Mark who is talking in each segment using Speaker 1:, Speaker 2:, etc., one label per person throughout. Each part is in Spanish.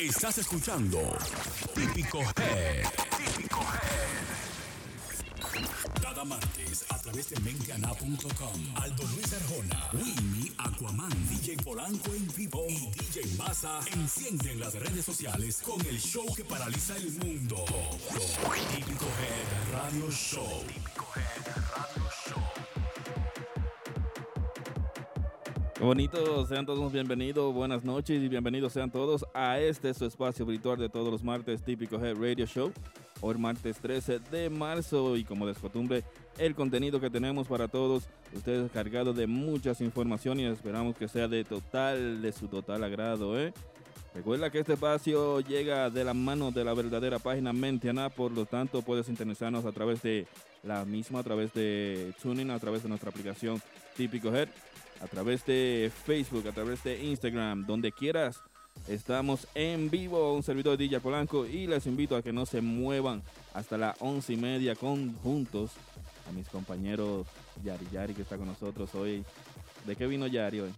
Speaker 1: Estás escuchando Típico Head. Típico Head. Cada martes, a través de menteana.com, Aldo Luis Arjona, Winnie, Aquaman, DJ Polanco en vivo y DJ Maza encienden las redes sociales con el show que paraliza el mundo. Típico Head Radio Show. Típico Head Radio Show.
Speaker 2: Bonitos, sean todos bienvenidos, buenas noches y bienvenidos sean todos a este su espacio virtual de todos los martes, típico Head Radio Show, hoy martes 13 de marzo y como de costumbre, el contenido que tenemos para todos, ustedes cargado de muchas informaciones, esperamos que sea de total, de su total agrado, ¿eh? Recuerda que este espacio llega de la mano de la verdadera página Mentiana, por lo tanto puedes interesarnos a través de la misma, a través de Tuning, a través de nuestra aplicación Típico Head a través de Facebook, a través de Instagram, donde quieras. Estamos en vivo, un servidor de DJ Polanco, y les invito a que no se muevan hasta las once y media con, juntos a mis compañeros Yari Yari, que está con nosotros hoy. ¿De qué vino Yari hoy?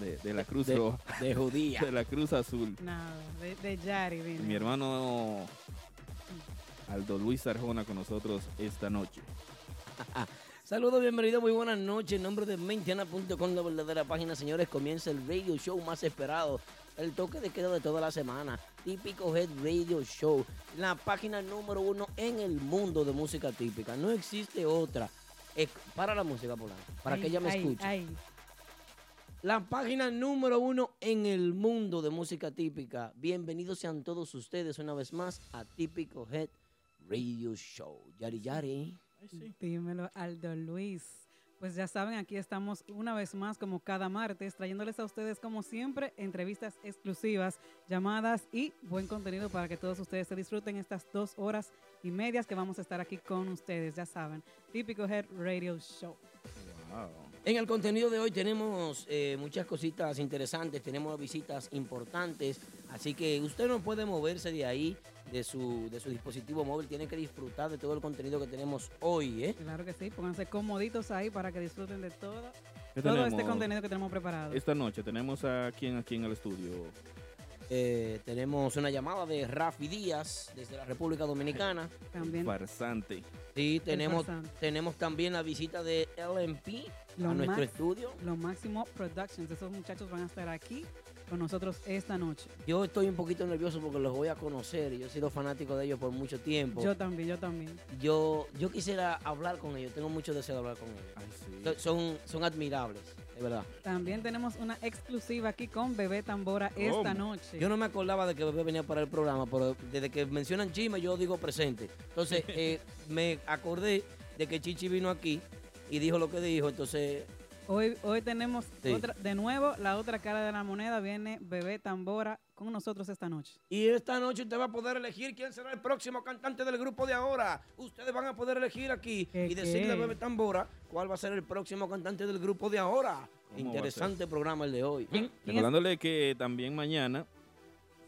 Speaker 2: De, de la Cruz
Speaker 3: de,
Speaker 2: Roja.
Speaker 3: De judía.
Speaker 2: De la Cruz Azul.
Speaker 4: No, de, de Yari vino.
Speaker 2: Mi hermano Aldo Luis Arjona con nosotros esta noche.
Speaker 3: Saludos, bienvenidos, muy buenas noches. En nombre de Mentiana.com, la verdadera página, señores, comienza el radio show más esperado. El toque de queda de toda la semana. Típico Head Radio Show. La página número uno en el mundo de música típica. No existe otra. Eh, para la música, por para
Speaker 4: Ay,
Speaker 3: que ella me
Speaker 4: ay,
Speaker 3: escuche.
Speaker 4: ay.
Speaker 3: La página número uno en el mundo de música típica. Bienvenidos sean todos ustedes una vez más a Típico Head Radio Show. Yari Yari.
Speaker 4: Dímelo, Aldo Luis. Pues ya saben, aquí estamos una vez más, como cada martes, trayéndoles a ustedes, como siempre, entrevistas exclusivas, llamadas y buen contenido para que todos ustedes se disfruten estas dos horas y medias que vamos a estar aquí con ustedes, ya saben. Típico Head Radio Show.
Speaker 3: En el contenido de hoy tenemos eh, muchas cositas interesantes, tenemos visitas importantes, así que usted no puede moverse de ahí, de su, de su dispositivo móvil, tiene que disfrutar de todo el contenido que tenemos hoy, ¿eh?
Speaker 4: Claro que sí, pónganse comoditos ahí para que disfruten de todo,
Speaker 2: ¿Qué
Speaker 4: todo
Speaker 2: tenemos?
Speaker 4: este contenido que tenemos preparado.
Speaker 2: Esta noche tenemos a quien aquí en el estudio.
Speaker 3: Eh, tenemos una llamada de Rafi Díaz desde la República Dominicana.
Speaker 4: También.
Speaker 2: Farsante.
Speaker 3: Sí, tenemos,
Speaker 4: farsante.
Speaker 3: tenemos también la visita de LMP a nuestro
Speaker 4: más-
Speaker 3: estudio.
Speaker 4: Lo máximo Productions. Esos muchachos van a estar aquí con nosotros esta noche.
Speaker 3: Yo estoy un poquito nervioso porque los voy a conocer. Yo he sido fanático de ellos por mucho tiempo.
Speaker 4: Yo también, yo también.
Speaker 3: Yo, yo quisiera hablar con ellos, tengo mucho deseo de hablar con ellos. So- Son, son admirables, de verdad.
Speaker 4: También tenemos una exclusiva aquí con Bebé Tambora
Speaker 3: ¿Cómo?
Speaker 4: esta noche.
Speaker 3: Yo no me acordaba de que Bebé venía para el programa, pero desde que mencionan Chima yo digo presente. Entonces eh, me acordé de que Chichi vino aquí y dijo lo que dijo, entonces
Speaker 4: Hoy, hoy tenemos
Speaker 3: Sí.
Speaker 4: otra, de nuevo la otra cara de la moneda. Viene Bebé Tambora con nosotros esta noche.
Speaker 3: Y esta noche usted va a poder elegir quién será el próximo cantante del grupo de ahora. Ustedes van a poder elegir aquí y decirle a
Speaker 4: qué?
Speaker 3: Bebe Tambora cuál va a ser el próximo cantante del grupo de ahora.
Speaker 2: va a
Speaker 3: Interesante programa el de hoy.
Speaker 2: Recordándole que también mañana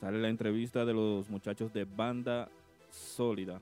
Speaker 2: sale la entrevista de los muchachos de Banda Sólida.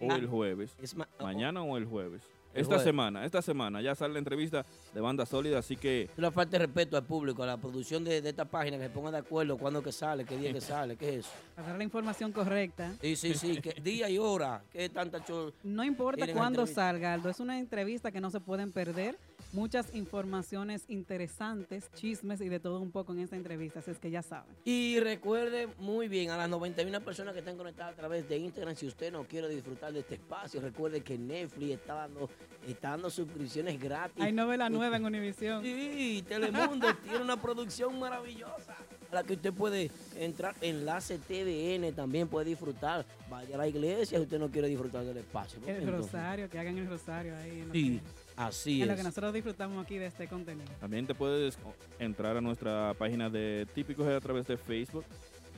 Speaker 2: O
Speaker 3: Ah,
Speaker 2: el jueves.
Speaker 3: ma-
Speaker 2: mañana o el jueves.
Speaker 3: El
Speaker 2: esta
Speaker 3: jueves.
Speaker 2: semana, esta semana ya sale la entrevista de Banda Sólida, así que
Speaker 3: Una falta de respeto al público, a la producción de, de esta página, que se ponga de acuerdo cuándo que sale, qué día que sale, qué es eso.
Speaker 4: Para dar la información correcta.
Speaker 3: Sí, sí, sí, que día y hora, qué tanta chol...
Speaker 4: No importa
Speaker 3: Miren,
Speaker 4: cuándo
Speaker 3: entrevista.
Speaker 4: salga, Aldo. Es una entrevista que no se pueden perder. Muchas informaciones interesantes, chismes y de todo un poco en esta entrevista. Así es que ya saben.
Speaker 3: Y recuerde muy bien a las 91 personas que están conectadas a través de Instagram. Si usted no quiere disfrutar de este espacio, recuerde que Netflix está dando, está dando suscripciones gratis.
Speaker 4: Hay novela nueva en Univisión.
Speaker 3: Sí, Telemundo tiene una producción maravillosa a la que usted puede entrar. Enlace TVN también puede disfrutar. Vaya a la iglesia si usted no quiere disfrutar del espacio. ¿no?
Speaker 4: El
Speaker 3: Entonces,
Speaker 4: rosario, que hagan el rosario ahí. en lo
Speaker 3: Sí,
Speaker 4: que-
Speaker 3: así
Speaker 4: en lo
Speaker 3: es.
Speaker 4: que nosotros disfrutamos aquí de este contenido.
Speaker 2: también te puedes entrar a nuestra página de Típicos a través de Facebook,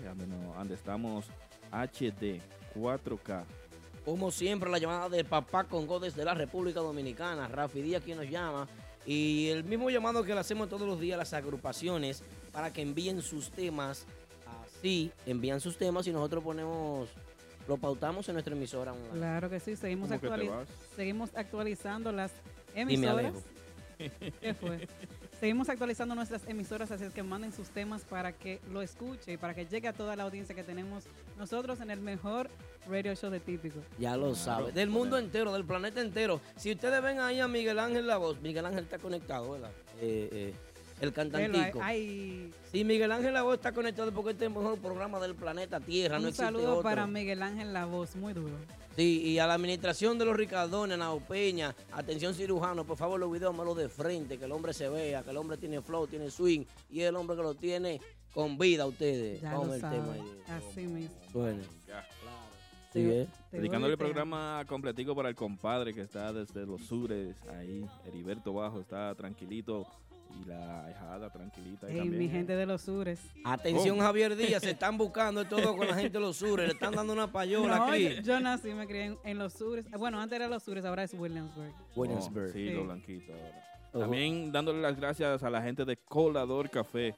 Speaker 2: donde, no- donde estamos HD 4K.
Speaker 3: Como siempre, la llamada de Papá Congo desde la República Dominicana. Rafi Díaz quien nos llama. Y el mismo llamado que le hacemos todos los días a las agrupaciones para que envíen sus temas. Así envían sus temas y nosotros ponemos, lo pautamos en nuestra emisora online.
Speaker 4: Claro que sí, seguimos,
Speaker 3: ¿Cómo que te
Speaker 4: actualiz-
Speaker 3: vas?
Speaker 4: seguimos actualizando las
Speaker 3: Dime,
Speaker 4: emisoras.
Speaker 3: Alejo.
Speaker 4: ¿Qué fue? Seguimos actualizando nuestras emisoras, así es que manden sus temas para que lo escuche y para que llegue a toda la audiencia que tenemos nosotros en el mejor radio show de típico.
Speaker 3: Ya lo sabe. Del mundo entero, del planeta entero. Si ustedes ven ahí a Miguel Ángel la voz, Miguel Ángel está conectado, ¿verdad? Eh, eh, el
Speaker 4: Velo ahí.
Speaker 3: cantantico.
Speaker 4: Ay,
Speaker 3: Si Miguel Ángel la voz está conectado porque este es el mejor programa del planeta Tierra, no
Speaker 4: un
Speaker 3: existe
Speaker 4: saludo
Speaker 3: otro.
Speaker 4: para Miguel Ángel La Voz, muy duro.
Speaker 3: Sí, y a la administración de los Ricardones, Nao Peña, atención cirujano, por favor los videos malos de frente, que el hombre se vea, que el hombre tiene flow, tiene swing, y es el hombre que lo tiene con vida a ustedes.
Speaker 4: Ya
Speaker 3: Vamos
Speaker 4: lo
Speaker 3: el
Speaker 4: sabe.
Speaker 3: tema ahí.
Speaker 4: Así mismo.
Speaker 3: Suena.
Speaker 2: Ya.
Speaker 3: Sí, ¿eh?
Speaker 4: Te
Speaker 2: Dedicándole el
Speaker 4: voy a desear.
Speaker 2: programa completico para el compadre que está desde los sures, ahí, Heriberto Bajo, está tranquilito y la ahijada tranquilita. ahí
Speaker 4: Ey,
Speaker 2: también,
Speaker 4: mi
Speaker 2: ¿eh?
Speaker 4: gente de los sures.
Speaker 2: Oh.
Speaker 3: Atención Javier Díaz, se están buscando de todo con la gente de los sures, le están dando una payola
Speaker 4: No,
Speaker 3: aquí.
Speaker 4: yo, yo nací, me crié en, en los sures. Eh, Bueno, antes era los sures, ahora es Williamsburg.
Speaker 2: Oh, sí,
Speaker 4: Sí.
Speaker 2: lo blanquito. ahora.
Speaker 3: Ojo.
Speaker 2: También dándole las gracias a la gente de Colador Café.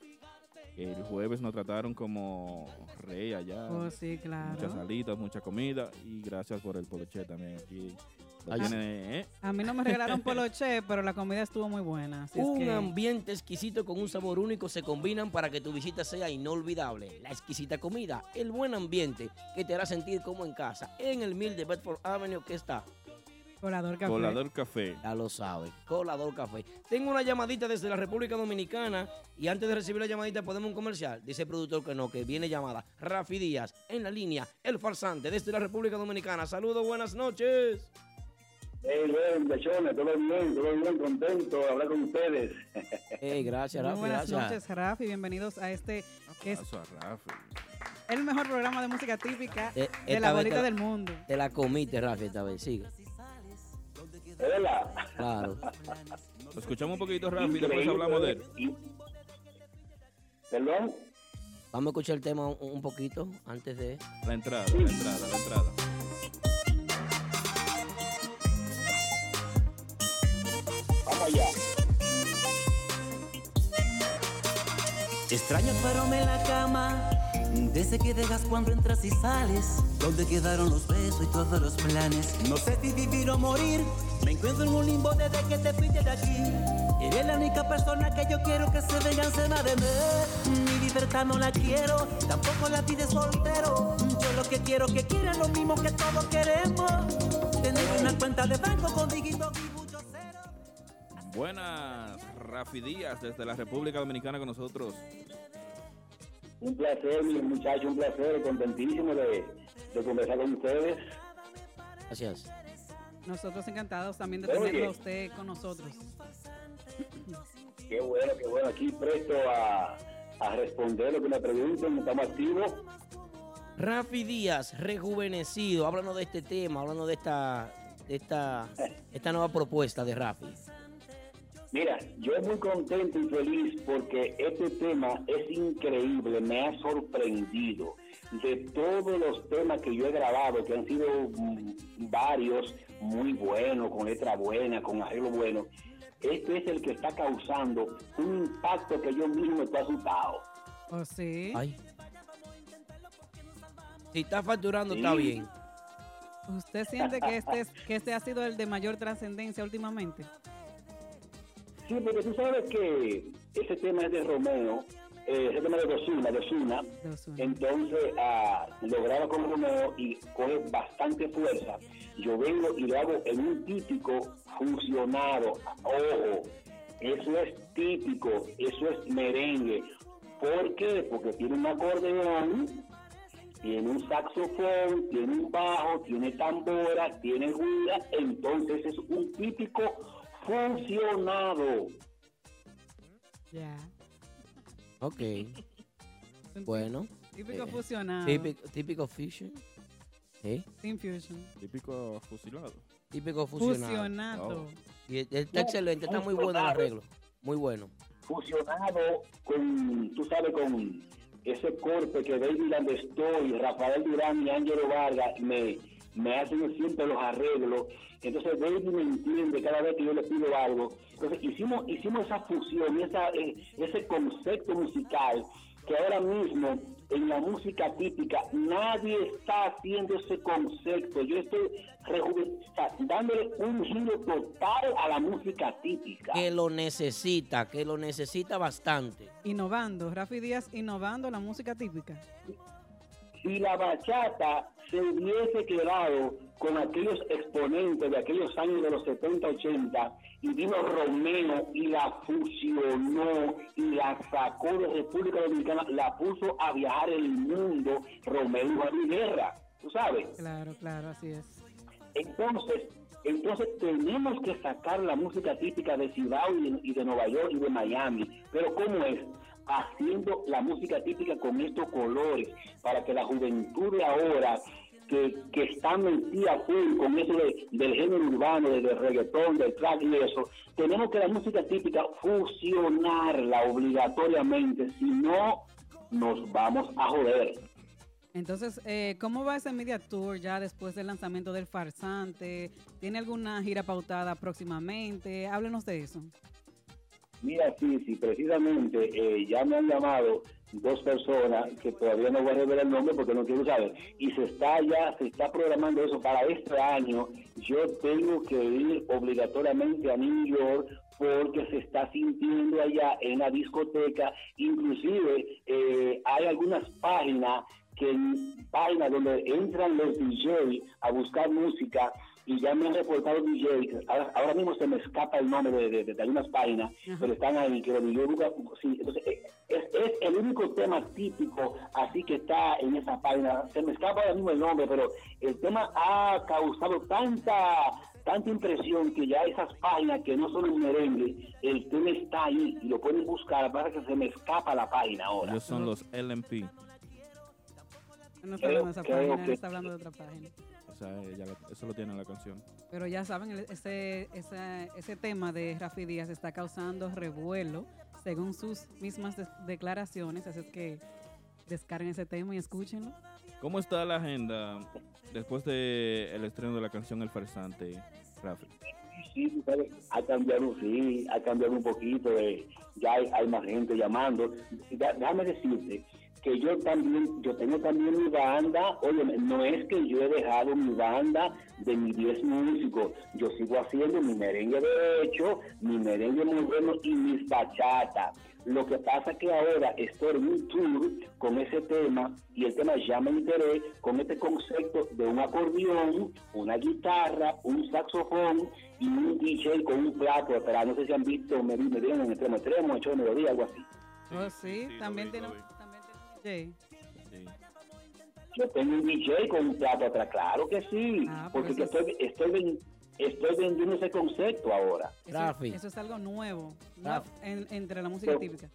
Speaker 2: que El jueves nos trataron como rey allá.
Speaker 4: Oh, sí,
Speaker 2: Muchas
Speaker 4: claro.
Speaker 2: salitas, mucha comida y gracias por el poloche también aquí. Lo
Speaker 3: Ay,
Speaker 2: tiene, ¿eh?
Speaker 4: A mí no me regalaron poloche, pero la comida estuvo muy buena. Así es
Speaker 3: un
Speaker 4: que-
Speaker 3: ambiente exquisito con un sabor único se combinan para que tu visita sea inolvidable. La exquisita comida, el buen ambiente que te hará sentir como en casa, en el mil de Bedford Avenue que está.
Speaker 4: Colador café.
Speaker 2: Colador Café.
Speaker 3: Ya lo sabe, Colador Café. Tengo una llamadita desde la República Dominicana y antes de recibir la llamadita podemos un comercial. Dice el productor que no, que viene llamada. Rafi Díaz, en la línea, el farsante desde la República Dominicana. Saludos, buenas noches.
Speaker 5: Hey, bueno, muchachones, todo bien, todo bien, contento de hablar con ustedes.
Speaker 3: gracias,
Speaker 4: Muy buenas noches, Rafi. Bienvenidos a este, que es
Speaker 2: Abrazo a Rafi.
Speaker 4: el mejor programa de música típica
Speaker 3: Eh,
Speaker 4: de
Speaker 3: esta
Speaker 4: la
Speaker 3: vez
Speaker 4: bolita
Speaker 3: te la-
Speaker 4: del mundo.
Speaker 3: Te la comiste, Rafi, esta vez, sigue.
Speaker 5: Hola.
Speaker 3: Claro.
Speaker 2: Lo escuchamos un poquito, Rafi, y después hablamos de él.
Speaker 5: ¿Perdón?
Speaker 3: Vamos a escuchar el tema un, un poquito antes de...
Speaker 2: La entrada, la entrada, la entrada.
Speaker 5: Vamos allá.
Speaker 6: Te extraño verme en la cama Desde que dejas cuando entras y sales Donde quedaron los besos y todos los planes No sé si vivir o morir Me encuentro en un limbo desde que te fuiste de aquí Eres la única persona que yo quiero que se venga encima de mí Mi libertad no la quiero Tampoco la pide soltero Yo lo que quiero que quieran lo mismo que todos queremos Tener una cuenta de banco con dígitos y muchos ceros
Speaker 2: Buenas, Rafi Díaz, desde la República Dominicana con nosotros.
Speaker 5: Un placer, mis muchachos, un placer, contentísimo de, de conversar con ustedes.
Speaker 3: Gracias.
Speaker 4: Nosotros encantados también de
Speaker 5: Oye.
Speaker 4: tenerlo a usted con nosotros.
Speaker 5: Qué bueno, qué bueno, aquí presto a, a responder lo que me pregunten, estamos activos.
Speaker 3: Rafi Díaz, rejuvenecido. Háblanos de este tema, háblanos de esta, de esta, esta nueva propuesta de Rafi.
Speaker 5: Mira, yo muy contento y feliz porque este tema es increíble, me ha sorprendido. De todos los temas que yo he grabado, que han sido mm, varios, muy buenos, con letra buena, con arreglo bueno, este es el que está causando un impacto que yo mismo estoy asustado.
Speaker 4: ¿O sí?
Speaker 3: Ay. Si está facturando, está
Speaker 5: Sí.
Speaker 3: bien.
Speaker 4: ¿Usted siente que este, es- que este ha sido el de mayor trascendencia últimamente?
Speaker 5: Sí, porque tú sabes que ese tema es de Romeo, eh, ese tema de Dosuna, de Ozuna,
Speaker 4: de Ozuna?
Speaker 5: Entonces, ah, lo grabo con Romeo y coge bastante fuerza. Yo vengo y lo hago en un típico fusionado. Ojo, eso es típico, eso es merengue. ¿Por qué? Porque tiene un acordeón, tiene un saxofón, tiene un bajo, tiene tambora, tiene guira. Entonces, es un típico fusionado.
Speaker 4: Ya.
Speaker 3: Ok,
Speaker 4: Un
Speaker 3: bueno.
Speaker 4: Típico
Speaker 3: eh,
Speaker 4: fusionado.
Speaker 3: Típico, típico fusion. ¿Sí?
Speaker 4: Team Fusion.
Speaker 2: Típico fusilado.
Speaker 3: Típico fusionado.
Speaker 4: Fusionado.
Speaker 3: Y está excelente, está muy bueno el arreglo. Muy bueno.
Speaker 5: fusionado con, tú sabes, con ese corte que David Landestoy, Rafael Durán y Ángelo Vargas me, me hacen siempre los arreglos. Entonces David me entiende cada vez que yo le pido algo. Entonces hicimos, hicimos esa fusión, y esa, eh, ese concepto musical que ahora mismo en la música típica. Nadie está haciendo ese concepto. Yo estoy rejuve- o sea, dándole un giro total a la música típica.
Speaker 3: Que lo necesita, que lo necesita bastante.
Speaker 4: Innovando, Rafi Díaz innovando la música típica.
Speaker 5: Si la bachata se hubiese quedado con aquellos exponentes de aquellos años de los 70, 80, y vino Romeo y la fusionó y la sacó de República Dominicana, la puso a viajar el mundo, Romeo y Juan de Guerra, tú sabes.
Speaker 4: Claro, claro, así es.
Speaker 5: Entonces, entonces tenemos que sacar la música típica de Ciudad y de, y de Nueva York y de Miami. Pero ¿cómo es? Haciendo la música típica con estos colores para que la juventud de ahora que, que está metida full con eso de- del género urbano, de- del reggaetón, del trap y eso, tenemos que la música típica fusionarla obligatoriamente, si no nos vamos a joder.
Speaker 4: Entonces, eh, ¿cómo va ese media tour ya después del lanzamiento del farsante? ¿Tiene alguna gira pautada próximamente? Háblenos de eso.
Speaker 5: Mira, sí, sí, precisamente eh, ya me han llamado dos personas que todavía no voy a revelar el nombre porque no quiero saber. Y se está ya, se está programando eso para este año. Yo tengo que ir obligatoriamente a New York porque se está sintiendo allá en la discoteca. Inclusive eh, hay algunas páginas que páginas donde entran los DJ a buscar música y ya me han reportado DJ, ahora, ahora mismo se me escapa el nombre de, de, de algunas páginas, pero están ahí, que los DJ buscan- sí, entonces, eh, es, es el único tema típico, así que está en esa página, se me escapa ahora mismo el nombre, pero el tema ha causado tanta tanta impresión que ya esas páginas que no son el merengue, el tema está ahí y lo pueden buscar, para que se me escapa la página ahora.
Speaker 2: Ellos son los LMP.
Speaker 4: No está hablando de esa
Speaker 5: Creo- creo
Speaker 4: página, él
Speaker 5: que-
Speaker 4: está hablando de otra página.
Speaker 2: O sea, ella lo- eso lo tiene la canción.
Speaker 4: Pero ya saben, el- ese, ese, ese tema de Rafi Díaz está causando revuelo según sus mismas des- declaraciones, así es que descarguen ese tema y escúchenlo.
Speaker 2: ¿Cómo está la agenda después de el estreno de la canción El Farsante, Rafi?
Speaker 5: sí, tú sabes, ha cambiado, sí, ha cambiado un poquito, eh, ya hay, hay más gente llamando. Ya- déjame decirte que yo también, yo tengo también mi banda, oye, no es que yo he dejado mi banda de mis 10 músicos, yo sigo haciendo mi merengue de hecho, mi merengue moderno y mis bachatas. Lo que pasa que ahora estoy en un tour con ese tema y el tema ya me enteré con este concepto de un acordeón, una guitarra, un saxofón y un DJ con un plato atrás. No sé si han visto, me, me dieron en extremo extremo, hecho de melodía, algo así.
Speaker 4: oh, sí, también, tiene,
Speaker 2: vi.
Speaker 4: también tiene DJ.
Speaker 5: Yo tengo un DJ con un plato atrás, claro que sí,
Speaker 4: Ah, pues
Speaker 5: porque que
Speaker 4: eso es-
Speaker 5: estoy, estoy, ven- estoy vendiendo ese concepto ahora.
Speaker 3: Eso-
Speaker 4: Eso,
Speaker 3: Rafi.
Speaker 4: es algo nuevo ¿no?
Speaker 3: Rafi.
Speaker 4: En- entre la música
Speaker 5: Pero-
Speaker 4: típica.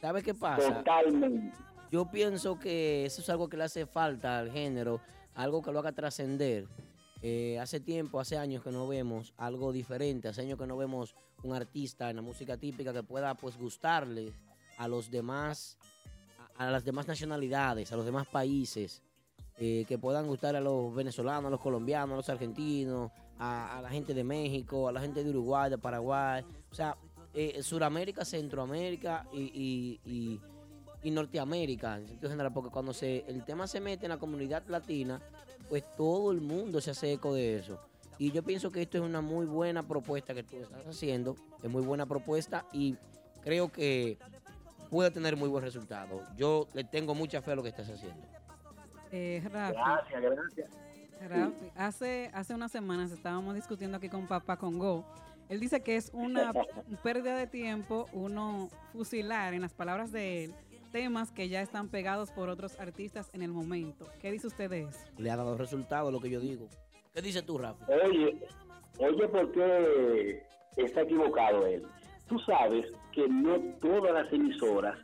Speaker 3: ¿Sabes qué pasa?
Speaker 5: Totalmente.
Speaker 3: Yo pienso que eso es algo que le hace falta al género, algo que lo haga trascender. Eh, hace tiempo, hace años que no vemos algo diferente, hace años que no vemos un artista en la música típica que pueda pues gustarle a los demás, a, a las demás nacionalidades, a los demás países, eh, que puedan gustar a los venezolanos, a los colombianos, a los argentinos, a, a la gente de México, a la gente de Uruguay, de Paraguay, o sea, eh, Suramérica, Centroamérica y- y- y y Norteamérica, en sentido general, porque cuando se, el tema se mete en la comunidad latina, pues todo el mundo se hace eco de eso. Y yo pienso que esto es una muy buena propuesta que tú estás haciendo, es muy buena propuesta y creo que puede tener muy buen resultado. Yo le tengo mucha fe a lo que estás haciendo.
Speaker 4: Eh, Rafi,
Speaker 5: Gracias, gracias.
Speaker 4: Rafi, hace, hace unas semanas estábamos discutiendo aquí con Papá Congo. Él dice que es una pérdida de tiempo uno fusilar, en las palabras de él, temas que ya están pegados por otros artistas en el momento. ¿Qué dice usted de eso?
Speaker 3: Le ha dado resultado lo que yo digo. ¿Qué dices tú, Rafa?
Speaker 5: Oye, oye, ¿por qué está equivocado él? Tú sabes que no todas las emisoras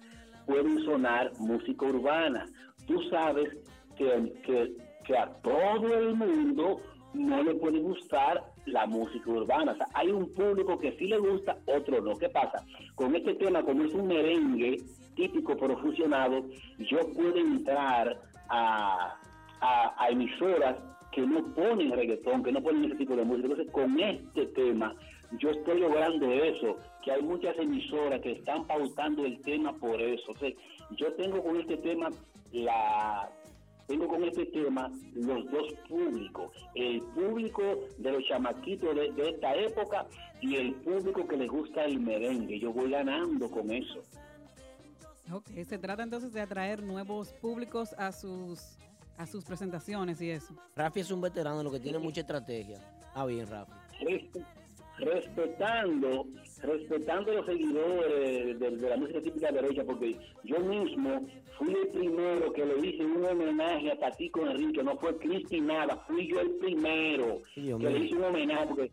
Speaker 5: pueden sonar música urbana. Tú sabes que, que- que a todo el mundo no le puede gustar la música urbana. O sea, hay un público que sí le gusta, otro no. ¿Qué pasa? Con este tema, como es un merengue típico pero fusionado, yo puedo entrar a, a, a emisoras que no ponen reggaetón, que no ponen ese tipo de música. Entonces, con este tema, yo estoy logrando eso, que hay muchas emisoras que están pautando el tema por eso. Entonces, yo tengo con este tema la tengo con este tema los dos públicos, el público de los chamaquitos de, de esta época y el público que les gusta el merengue. Yo voy ganando con eso.
Speaker 4: Ok, se trata entonces de atraer nuevos públicos a sus a sus presentaciones y eso.
Speaker 3: Rafi es un veterano, lo que tiene mucha estrategia. Ah, bien, Rafi.
Speaker 5: Respe- respetando, respetando los seguidores de, de la música típica derecha, porque yo mismo fui el primero que le hice un homenaje a Tatico Enrique, no fue Cristi nada, fui yo el primero
Speaker 3: Dios
Speaker 5: que
Speaker 3: mío.
Speaker 5: le hice un homenaje, porque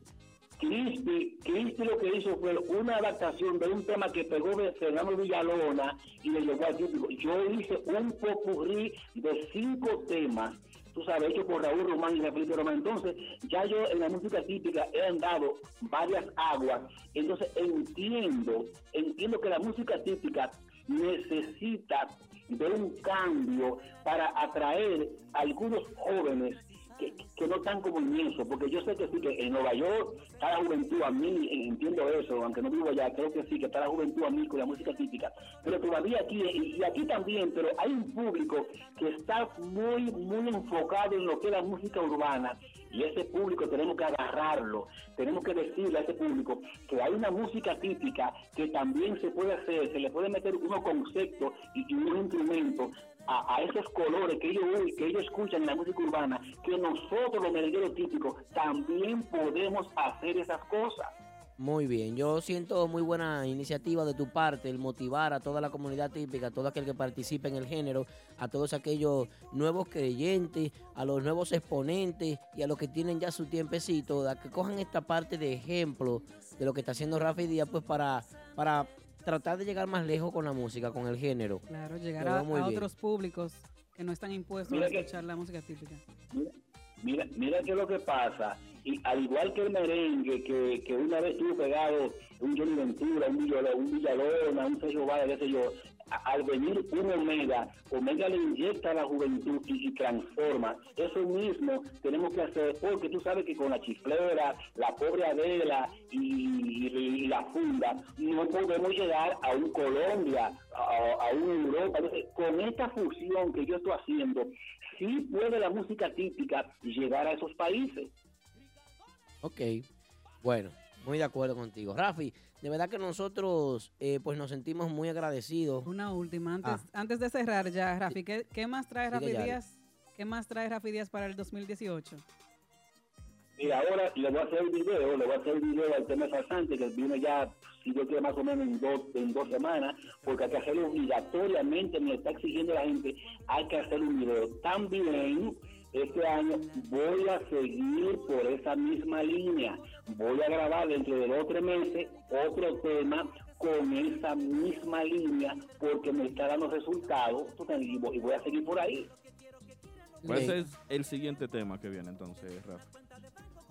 Speaker 5: Cristi, Cristi lo que hizo fue una adaptación de un tema que pegó de Fernando Villalona y le llegó al típico. Yo hice un popurrí de cinco temas, tú sabes, hecho por Raúl Román y Felipe Román. Entonces, ya yo en la música típica he andado varias aguas. Entonces, entiendo, entiendo que la música típica necesita de un cambio para atraer a algunos jóvenes que, que no están como en eso, porque yo sé que sí, que en Nueva York está la juventud a mí, eh, entiendo eso, aunque no vivo allá, creo que sí, que está la juventud a mí con la música típica, pero todavía aquí, eh, y y aquí también, pero hay un público que está muy, muy enfocado en lo que es la música urbana, y ese público tenemos que agarrarlo, tenemos que decirle a ese público que hay una música típica que también se puede hacer, se le puede meter unos conceptos y, y unos instrumentos a, a esos colores que ellos, oyen, que ellos escuchan en la música urbana, que nosotros los merengueros típicos también podemos hacer esas cosas.
Speaker 3: Muy bien, yo siento muy buena iniciativa de tu parte el motivar a toda la comunidad típica, a todo aquel que participe en el género, a todos aquellos nuevos creyentes, a los nuevos exponentes y a los que tienen ya su tiempecito, a que cojan esta parte de ejemplo de lo que está haciendo Rafi Díaz, pues para, para tratar de llegar más lejos con la música, con el género.
Speaker 4: Claro, llegar
Speaker 3: Lo
Speaker 4: a,
Speaker 3: veo muy
Speaker 4: a
Speaker 3: bien.
Speaker 4: otros públicos que no están impuestos
Speaker 5: Mira
Speaker 4: a
Speaker 5: que-
Speaker 4: escuchar la música típica.
Speaker 5: Mira, mira qué es lo que pasa. Y al igual que el merengue, que, que una vez tuvo pegado un Johnny Ventura, un Villalona, un, Villalona, un Sergio Vargas, qué sé yo, a- al venir un Omega, Omega le inyecta a la juventud y, y transforma. Eso mismo tenemos que hacer, porque tú sabes que con la chiflera, la pobre Adela y, y- y la funda, no podemos llegar a un Colombia, a, a una Europa. Entonces, con esta fusión que yo estoy haciendo, sí puede la música típica llegar a esos países.
Speaker 3: Ok, bueno, muy de acuerdo contigo. Rafi, de verdad que nosotros eh, pues nos sentimos muy agradecidos.
Speaker 4: Una última, antes,
Speaker 3: Ah.
Speaker 4: antes de cerrar ya, Rafi, ¿qué, qué más trae
Speaker 3: Sigue
Speaker 4: Rafi
Speaker 3: ya.
Speaker 4: Díaz? ¿Qué más trae Rafi Díaz para el 2018?
Speaker 5: Y ahora le voy a hacer el video, le voy a hacer el video al tema falsante, que viene ya, si yo quiero, más o menos en dos, en dos semanas, porque hay que hacerlo obligatoriamente, me lo está exigiendo la gente, hay que hacer un video. También este año voy a seguir por esa misma línea, voy a grabar dentro de dos o tres meses otro tema con esa misma línea, porque me está dando resultados, y voy y voy a seguir por ahí.
Speaker 2: ¿Cuál
Speaker 3: Le-
Speaker 2: es el siguiente tema que viene entonces, Rafa?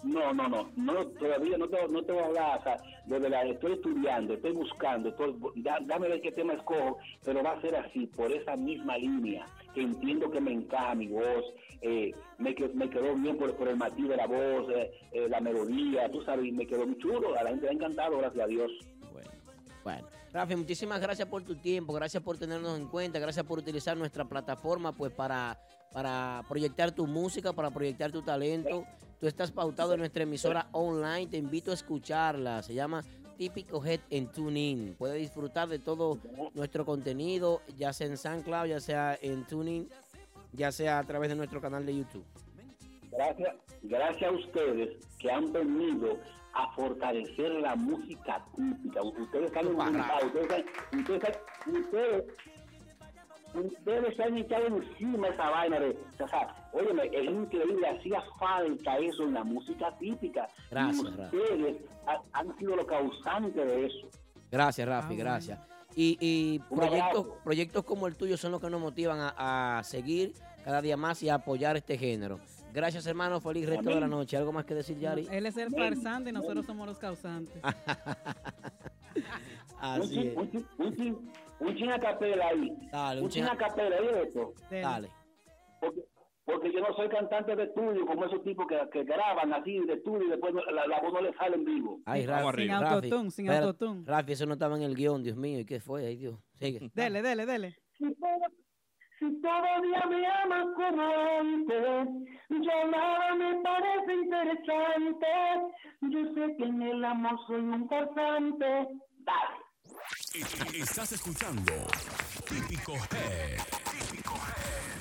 Speaker 5: No, no, no, no, todavía no te, no te voy a hablar, o sea, de verdad, estoy estudiando, estoy buscando, estoy- da- dame ver qué tema escojo, pero va a ser así, por esa misma línea, que entiendo que me encaja mi voz, eh, me, que- me quedó bien por, por el matiz de la voz, eh, eh, la melodía, tú sabes, y me quedó muy chulo, a la gente le ha encantado, gracias a Dios.
Speaker 3: Bueno, bueno. Rafi, muchísimas gracias por tu tiempo, gracias por tenernos en cuenta, gracias por utilizar nuestra plataforma pues para, para proyectar tu música, para proyectar tu talento. Tú estás pautado en nuestra emisora online, te invito a escucharla, se llama Típico Head en TuneIn. Puedes disfrutar de todo nuestro contenido, ya sea en SoundCloud, ya sea en TuneIn, ya sea a través de nuestro canal de YouTube.
Speaker 5: Gracias, gracias a ustedes que han venido a fortalecer la música típica. Ustedes están inventados, ustedes han- ustedes, han- ustedes, ustedes se han echado encima esa vaina de, o sea, óyeme, es increíble, hacía falta eso en la música típica. Y
Speaker 3: Gracias, gracias.
Speaker 5: ustedes ha- han sido los causantes de eso.
Speaker 3: Gracias, Rafi,
Speaker 4: Ah, bueno.
Speaker 3: gracias. Y, y
Speaker 5: Un
Speaker 3: proyectos,
Speaker 5: abrazo.
Speaker 3: proyectos como el tuyo son los que nos motivan a, a seguir cada día más y a apoyar este género. Gracias, hermano. Feliz resto de la
Speaker 5: Amén.
Speaker 3: noche. ¿Algo más que decir, Yari? Ah,
Speaker 4: Él es el farsante y nosotros somos los causantes.
Speaker 5: Un
Speaker 3: Así
Speaker 5: chin-
Speaker 3: es.
Speaker 5: Un chin- un chin- un chin a capela ahí.
Speaker 3: Dale, un
Speaker 5: Ah, Un chin
Speaker 3: chin-
Speaker 5: a capela, ¿oye esto?
Speaker 4: Dele.
Speaker 3: Dale.
Speaker 5: porque, porque yo no soy cantante de estudio como esos tipos que, que graban así de estudio y después no- la, la voz no les sale en vivo.
Speaker 3: Ay,
Speaker 2: Vamos
Speaker 3: Rafi.
Speaker 2: arriba.
Speaker 4: Sin
Speaker 3: Rafi,
Speaker 4: autotune, sin
Speaker 3: espérate.
Speaker 4: autotune.
Speaker 3: Rafi, eso no estaba en el guión, Dios mío. ¿Y qué fue? Ay, Dios. Sigue.
Speaker 4: Dele, dele, dele.
Speaker 5: Si puedo,
Speaker 7: Si todavía me amas como antes, ya nada me parece interesante. Yo sé que en el amor soy un cantante. Dale.
Speaker 1: E- e- Estás escuchando Típico Head. Típico Head.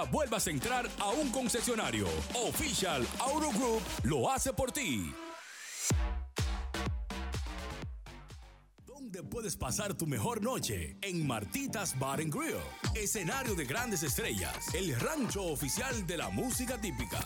Speaker 1: vuelvas a entrar a un concesionario. Official Auto Group lo hace por ti. ¿Dónde puedes pasar tu mejor noche? En Martitas Bar and Grill. Escenario de grandes estrellas. El rancho oficial de la música típica.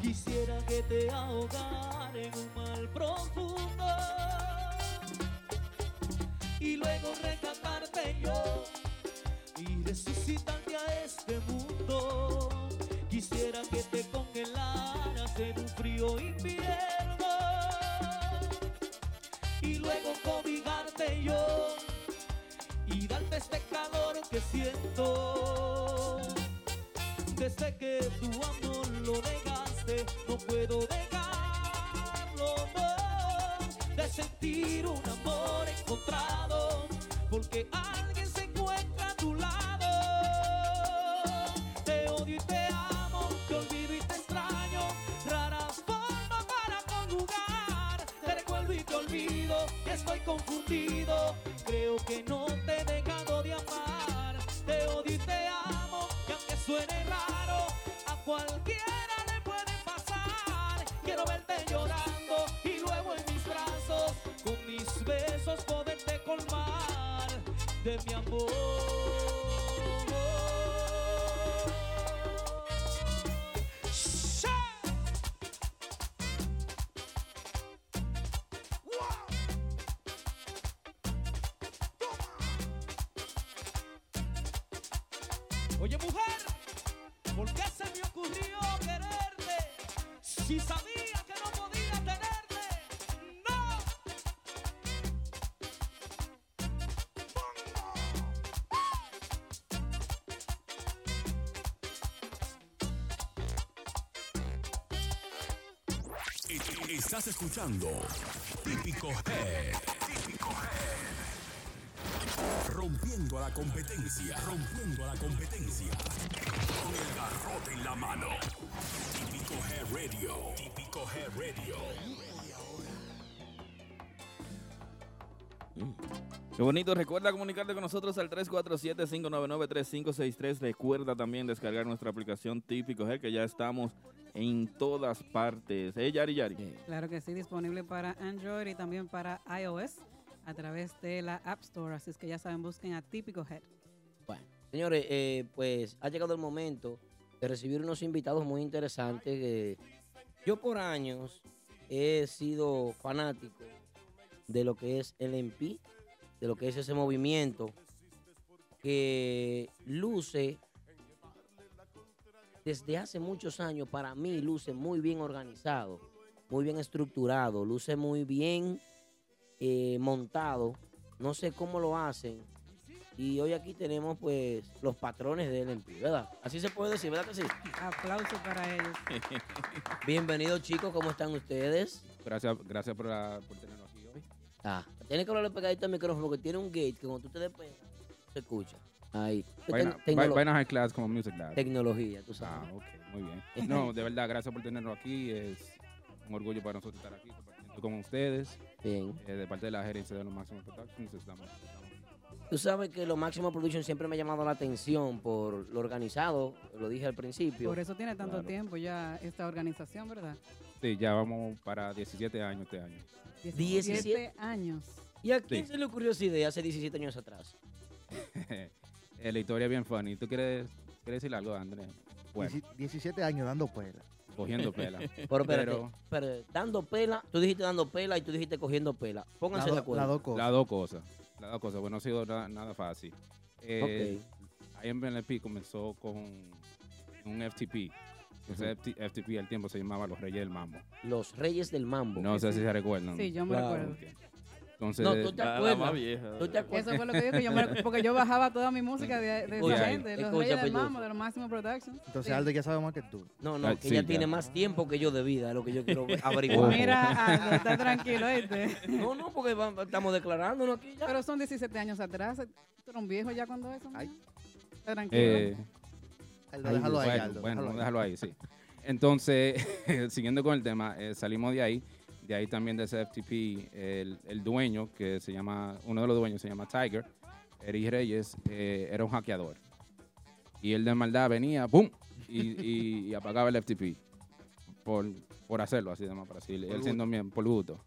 Speaker 8: Quisiera que te ahogara en un mal profundo y luego rescatarte yo y resucitarte a este mundo. Quisiera que te congelaras en un frío invierno y luego cobijarte yo y darte este calor que siento. Desde que tu amor lo negaste, no puedo dejarlo no, de sentir un amor encontrado, porque alguien se encuentra a tu lado. Te odio y te amo, te olvido y te extraño, rara forma para conjugar. Te recuerdo y te olvido, estoy confundido, creo que no te he dejado de amar. Te odio y te amo, y aunque suene raro, a cualquiera le puede pasar. Quiero verte llorando y luego en mis brazos, con mis besos poderte colmar de mi amor. ¡Sí! Oye mujer, ¿por qué se me ocurrió quererte? Si sabía que no podía tenerte, no.
Speaker 1: E- Estás escuchando Típico Head. Rompiendo a la competencia, rompiendo a la competencia. Con el garrote en la mano. Típico Head Radio. Típico Head Radio.
Speaker 2: Qué bonito. Recuerda comunicarte con nosotros al 347-599-3563. Recuerda también descargar nuestra aplicación Típico G, que ya estamos en todas partes. ¿Eh, Yari Yari?
Speaker 4: Claro que sí, disponible para Android y también para iOS a través de la App Store. Así es que ya saben, busquen a Típico Head.
Speaker 3: Señores, eh, pues ha llegado el momento de recibir unos invitados muy interesantes. que yo por años he sido fanático de lo que es el MP, de lo que es ese movimiento que luce desde hace muchos años para mí luce muy bien organizado, muy bien estructurado, luce muy bien eh, montado. No sé cómo lo hacen, y hoy aquí tenemos pues los patrones del MP, ¿verdad? Así se puede decir, ¿verdad que sí?
Speaker 4: Aplauso para ellos.
Speaker 3: Bienvenidos chicos, ¿cómo están ustedes?
Speaker 9: Gracias, gracias por, la, por tenernos aquí hoy.
Speaker 3: Ah, tienes que hablarle pegadito al micrófono porque tiene un gate que cuando tú te despegas, se escucha. Ahí.
Speaker 9: Vaina,
Speaker 3: Tec-
Speaker 9: vai-
Speaker 3: tecnolo-
Speaker 9: vaina high class como music lab.
Speaker 3: Tecnología, tú
Speaker 9: Ah,
Speaker 3: sabes.
Speaker 9: ok, muy bien. No, de verdad, gracias por tenernos aquí. Es un orgullo para nosotros estar aquí compartiendo con ustedes.
Speaker 3: Bien.
Speaker 9: Eh, de parte de la gerencia de los máximos productions, estamos, estamos
Speaker 3: Tú sabes que lo Máximo Production siempre me ha llamado la atención por lo organizado, lo dije al principio.
Speaker 4: Por eso tiene tanto
Speaker 3: Claro.
Speaker 4: tiempo ya esta organización, ¿verdad?
Speaker 9: Sí, ya vamos para 17 años este año.
Speaker 3: 17
Speaker 4: años.
Speaker 3: ¿Y a quién se le ocurrió esa idea hace 17 años atrás?
Speaker 9: Eh, la historia es bien funny. ¿Tú quieres, quieres decir algo, Andrés? Bueno,
Speaker 10: 17 años dando pela.
Speaker 9: cogiendo pela.
Speaker 3: Pero espérate, pero dando pela, tú dijiste dando pela y tú dijiste cogiendo pela. Pónganse de acuerdo.
Speaker 9: Las dos cosas. Las dos cosas. Bueno, no ha sido na- nada fácil. Eh, Ahí en BNP comenzó con un FTP. Ese FT- FTP al tiempo se llamaba Los Reyes del Mambo.
Speaker 3: Los Reyes del Mambo.
Speaker 9: No sé si se recuerdan.
Speaker 4: Sí, yo me
Speaker 9: Claro.
Speaker 4: recuerdo.
Speaker 9: Entonces,
Speaker 3: No, tú te
Speaker 9: La- la
Speaker 3: acuerdas.
Speaker 9: más vieja.
Speaker 3: Tú te acuerdas.
Speaker 4: Eso fue lo que digo, que yo me- porque yo bajaba toda mi música de, de
Speaker 3: Escucha,
Speaker 4: esa gente, de los
Speaker 3: escucha, pues,
Speaker 4: Reyes del
Speaker 3: Pelufo.
Speaker 4: Mambo, de los Máximo Productions.
Speaker 10: Entonces
Speaker 4: Sí.
Speaker 10: Aldo ya sabe más que tú.
Speaker 3: No,
Speaker 9: Ah,
Speaker 3: no, que ella tiene más tiempo que yo de vida, es lo que yo quiero averiguar.
Speaker 4: Mira, Aldo, está tranquilo, ¿oíste?
Speaker 3: No, no, porque va- estamos declarándonos aquí.
Speaker 4: Pero son 17 años atrás, eh, tú eres un viejo ya cuando eso. mira. Está tranquilo.
Speaker 9: Eh,
Speaker 10: Aldo, déjalo ahí,
Speaker 9: bueno,
Speaker 10: Aldo,
Speaker 9: bueno,
Speaker 10: déjalo ahí.
Speaker 9: déjalo ahí, sí. Entonces, siguiendo con el tema, eh, salimos de ahí. De ahí también de ese FTP, el, el dueño, que se llama, uno de los dueños se llama Tiger, Eric Reyes, eh, era un hackeador. Y él de maldad venía, ¡pum! Y, y- y apagaba el FTP. Por, por hacerlo, así de más, para decirle.
Speaker 3: Por
Speaker 9: Él siendo bien, por gusto.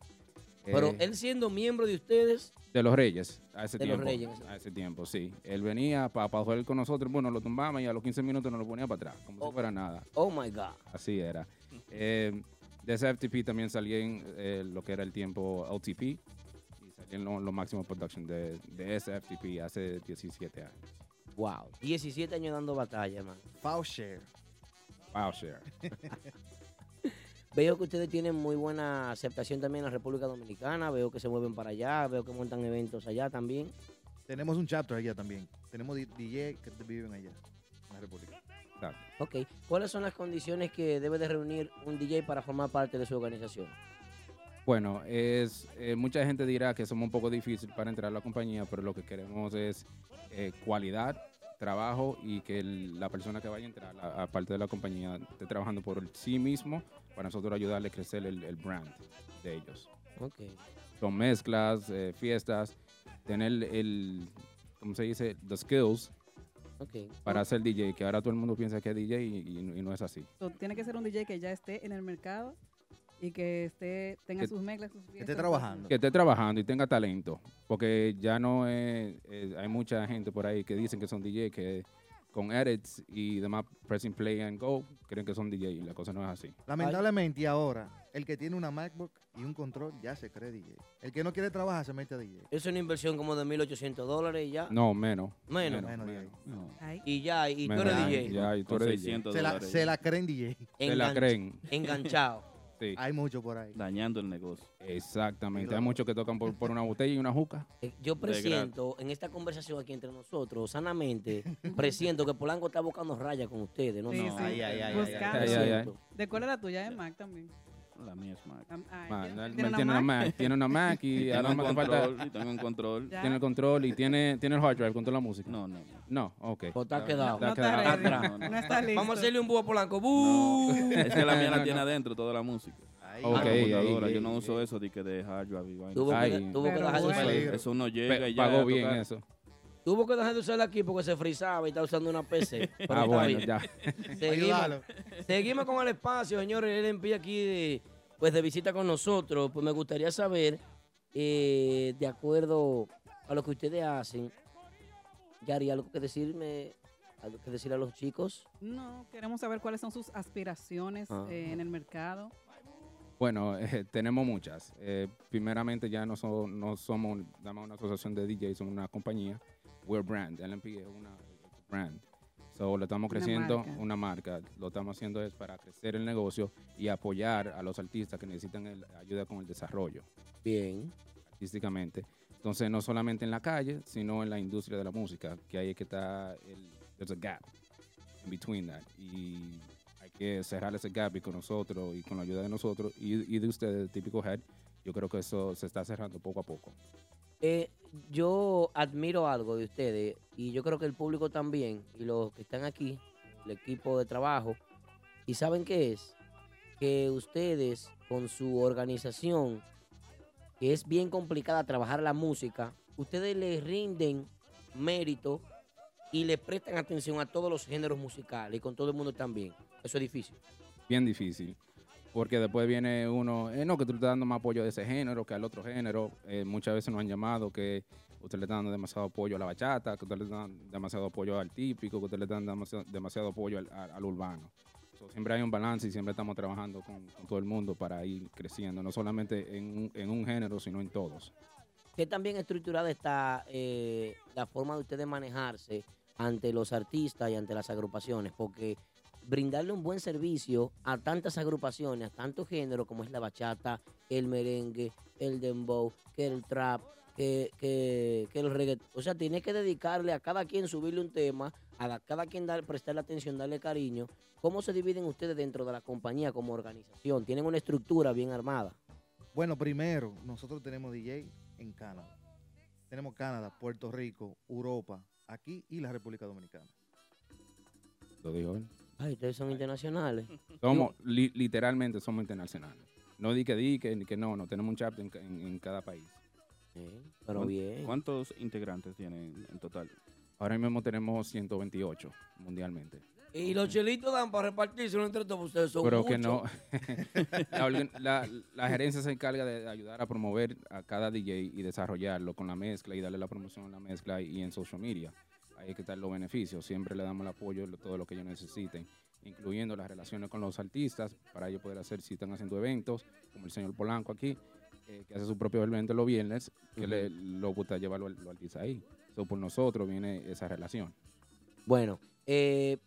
Speaker 3: Pero
Speaker 9: Eh,
Speaker 3: él siendo miembro de ustedes,
Speaker 9: de los Reyes, a ese
Speaker 3: De los
Speaker 9: tiempo.
Speaker 3: Reyes.
Speaker 9: A ese tiempo, sí. Él venía para jugar con nosotros, bueno, lo tumbamos y a los 15 minutos nos lo ponía para atrás, como si fuera nada.
Speaker 3: oh my God.
Speaker 9: Así era. Eh, de ese FTP también salían eh, lo que era el tiempo LTP y salían los lo máximos production de, de ese FTP hace 17 años.
Speaker 3: Wow. 17 años dando batalla, hermano.
Speaker 10: Faucher.
Speaker 9: Wow, share.
Speaker 3: Veo que ustedes tienen muy buena aceptación también en la República Dominicana. Veo que se mueven para allá. Veo que montan eventos allá también.
Speaker 10: Tenemos un chapter allá también. Tenemos di- DJ que viven allá, en la República.
Speaker 3: Ok. ¿Cuáles son las condiciones que debe de reunir un DJ para formar parte de su organización?
Speaker 9: Bueno, es, eh, mucha gente dirá que somos un poco difícil para entrar a la compañía, pero lo que queremos es eh, cualidad, trabajo y que el- la persona que vaya a entrar a, a parte de la compañía esté trabajando por sí mismo para nosotros ayudarle a crecer el, el brand de ellos.
Speaker 3: Ok.
Speaker 9: Son mezclas, eh, fiestas, tener el, ¿cómo se dice? Los skills
Speaker 3: Ok.
Speaker 9: para ser DJ, que ahora todo el mundo piensa que es DJ y, y no- y no es así.
Speaker 4: So, tiene que ser un DJ que ya esté en el mercado y que esté tenga
Speaker 9: Que-
Speaker 4: sus mezclas, sus fiestas,
Speaker 9: Que esté trabajando y tenga talento. Porque ya no es, es- hay mucha gente por ahí que dicen que son DJ, que con edits y demás, pressing play and go, creen que son DJ y la cosa no es así.
Speaker 10: Lamentablemente, y ahora, el que tiene una MacBook y un control ya se cree DJ. El que no quiere trabajar se mete a DJ.
Speaker 3: Es una inversión como de 1.800 dólares y ya.
Speaker 9: No, menos.
Speaker 3: Menos.
Speaker 10: Menos,
Speaker 3: Y ya, y tú
Speaker 9: Menos,
Speaker 3: eres
Speaker 9: ya,
Speaker 3: DJ.
Speaker 9: ya, y tú eres DJ.
Speaker 10: Se la, se la creen DJ.
Speaker 9: Se la creen.
Speaker 3: Enganchado.
Speaker 9: Sí.
Speaker 10: Hay mucho por ahí.
Speaker 2: Dañando el negocio.
Speaker 9: Exactamente. Hay muchos que tocan por, por una botella y una juca.
Speaker 3: Eh, Yo presiento en esta conversación aquí entre nosotros, sanamente, presiento que Polanco está buscando raya con ustedes. No,
Speaker 4: Sí,
Speaker 3: no.
Speaker 4: sí. Ay, ay, ay, Buscando. ay, ay, ay. ¿De cuál era tuya? Es Mac también.
Speaker 2: La mía es Mac.
Speaker 4: Am- ay,
Speaker 9: Man,
Speaker 4: ¿tiene-
Speaker 9: él
Speaker 4: tiene
Speaker 9: tiene una Mac, tiene una Mac y
Speaker 2: tengo
Speaker 9: Ah, ahora
Speaker 2: un
Speaker 9: más te falta-
Speaker 2: control, y tengo un control.
Speaker 9: Tiene el control y tiene, tiene el hard drive con toda la música.
Speaker 2: No, no.
Speaker 9: No, ok.
Speaker 3: Pues está quedado.
Speaker 9: Está
Speaker 3: No está
Speaker 9: quedado.
Speaker 3: ready. Atrás. No está listo. Vamos a hacerle un búho a Polanco. ¡Bú!
Speaker 2: Es que la mía
Speaker 3: No,
Speaker 2: la tiene
Speaker 3: no.
Speaker 2: adentro toda la música.
Speaker 3: Ay.
Speaker 2: La
Speaker 3: Ok,
Speaker 2: computadora,
Speaker 3: ey,
Speaker 2: yo
Speaker 3: ey,
Speaker 2: no uso eso de que de hard drive y vaina.
Speaker 3: Tuvo que- Ay. tuvo que Pero dejar de bueno. usarlo.
Speaker 2: eso, eso no llega
Speaker 9: Pe-
Speaker 2: y ya.
Speaker 9: pagó
Speaker 2: a
Speaker 9: bien
Speaker 2: tocar.
Speaker 9: eso.
Speaker 3: Tuvo que dejar de usarla aquí porque se frizaba y está usando una PC. Pero
Speaker 9: Ah,
Speaker 3: está
Speaker 9: bueno,
Speaker 3: bien.
Speaker 9: ya.
Speaker 3: Seguimos,
Speaker 9: Ayúdalo.
Speaker 3: seguimos con el espacio, señores. Él empieza aquí de, pues de visita con nosotros. Pues me gustaría saber, eh, de acuerdo a lo que ustedes hacen, Gary, algo que decirme, algo que decir a los chicos.
Speaker 4: No, queremos saber cuáles son sus aspiraciones
Speaker 9: Ah.
Speaker 4: eh, en el mercado.
Speaker 9: Bueno, eh, tenemos muchas. Eh, primeramente, ya no, so- no somos nada más una asociación de DJs, somos una compañía. We're brand. LMP es una brand. So, lo estamos
Speaker 2: Una
Speaker 9: creciendo,
Speaker 2: marca.
Speaker 9: una marca. Lo estamos haciendo es para crecer el negocio y apoyar a los artistas que necesitan el- ayuda con el desarrollo.
Speaker 3: Bien.
Speaker 9: Artísticamente. Entonces, no solamente en la calle, sino en la industria de la música, que ahí es que está el. There's a gap in between that. Y hay que cerrar ese gap y con nosotros y con la ayuda de nosotros y, y de ustedes, típico head. Yo creo que eso se está cerrando poco a poco.
Speaker 3: Eh, yo admiro algo de ustedes y yo creo que el público también y los que están aquí, el equipo de trabajo, y saben qué es, que ustedes con su organización, que es bien complicada trabajar la música, ustedes le rinden mérito y le prestan atención a todos los géneros musicales y con todo el mundo también. Eso es difícil.
Speaker 9: bien difícil. Porque después viene uno, eh, no, que tú le estás dando más apoyo de ese género que al otro género. Eh, muchas veces nos han llamado que usted le está dando demasiado apoyo a la bachata, que usted le está dando demasiado apoyo al típico, que usted le está dando demasiado, demasiado apoyo al, al- al urbano. So, siempre hay un balance y siempre estamos trabajando con, con todo el mundo para ir creciendo, no solamente en un, en un género, sino en todos.
Speaker 3: ¿Qué tan bien estructurada está eh, la forma de ustedes manejarse ante los artistas y ante las agrupaciones? Porque brindarle un buen servicio a tantas agrupaciones, a tantos géneros como es la bachata, el merengue, el dembow, que el trap, que, que, que el reggaetón. O sea, tienes que dedicarle a cada quien subirle un tema, a la- cada quien dar, prestarle atención, darle cariño. ¿Cómo se dividen ustedes dentro de la compañía como organización? ¿Tienen una estructura bien armada?
Speaker 10: Bueno, primero, nosotros tenemos DJ en Canadá. Tenemos Canadá, Puerto Rico, Europa, aquí y la República Dominicana.
Speaker 9: Lo dijo él.
Speaker 3: Ay, ustedes son internacionales.
Speaker 9: Somos, li- literalmente somos internacionales. No di que di, que, que no, no, tenemos un chapter en, ca- en- en cada país.
Speaker 2: ¿Cuán- ¿Cuántos integrantes tienen en total?
Speaker 9: Ahora mismo tenemos 128 mundialmente.
Speaker 3: Y los chelitos dan para repartirse entre todos ustedes. Son
Speaker 9: Pero que no. la, organ- la- la gerencia se encarga de ayudar a promover a cada DJ y desarrollarlo con la mezcla y darle la promoción en la mezcla y en social media. Ahí es que están los beneficios. Siempre le damos el apoyo, lo- todo lo que ellos necesiten, incluyendo las relaciones con los artistas para ellos poder hacer si están haciendo eventos, como el señor Polanco aquí, eh, que hace su propio evento los viernes, que le, lo gusta llevar los los artistas ahí. So, por nosotros viene esa relación.
Speaker 3: Bueno, eh,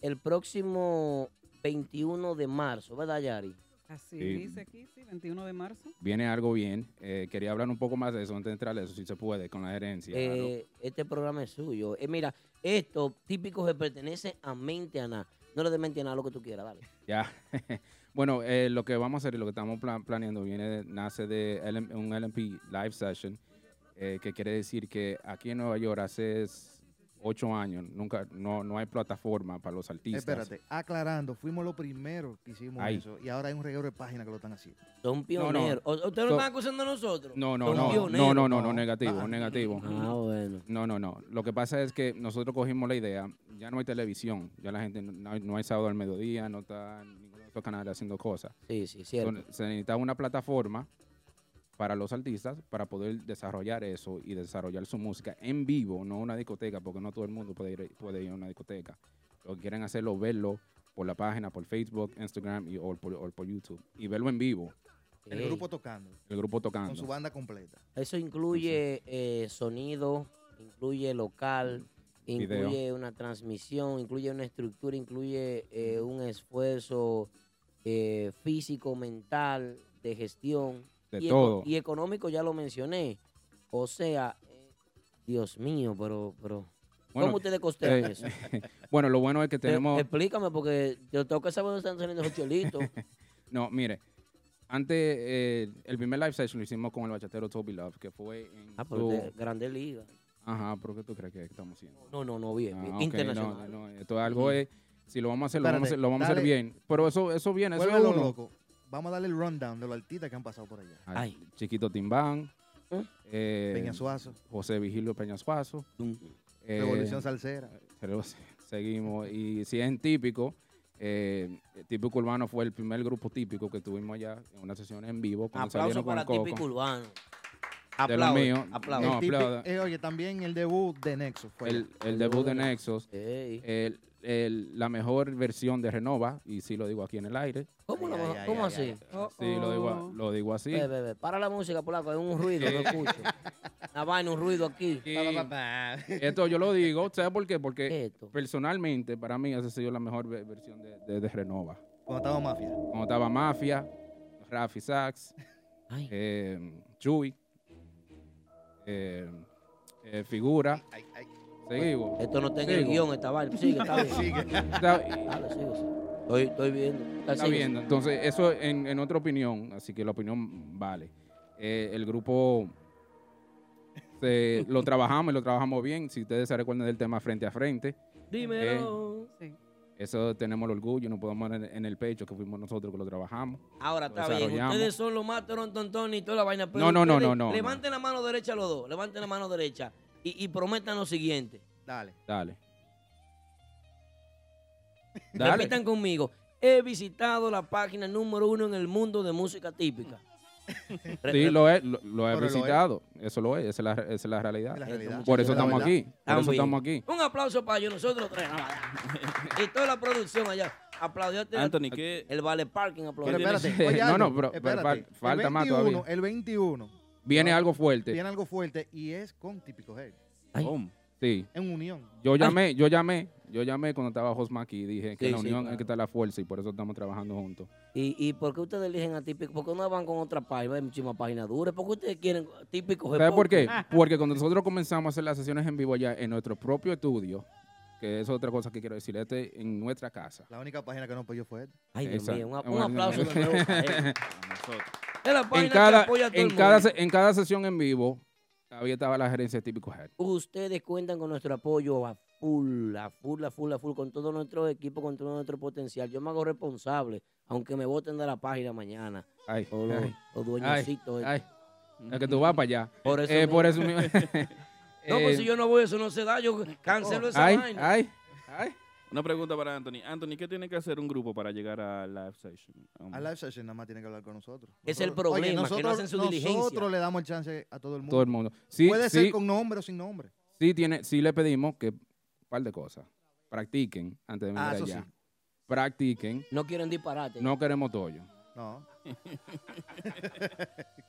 Speaker 3: el próximo 21 de marzo, ¿verdad, Yari?
Speaker 4: Así
Speaker 9: Sí.
Speaker 4: dice aquí, sí, 21 de marzo.
Speaker 9: Viene algo bien. Eh, quería hablar un poco más de eso antes de entrar a eso, si se puede, con la gerencia. ¿no?
Speaker 3: Eh, este programa es suyo. Eh, mira, esto típico que pertenece a Mente Aná. No le de Mente Aná lo que tú quieras, dale.
Speaker 9: Ya. bueno, eh, lo que vamos a hacer y lo que estamos plan- planeando viene de- nace de LM un LMP Live Session, eh, que quiere decir que aquí en Nueva York hace s- ocho años nunca no, no hay plataforma para los artistas.
Speaker 10: Espérate, aclarando, fuimos los primeros que hicimos
Speaker 9: Ahí.
Speaker 10: eso y ahora hay un reguero de páginas que lo están haciendo.
Speaker 3: Son pioneros. O- ¿Ustedes no
Speaker 9: So-
Speaker 3: están acusando a nosotros?
Speaker 9: No, no,
Speaker 3: Son
Speaker 9: no, no,
Speaker 3: pioneros.
Speaker 9: no, no, no, negativo, negativo.
Speaker 3: Ah, bueno.
Speaker 9: No, no, no. Lo que pasa es que nosotros cogimos la idea, ya no hay televisión, ya la gente, no, no hay, no hay sábado al mediodía, no está ninguno de estos canales haciendo cosas.
Speaker 3: Sí, sí, cierto.
Speaker 9: Entonces, se necesita una plataforma para los artistas para poder desarrollar eso y desarrollar su música en vivo, no una discoteca, porque no todo el mundo puede ir, puede ir a una discoteca. Lo que quieren hacerlo, verlo por la página, por Facebook, Instagram y, o, por, o por YouTube. Y verlo en vivo.
Speaker 10: El grupo tocando,
Speaker 9: El grupo tocando.
Speaker 10: con su banda completa.
Speaker 3: Eso incluye eh, sonido, incluye local,
Speaker 9: Video.
Speaker 3: incluye una transmisión, incluye una estructura, incluye eh, un esfuerzo eh, físico, mental, de gestión.
Speaker 9: De
Speaker 3: y eco-
Speaker 9: todo.
Speaker 3: y económico ya lo mencioné. O sea, eh, Dios mío, pero... pero
Speaker 9: Bueno,
Speaker 3: ¿Cómo ustedes costean
Speaker 9: eh,
Speaker 3: eso?
Speaker 9: bueno, lo bueno es que
Speaker 3: Te-
Speaker 9: tenemos...
Speaker 3: explícame, porque yo tengo que saber dónde están saliendo los chelitos.
Speaker 9: No, mire. Antes, eh, el primer live session lo hicimos con el bachatero Toby Love, que fue en.
Speaker 3: Ah, pero de Grande Liga.
Speaker 9: Ajá, ¿pero qué tú crees que estamos haciendo? Ah,
Speaker 3: No, no, no, bien, bien.
Speaker 9: ok,
Speaker 3: Internacional.
Speaker 9: No, no, esto es algo es. Si lo vamos a hacer, lo
Speaker 10: Espérate,
Speaker 9: vamos a hacer, lo vamos a hacer
Speaker 10: dale.
Speaker 9: bien. pues, Pero eso, eso viene, eso es
Speaker 10: Vuélvelo
Speaker 9: uno.
Speaker 10: loco. Vamos a darle el rundown de los artistas que han pasado por allá.
Speaker 9: Al Chiquito Timbán. Eh,
Speaker 10: Peña Suazo.
Speaker 9: José Vigilio Peña Suazo.
Speaker 3: Mm.
Speaker 9: eh,
Speaker 10: Revolución Salsera.
Speaker 9: pero se- seguimos. Y si es en típico, eh, Típico Urbano fue el primer grupo típico que tuvimos allá en una sesión en vivo. cuando
Speaker 3: Aplauso
Speaker 9: salieron con
Speaker 3: para
Speaker 9: Coco.
Speaker 3: Típico Urbano.
Speaker 9: De lo mío.
Speaker 3: aplauso.
Speaker 9: No,
Speaker 10: El típico-
Speaker 9: aplauda.
Speaker 10: eh, oye, también el debut de Nexo. Fue
Speaker 9: el,
Speaker 10: allá.
Speaker 9: el debut de Nexus, el- el- la mejor versión de Renova, y sí lo digo aquí en el aire.
Speaker 3: ¿Cómo, lo mejor?
Speaker 9: ay,
Speaker 3: ¿Cómo
Speaker 9: ay,
Speaker 3: así?
Speaker 9: ay, Sí, lo digo, a- lo digo así.
Speaker 3: Ve, ve, ve. Para la música, polaco, hay un ruido,
Speaker 9: Sí.
Speaker 3: no escucho. Una vaina, un ruido aquí.
Speaker 9: Esto yo lo digo, ¿sabes por qué? Porque personalmente para mí esa ha sido la mejor ve- versión de, de- de Renova.
Speaker 10: Cuando estaba Mafia.
Speaker 9: Cuando estaba Mafia, Rafi Sachs, eh, Chuy, eh, eh, Figura. Seguimos.
Speaker 3: Esto no está en el
Speaker 9: Sigo.
Speaker 3: guión, esta vaina. Sigue, está bien.
Speaker 10: Sigue.
Speaker 3: Dale, sigo, sigo. Estoy, estoy viendo.
Speaker 9: Está
Speaker 3: Sigue.
Speaker 9: viendo. Entonces, eso en, en otra opinión, así que la opinión vale. Eh, el grupo se- lo trabajamos y lo trabajamos bien. Si ustedes se recuerdan del tema frente a frente, eh,
Speaker 3: Dímelo.
Speaker 9: eso tenemos el orgullo, no podemos en, en el pecho que fuimos nosotros que lo trabajamos.
Speaker 3: Ahora
Speaker 9: Lo
Speaker 3: está bien.
Speaker 9: desarrollamos.
Speaker 3: Ustedes son los más torontontón y toda la vaina. pero
Speaker 9: No, no, no,
Speaker 3: ustedes
Speaker 9: no, no,
Speaker 3: Levanten la mano derecha los dos. Levanten la mano derecha. Y, y prometan lo siguiente.
Speaker 10: Dale.
Speaker 9: Dale.
Speaker 3: Repitan conmigo. He visitado la página número uno en el mundo de música típica.
Speaker 9: Sí, lo he, lo, lo he
Speaker 3: Pero lo es.
Speaker 9: visitado. Eso lo es. Esa es la, esa es la realidad.
Speaker 3: realidad.
Speaker 9: Por eso
Speaker 3: Es la
Speaker 9: estamos
Speaker 3: verdad.
Speaker 9: aquí. Por eso
Speaker 3: También.
Speaker 9: estamos aquí.
Speaker 3: Un aplauso para yo, nosotros tres. nada más. y toda la producción allá. Aplaudió
Speaker 2: Anthony, ¿qué?
Speaker 3: El Vale Parking aplaudió.
Speaker 10: Pero espérate, oye,
Speaker 9: No, no,
Speaker 10: algo,
Speaker 9: pero- pero
Speaker 10: espérate.
Speaker 9: fal-
Speaker 10: El
Speaker 9: falta más todavía.
Speaker 10: 21, El 21
Speaker 9: Viene algo fuerte.
Speaker 10: tiene algo fuerte y es con Típico Head.
Speaker 9: Sí.
Speaker 10: En unión.
Speaker 9: Yo llamé, yo llamé, yo llamé cuando estaba Josma aquí y dije que
Speaker 3: Sí,
Speaker 9: la
Speaker 3: sí,
Speaker 9: unión
Speaker 3: claro.
Speaker 9: es que está la fuerza y por eso estamos trabajando juntos.
Speaker 3: ¿Y, y por qué ustedes eligen a típico? ¿Por qué no van con otra página? Hay muchísimas páginas duras. ¿Por qué ustedes quieren típico?
Speaker 9: ¿Sabes por qué? Porque cuando nosotros comenzamos a hacer las sesiones en vivo allá en nuestro propio estudio, que es otra cosa que quiero decir, este en nuestra casa.
Speaker 10: La única página que no apoyó fue él.
Speaker 9: Ay, Dios Exacto. mío, un- un
Speaker 10: Bueno,
Speaker 9: aplauso de nuevo para él.
Speaker 3: Es eh. la página
Speaker 9: En cada,
Speaker 3: que apoya a todo
Speaker 9: en,
Speaker 3: el
Speaker 9: cada,
Speaker 3: mundo.
Speaker 9: se- en cada sesión en vivo, había estaba la gerencia de típico head.
Speaker 3: Ustedes cuentan con nuestro apoyo a full, a full, a full, a full, con todo nuestro equipo, con todo nuestro potencial. Yo me hago responsable, aunque me voten de la página mañana.
Speaker 9: Ay,
Speaker 3: los-
Speaker 9: ay,
Speaker 3: los dueñecitos
Speaker 9: Ay,
Speaker 3: estos.
Speaker 9: ay. Es que tú vas para allá.
Speaker 3: Por eso.
Speaker 9: Eh,
Speaker 3: mismo.
Speaker 9: por eso mismo.
Speaker 3: No, pues
Speaker 9: Eh, oh,
Speaker 3: si yo no voy, eso no se da. Yo cancelo esa
Speaker 9: ay,
Speaker 3: vaina.
Speaker 9: ay, ay.
Speaker 2: Una pregunta para Anthony. Anthony, ¿qué tiene que hacer un grupo para llegar a live session?
Speaker 10: A Live Session nada más tiene que hablar con nosotros.
Speaker 2: Es el
Speaker 10: Nosotros-
Speaker 2: problema, que no
Speaker 10: nosotros-
Speaker 2: hacen su diligencia.
Speaker 10: Nosotros le damos el chance a todo el mundo.
Speaker 9: Todo el mundo. Sí,
Speaker 10: Puede
Speaker 9: sí.
Speaker 10: ser con nombre o sin nombre.
Speaker 9: Sí, tiene, sí le pedimos que un par de cosas. Practiquen antes de venir
Speaker 3: Ah, eso
Speaker 9: allá.
Speaker 3: sí.
Speaker 9: Practiquen.
Speaker 3: No quieren disparate.
Speaker 9: No queremos tollo.
Speaker 10: No.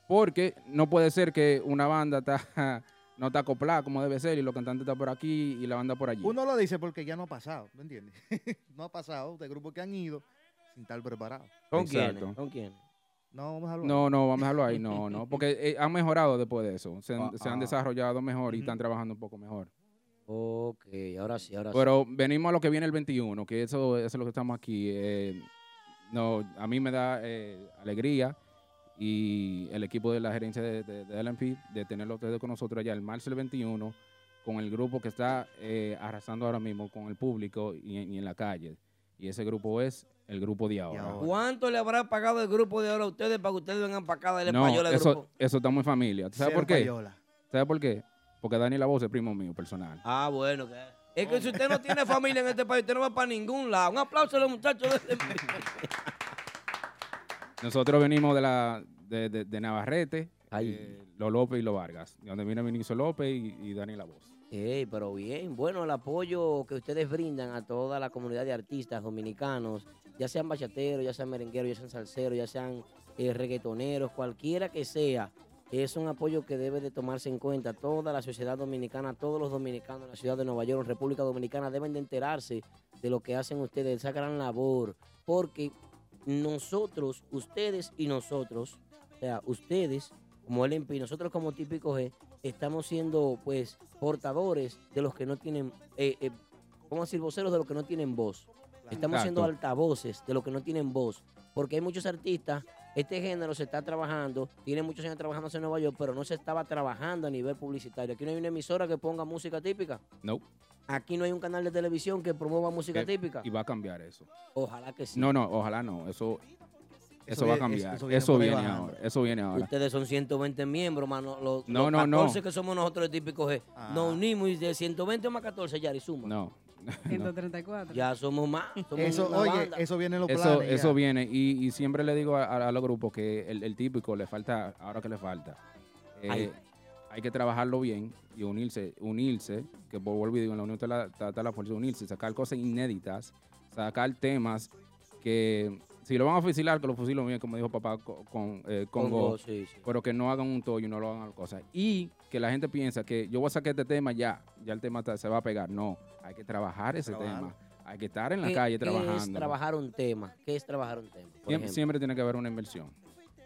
Speaker 9: Porque no puede ser que una banda está, no está acoplada como debe ser y los cantantes están por aquí y la banda por allí.
Speaker 10: Uno lo dice porque ya no ha pasado, ¿me entiendes? no ha pasado de grupos que han ido sin estar preparados.
Speaker 9: ¿Con quiénes? Exacto.
Speaker 3: ¿Con quién?
Speaker 10: No, vamos a hablar.
Speaker 9: No, no, vamos a dejarlo ahí. No, no. Porque eh, han mejorado después de eso. Se han,
Speaker 3: Ah,
Speaker 9: se han
Speaker 3: ah.
Speaker 9: desarrollado mejor y
Speaker 3: Ujú.
Speaker 9: están trabajando un poco mejor.
Speaker 3: Ok, ahora sí, ahora
Speaker 9: Pero
Speaker 3: sí.
Speaker 9: venimos a lo que viene el 21, que eso, eso es lo que estamos aquí. eh, no, a mí me da eh, alegría y el equipo de la gerencia de, de, de LMP de tenerlo ustedes con nosotros allá el marzo del 21 con el grupo que está eh, arrasando ahora mismo con el público y, en- y en la calle. Y ese grupo es el grupo de ahora.
Speaker 3: ¿Cuánto le habrá pagado el grupo de ahora a ustedes para que ustedes vengan para acá a darle
Speaker 9: No,
Speaker 3: payola al
Speaker 9: eso,
Speaker 3: grupo?
Speaker 9: eso está muy familia. ¿Tú ¿Sabes
Speaker 3: Cero
Speaker 9: por qué?
Speaker 3: payola.
Speaker 9: ¿Sabes por qué? Porque Dani La Voz es primo mío personal.
Speaker 3: Ah, bueno. que- Es que si usted no tiene familia en este país, usted no va para ningún lado. Un aplauso a los muchachos. de- este
Speaker 9: Nosotros venimos de la de, de- de Navarrete, eh, los López y los Vargas, de donde viene Vinicio López y, y Dani La Voz.
Speaker 3: Ey, pero bien, bueno, el apoyo que ustedes brindan a toda la comunidad de artistas dominicanos, ya sean bachateros, ya sean merengueros, ya sean salseros, ya sean eh, reggaetoneros, cualquiera que sea, es un apoyo que debe de tomarse en cuenta. Toda la sociedad dominicana, todos los dominicanos en la ciudad de Nueva York, en República Dominicana, deben de enterarse de lo que hacen ustedes, esa gran labor, porque nosotros, ustedes y nosotros, o sea, ustedes como LMP, nosotros como típico G, estamos siendo pues portadores de los que no tienen, eh, eh, vamos a decir, voceros de los que no tienen voz. Estamos siendo
Speaker 11: Exacto.
Speaker 3: altavoces de los que no tienen voz, porque hay muchos artistas, este género se está trabajando, tiene muchos años trabajándose en Nueva York, pero no se estaba trabajando a nivel publicitario. Aquí no hay una emisora que ponga música típica.
Speaker 9: No.
Speaker 3: Aquí no hay un canal de televisión que promueva música
Speaker 9: Eh,
Speaker 3: típica.
Speaker 9: Y va a cambiar eso.
Speaker 3: Ojalá que sí.
Speaker 9: No, no, ojalá no. Eso, eso,
Speaker 3: Eso
Speaker 9: va a
Speaker 3: viene-
Speaker 9: cambiar.
Speaker 3: eso
Speaker 9: Eso
Speaker 3: viene
Speaker 9: viene,
Speaker 3: por ahí bajando.
Speaker 9: ahora. Eso viene ahora.
Speaker 3: Ustedes son 120 miembros, mano. Los,
Speaker 9: No,
Speaker 3: los
Speaker 9: no, no.
Speaker 3: 14 que somos nosotros de típico G.
Speaker 9: Ah.
Speaker 3: Nos unimos y de 120 más 14, Yari, suma.
Speaker 9: No.
Speaker 4: 134.
Speaker 3: Ya somos más. somos
Speaker 10: Eso,
Speaker 3: una
Speaker 10: oye,
Speaker 3: banda.
Speaker 10: eso viene en los
Speaker 9: Eso,
Speaker 10: planes. ya.
Speaker 9: eso viene. Y, y siempre le digo a, a- a los grupos que el, el típico le falta, ahora que le falta. eh,
Speaker 3: Ay.
Speaker 9: hay que trabajarlo bien y unirse, unirse, que por vuelvo y digo, en la unión está la, está- está la fuerza, unirse, sacar cosas inéditas, sacar temas que si lo van a fusilar, que lo fusilen bien, como dijo papá co- con, eh, Congo,
Speaker 3: Congo, sí, sí.
Speaker 9: pero que no hagan un toyo, no lo hagan cosas. Y que la gente piensa que yo voy a sacar este tema ya, ya el tema está- se va a pegar. No, Pues, hay que trabajar ese
Speaker 3: Trabajarlo.
Speaker 9: tema. Hay que estar en la
Speaker 3: ¿Qué-
Speaker 9: calle
Speaker 3: ¿Qué Eh, es
Speaker 9: trabajando.
Speaker 3: trabajar un tema? ¿Qué es trabajar un tema? Por
Speaker 9: Siempre,
Speaker 3: ejemplo,
Speaker 9: siempre tiene que haber una inversión.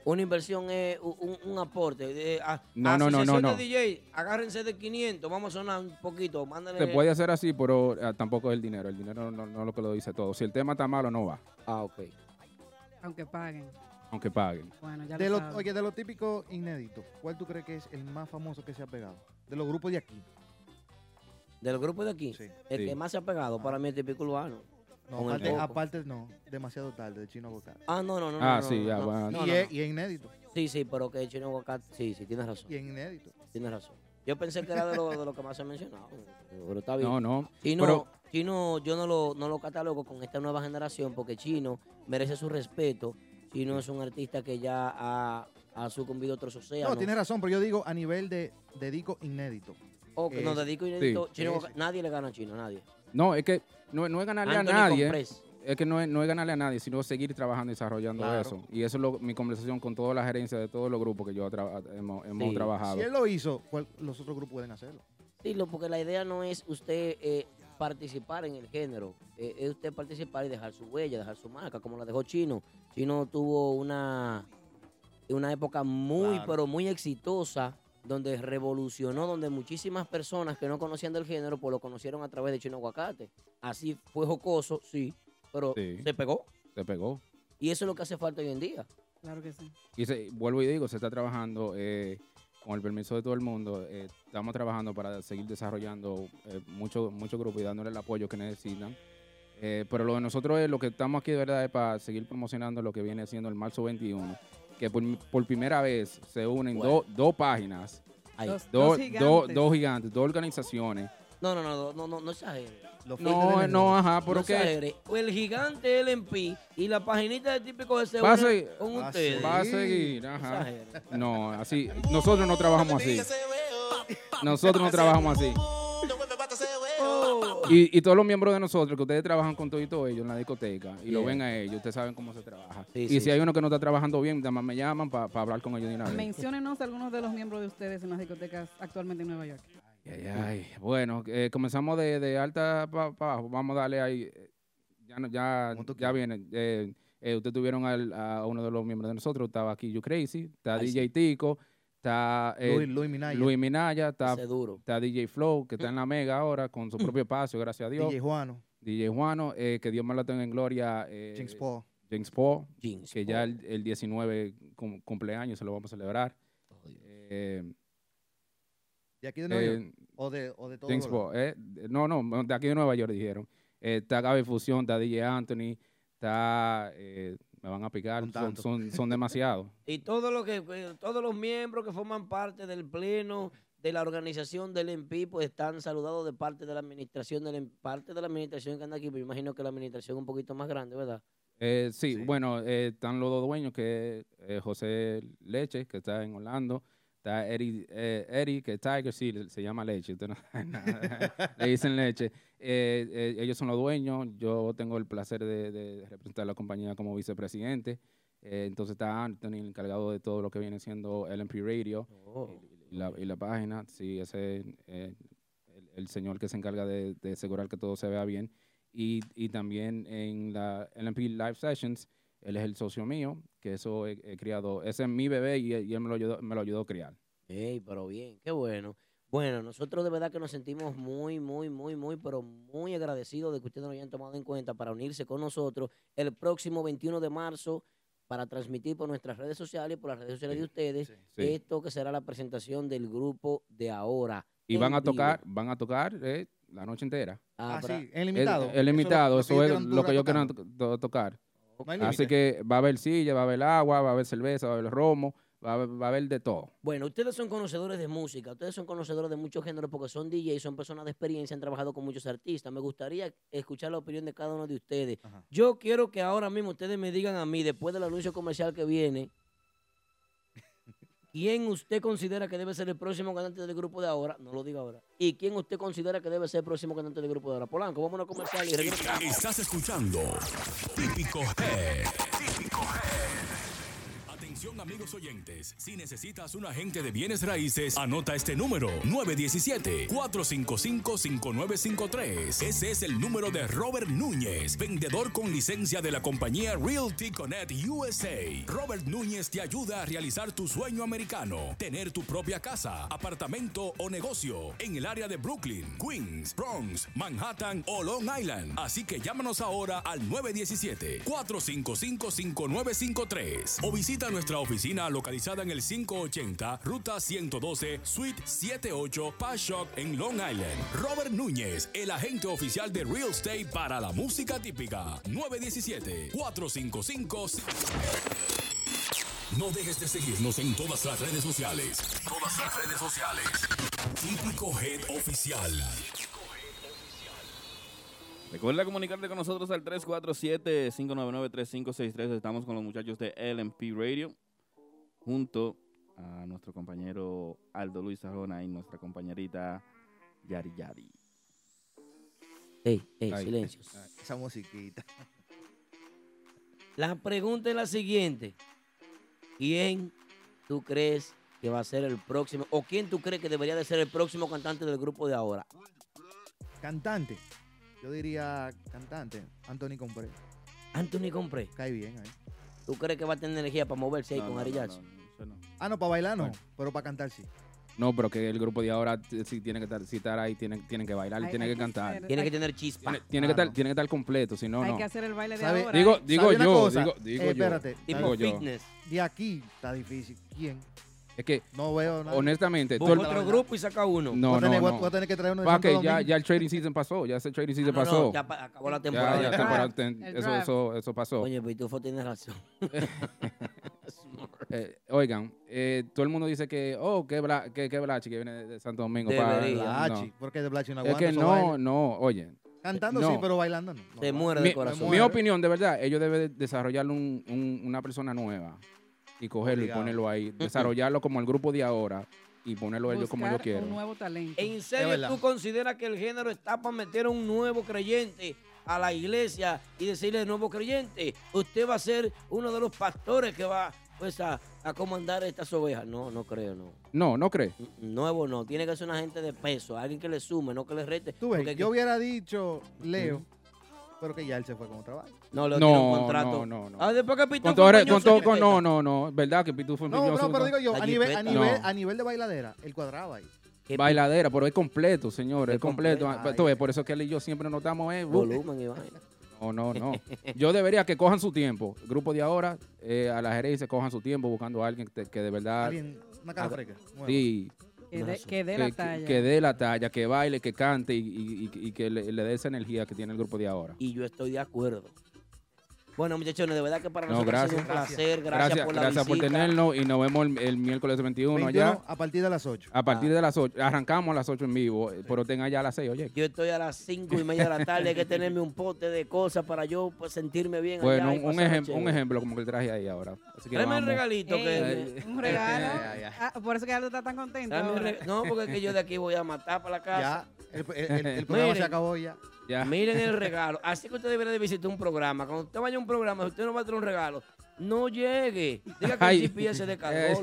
Speaker 3: Una inversión es u- un, un aporte. de- eh, a-
Speaker 9: No, no, no, no,
Speaker 3: asociación de
Speaker 9: no.
Speaker 3: DJ, agárrense de 500, vamos a sonar un poquito, mándale.
Speaker 9: Se puede hacer así, pero eh, tampoco es el dinero. El dinero no, no es lo que lo dice todo. Si el tema está malo, no va.
Speaker 3: Ah, ok.
Speaker 4: Aunque paguen.
Speaker 9: Aunque paguen.
Speaker 4: Bueno, ya
Speaker 10: De
Speaker 4: lo
Speaker 10: lo-
Speaker 4: saben.
Speaker 10: oye, de lo típico inédito, ¿cuál tú crees que es el más famoso que se ha pegado? De los grupos de aquí.
Speaker 3: Del grupo de aquí, el
Speaker 10: Sí.
Speaker 3: que más se ha pegado para mí es típico urbano.
Speaker 10: No,
Speaker 3: Con el
Speaker 10: aparte,
Speaker 3: Coco.
Speaker 10: aparte no, demasiado tarde, de Chino Bocal.
Speaker 3: Ah, no, no, no.
Speaker 9: Ah,
Speaker 3: no, no,
Speaker 9: sí,
Speaker 3: no,
Speaker 9: ya,
Speaker 3: no.
Speaker 9: bueno.
Speaker 3: No,
Speaker 10: y,
Speaker 3: no,
Speaker 10: es,
Speaker 3: no.
Speaker 10: y es inédito.
Speaker 3: Sí, sí, pero que Chino Aguacate, sí, sí, tienes razón.
Speaker 10: Y es inédito.
Speaker 3: Tienes razón. Yo pensé que era de lo, de lo que más se mencionaba. Pero está bien.
Speaker 9: No, no.
Speaker 3: Chino,
Speaker 9: Pero-
Speaker 3: Chino, yo no lo, no lo catalogo con esta nueva generación porque Chino merece su respeto. Chino es un artista que ya ha, ha sucumbido a otros océanos.
Speaker 10: No, tienes razón, pero yo digo a nivel de, de disco inédito.
Speaker 3: O que
Speaker 10: Eh,
Speaker 3: nos dedico inédito.
Speaker 10: sí.
Speaker 3: Chino,
Speaker 10: Ese.
Speaker 3: nadie le gana a Chino, nadie.
Speaker 9: No, es que no, no es ganarle
Speaker 3: Anthony
Speaker 9: a nadie.
Speaker 3: Comprés.
Speaker 9: Es que no es, no es ganarle a nadie, sino seguir trabajando y desarrollando
Speaker 3: Claro.
Speaker 9: eso. Y eso es lo- mi conversación con todas las gerencias de todos los grupos que yo tra- hemos, hemos
Speaker 10: Sí.
Speaker 9: trabajado.
Speaker 10: Si él lo hizo, ¿cuál- los otros grupos pueden hacerlo.
Speaker 3: Sí, lo- porque la idea no es usted eh, participar en el género, eh, es usted participar y dejar su huella, dejar su marca, como la dejó Chino. Chino tuvo una, una época muy,
Speaker 11: Claro.
Speaker 3: pero muy exitosa, donde revolucionó, donde muchísimas personas que no conocían del género, pues lo conocieron a través de Chino Aguacate. Así fue jocoso, sí, pero
Speaker 9: Sí.
Speaker 3: se pegó.
Speaker 9: Se pegó.
Speaker 3: Y eso es lo que hace falta hoy en día.
Speaker 4: Claro que sí.
Speaker 9: Y se- vuelvo y digo, se está trabajando eh, con el permiso de todo el mundo. eh, estamos trabajando para seguir desarrollando eh, muchos muchos grupos y dándole el apoyo que necesitan. Eh, pero lo de nosotros es lo que estamos aquí de verdad es para seguir promocionando lo que viene siendo el marzo 21, que por, por primera vez se unen
Speaker 3: Bueno.
Speaker 9: dos dos páginas,
Speaker 3: Ahí.
Speaker 9: dos,
Speaker 3: Dos-
Speaker 9: dos- dos
Speaker 3: dos
Speaker 9: gigantes.
Speaker 3: gigantes.
Speaker 9: dos organizaciones.
Speaker 3: No, no, no, no, no, no exagere.
Speaker 9: No, eh, no, ajá, pero
Speaker 3: No
Speaker 9: que-
Speaker 3: exagere. O El gigante LMP y la paginita de típico de se
Speaker 9: Va a
Speaker 3: unen
Speaker 9: seguir.
Speaker 3: con
Speaker 9: Va a
Speaker 3: ustedes.
Speaker 9: seguir, Va a seguir, ajá.
Speaker 3: Exagere.
Speaker 9: No, así. Nosotros no trabajamos así. Nosotros no trabajamos así.
Speaker 12: Oh.
Speaker 9: Y, y todos los miembros de nosotros, que ustedes trabajan con todo y todo ellos en la discoteca, y lo
Speaker 3: Bien.
Speaker 9: ven a ellos, ustedes saben cómo se trabaja.
Speaker 3: Sí,
Speaker 9: y
Speaker 3: sí,
Speaker 9: si hay uno que no está trabajando bien, nada más me llaman para hablar con ellos de una vez.
Speaker 4: Menciónenos algunos de los miembros de ustedes en las discotecas actualmente en Nueva York.
Speaker 9: Ay, ay. Bueno, eh, comenzamos de, de alta para abajo. Vamos a darle ahí. eh, Ya, no- ya, ya viene. Eh, eh, ustedes tuvieron al- a uno de los miembros de nosotros. Estaba aquí You Crazy. Está
Speaker 10: Ay,
Speaker 9: DJ Tico. Está eh,
Speaker 10: Luis- Luis Minaya.
Speaker 9: Luis Minaya, Está,
Speaker 10: Ese duro.
Speaker 9: está DJ Flow, que está en la mega ahora con su propio espacio, gracias a Dios.
Speaker 10: DJ Juano.
Speaker 9: DJ Juano, eh, que Dios me lo tenga en gloria. eh,
Speaker 10: James Paul.
Speaker 9: James Paul,
Speaker 3: James
Speaker 9: que ya el, el 19 cum- cumpleaños se lo vamos a celebrar. Eh,
Speaker 10: ¿De aquí de Nueva
Speaker 9: eh,
Speaker 10: York? ¿O de, o de todo
Speaker 9: James Bond, eh, de- no, no, de aquí de Nueva York dijeron. Eh, está Gaby Fusión, está DJ Anthony, está. eh, me van a picar, son,
Speaker 3: tanto.
Speaker 9: son, son demasiados.
Speaker 3: Y todo lo que, eh, todos los miembros que forman parte del pleno de la organización del EMPI, pues están saludados de parte de la administración, del EMPI, parte de la administración que anda aquí, pero imagino que la administración es un poquito más grande, ¿verdad?
Speaker 9: Eh, sí, bueno, eh, están los dos dueños, que es eh, José Leche, que está en Orlando. Está Eddie, eh, Eddie, que es Tiger, sí, le- se llama Leche. usted no- nada, le dicen Leche. Eh, eh, ellos son los dueños. Yo tengo el placer de, de representar la compañía como vicepresidente. Eh, entonces está Anthony, el encargado de todo lo que viene siendo LMP Radio
Speaker 2: Oh.
Speaker 9: y, la, y la página. Sí, ese es eh, el, el señor que se encarga de, de asegurar que todo se vea bien. Y, y también en la LMP Live Sessions, él es el socio mío, que eso he, he criado. Ese es mi bebé y, y él me lo ayudó, me lo ayudó a criar.
Speaker 3: Ey, pero bien, qué bueno. Bueno, nosotros de verdad que nos sentimos muy, muy, muy, muy, pero muy agradecidos de que ustedes nos hayan tomado en cuenta para unirse con nosotros el próximo 21 de marzo para transmitir por nuestras redes sociales, por las redes sociales de ustedes,
Speaker 9: sí.
Speaker 3: esto que será la presentación del grupo de ahora.
Speaker 9: Y van
Speaker 3: en
Speaker 9: a
Speaker 3: vivo.
Speaker 9: tocar, van a tocar eh, la noche entera.
Speaker 3: Ah, Ah, pero- sí,
Speaker 10: el limitado.
Speaker 9: El,
Speaker 10: Eso es lo-
Speaker 9: limitado,
Speaker 10: lo
Speaker 9: eso
Speaker 10: que
Speaker 9: es
Speaker 10: ellos
Speaker 9: lo que yo quiero
Speaker 10: tocando.
Speaker 9: to- tocar.
Speaker 10: No hay
Speaker 9: Así
Speaker 10: límite.
Speaker 9: que va a haber silla, va a haber agua, va a haber cerveza, va a haber romo, va a haber, va a haber de todo.
Speaker 3: Bueno, ustedes son conocedores de música, ustedes son conocedores de muchos géneros porque son DJs, son personas de experiencia, han trabajado con muchos artistas. Me gustaría escuchar la opinión de cada uno de ustedes. Yo quiero que ahora mismo ustedes me digan a mí, después del anuncio comercial que viene, ¿quién usted considera que debe ser el próximo cantante del grupo de ahora? No lo diga ahora. ¿Y quién usted considera que debe ser el próximo cantante del grupo de ahora? Polanco, vámonos a comercial y regresamos.
Speaker 1: Estás escuchando Típico Head. Típico Head. Atención amigos oyentes, si necesitas un agente de bienes raíces, anota este número 917-455-5953. Ese es el número de Robert Núñez, vendedor con licencia de la compañía Realty Connect USA. Robert Núñez te ayuda a realizar tu sueño americano, tener tu propia casa, apartamento o negocio en el área de Brooklyn, Queens, Bronx, Manhattan o Long Island. Así que llámanos ahora al 917-455-5953 o visita nuestra oficina localizada en el 580 Ruta 112 Suite 78 Pashock en Long Island. Robert Núñez, el agente oficial de Real Estate para la música típica. 917-455. No dejes de seguirnos en todas las redes sociales. Todas las redes sociales. Típico Head Oficial.
Speaker 2: Recuerda comunicarte con nosotros al 347-599-3563. Estamos con los muchachos de LMP Radio, junto a nuestro compañero Aldo Luis Arjona y nuestra compañerita Yari Yari.
Speaker 3: Ey, ey, silencio.
Speaker 10: Esa musiquita.
Speaker 3: La pregunta es la siguiente. ¿Quién tú crees que va a ser el próximo? ¿O quién tú crees que debería de ser el próximo cantante del grupo de ahora?
Speaker 9: eh.
Speaker 10: Cantante. Yo diría cantante. Anthony Compré.
Speaker 3: Anthony Compré.
Speaker 10: Cae bien ahí.
Speaker 3: ¿Tú crees que va a tener energía para moverse ahí
Speaker 10: No,
Speaker 3: con
Speaker 10: no,
Speaker 3: Ari
Speaker 10: no,
Speaker 3: Jackson?
Speaker 10: Ah, no, para bailar no, pero para cantar sí.
Speaker 9: No, pero que el grupo de ahora t- sí tiene que estar, si estar ahí, tienen, tienen que bailar,
Speaker 10: Hay-
Speaker 9: tienen
Speaker 10: hay
Speaker 9: que,
Speaker 10: que
Speaker 9: cantar.
Speaker 10: hacer- Tiene que
Speaker 3: tener chispa.
Speaker 9: Tiene, tiene que estar, tiene que estar completo, si no,
Speaker 4: Hay
Speaker 9: no.
Speaker 4: que hacer el baile de
Speaker 10: ¿Sabe-
Speaker 4: ahora.
Speaker 9: Digo, digo
Speaker 10: ¿Sabe una
Speaker 9: yo,
Speaker 10: cosa?
Speaker 9: digo, digo
Speaker 10: Eh,
Speaker 9: yo.
Speaker 10: espérate.
Speaker 9: Digo yo.
Speaker 10: De aquí está difícil. ¿Quién?
Speaker 9: Es que
Speaker 10: no veo nada.
Speaker 9: Honestamente,
Speaker 10: Busca
Speaker 9: todo el-
Speaker 10: otro
Speaker 3: grupo y saca uno.
Speaker 10: Voy
Speaker 9: No,
Speaker 10: a tener-
Speaker 9: no,
Speaker 10: voy a-
Speaker 9: no.
Speaker 10: voy a tener que traer uno de
Speaker 9: Pa'
Speaker 10: Santo
Speaker 9: que ya,
Speaker 10: Domingo.
Speaker 9: ya el trading season pasó, ya ese trading season
Speaker 3: no, no,
Speaker 9: pasó.
Speaker 3: ya pa- acabó la
Speaker 9: Ya,
Speaker 3: temporada.
Speaker 9: ya
Speaker 3: El
Speaker 9: temporada
Speaker 3: draft.
Speaker 9: ten-
Speaker 3: El
Speaker 9: eso,
Speaker 3: draft.
Speaker 9: eso, eso pasó.
Speaker 3: Oye, Pitufo tiene razón.
Speaker 9: Eh, oigan, eh, todo el mundo dice que, oh, que, Bla, que, que Blachi, que viene de- de Santo Domingo. pa-
Speaker 10: Debería.
Speaker 9: no.
Speaker 10: Blachi, porque de Blachi no
Speaker 9: Es que
Speaker 10: aguanta, eso
Speaker 9: no,
Speaker 10: baila.
Speaker 9: no, oye.
Speaker 3: Eh,
Speaker 10: Cantando sí,
Speaker 9: no.
Speaker 10: pero bailando no. No, no.
Speaker 9: Mi- Mi, opinión, de verdad, ellos deben desarrollar un- un- una persona nueva y cogerlo
Speaker 10: Obligado.
Speaker 9: y ponerlo ahí. Desarrollarlo como el grupo de ahora y ponerlo ellos como yo quiero.
Speaker 4: nuevo talento.
Speaker 3: ¿En
Speaker 9: Es
Speaker 3: serio
Speaker 9: verdad.
Speaker 3: tú consideras que el género está para meter a un nuevo creyente a la iglesia y decirle, nuevo creyente, usted va a ser uno de los pastores que va pues, a, a comandar estas ovejas? No, no creo, no.
Speaker 9: No, no crees.
Speaker 3: Nuevo no, tiene que ser una gente de peso, alguien que le sume, no que le rete.
Speaker 10: Tú ves,
Speaker 3: porque-
Speaker 10: yo hubiera dicho Leo, pero que ya él se fue con trabajo.
Speaker 3: No,
Speaker 9: No,
Speaker 3: Leo tiene un
Speaker 9: no,
Speaker 3: contrato.
Speaker 9: no, no.
Speaker 3: Ah, después que
Speaker 9: Con
Speaker 3: Pitufo
Speaker 9: todo, re-
Speaker 3: engañó
Speaker 9: con
Speaker 3: a
Speaker 9: todo-
Speaker 3: su
Speaker 9: con- no,
Speaker 3: jipeta.
Speaker 9: no, no, verdad que Pitufo fue
Speaker 10: No,
Speaker 9: envidioso,
Speaker 10: no, pero digo yo,
Speaker 3: La
Speaker 10: a nivel, a,
Speaker 3: jipeta.
Speaker 10: nivel,
Speaker 9: No.
Speaker 10: a nivel de bailadera, él cuadraba ahí.
Speaker 9: Bailadera, pero es completo, señores, es completo.
Speaker 10: completo.
Speaker 9: Ah, tú ves, por eso es que él y yo siempre notamos eh,
Speaker 3: Volumen y vaina.
Speaker 9: No, no, no. Yo debería que cojan su tiempo. El grupo de ahora, eh, a la gerencia, cojan su tiempo buscando a alguien que, te- que de verdad.
Speaker 10: Alguien, una cara
Speaker 9: haga-
Speaker 10: fresca, nueva.
Speaker 9: Sí.
Speaker 4: Que dé- que dé la
Speaker 9: que-
Speaker 4: talla.
Speaker 9: Que dé la talla, que baile, que cante y, y- y- y que le, le dé esa energía que tiene el grupo de ahora.
Speaker 3: Y yo estoy de acuerdo. Bueno, muchachones, de verdad que para
Speaker 9: No,
Speaker 3: nosotros ha
Speaker 9: gracias.
Speaker 3: sido un placer. Gracias, por la
Speaker 9: gracias
Speaker 3: visita.
Speaker 9: tenernos y nos vemos el, el miércoles 21,
Speaker 10: 21
Speaker 9: allá.
Speaker 10: a partir de las 8.
Speaker 9: A
Speaker 3: Ah.
Speaker 9: partir de las 8, arrancamos a las 8 en vivo, eh, pero tenga ya a las 6, oye.
Speaker 3: Yo estoy a las cinco y media de la tarde, hay que tenerme un pote de cosas para yo pues, sentirme bien.
Speaker 9: Bueno,
Speaker 3: allá y
Speaker 9: un, un
Speaker 3: pasarla
Speaker 9: ejem- un
Speaker 3: chévere.
Speaker 9: ejemplo como que traje ahí ahora. Así que
Speaker 3: Tráeme el
Speaker 9: vamos.
Speaker 3: regalito
Speaker 4: Ey,
Speaker 3: que...
Speaker 4: un regalo. Ah, por eso que Aldo está tan contento.
Speaker 3: Dame un
Speaker 4: ahora.
Speaker 3: re- No, porque es que yo de aquí voy a matar para la casa.
Speaker 10: Ya, el, el-
Speaker 3: Eh.
Speaker 10: el programa se acabó ya.
Speaker 3: Miren el regalo. Así que usted debería de visitar un programa. Cuando usted vaya a un programa, si usted no va a tener un regalo, no llegue. Diga que el
Speaker 9: Ay.
Speaker 3: GPS se descargó,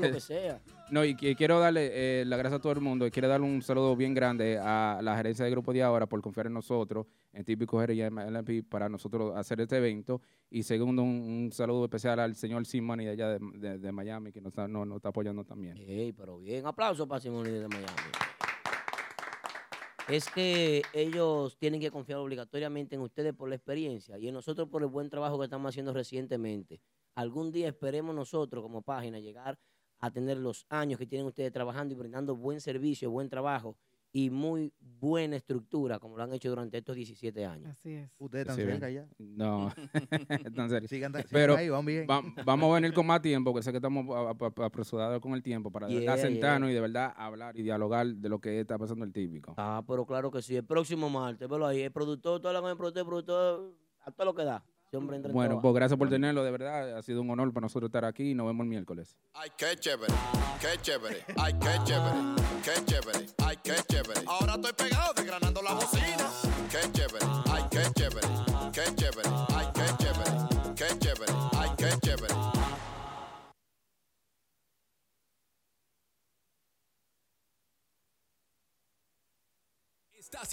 Speaker 3: lo que sea.
Speaker 9: No, y que- quiero darle eh, la gracia a todo el mundo y quiero darle un saludo bien grande a la gerencia del grupo de ahora por confiar en nosotros, en Típico Jerry y en LMP para nosotros hacer este evento. Y segundo, un, un saludo especial al señor Simon de allá de, de- de Miami que nos está, no, nos está apoyando también.
Speaker 3: Ey, pero bien, aplauso para Simón de Miami. Es que ellos tienen que confiar obligatoriamente en ustedes por la experiencia y en nosotros por el buen trabajo que estamos haciendo recientemente. Algún día esperemos nosotros como página llegar a tener los años que tienen ustedes trabajando y brindando buen servicio, buen trabajo y muy buena estructura como lo han hecho durante estos 17 años.
Speaker 4: Así es.
Speaker 10: Ustedes están
Speaker 9: Sí, bien.
Speaker 10: cerca ya.
Speaker 9: No, tan serio.
Speaker 10: Sigan- sigan
Speaker 9: Pero
Speaker 10: ahí, van bien.
Speaker 9: va- vamos a venir con más tiempo, que sé que estamos a- a- a- apresurados con el tiempo para de
Speaker 3: Yeah,
Speaker 9: verdad
Speaker 3: yeah.
Speaker 9: sentarnos y de verdad hablar y dialogar de lo que está pasando el típico.
Speaker 3: Ah, pero claro que sí, el próximo martes, velo ahí, el productor, todo lo que el productor, el productor, a todo lo que da. Ese hombre entra en
Speaker 9: Bueno,
Speaker 3: todas.
Speaker 9: pues gracias por tenerlo, de verdad. Ha sido un honor para nosotros estar aquí y nos vemos el miércoles.
Speaker 11: Ay, qué chévere, qué chévere, ay, qué chévere, qué chévere, ay, qué chévere. Ahora estoy pegado desgranando la bocina. Qué chévere, ay, qué chévere, qué chévere, ay, qué chévere, qué chévere, ay, qué chévere.
Speaker 1: ¿Estás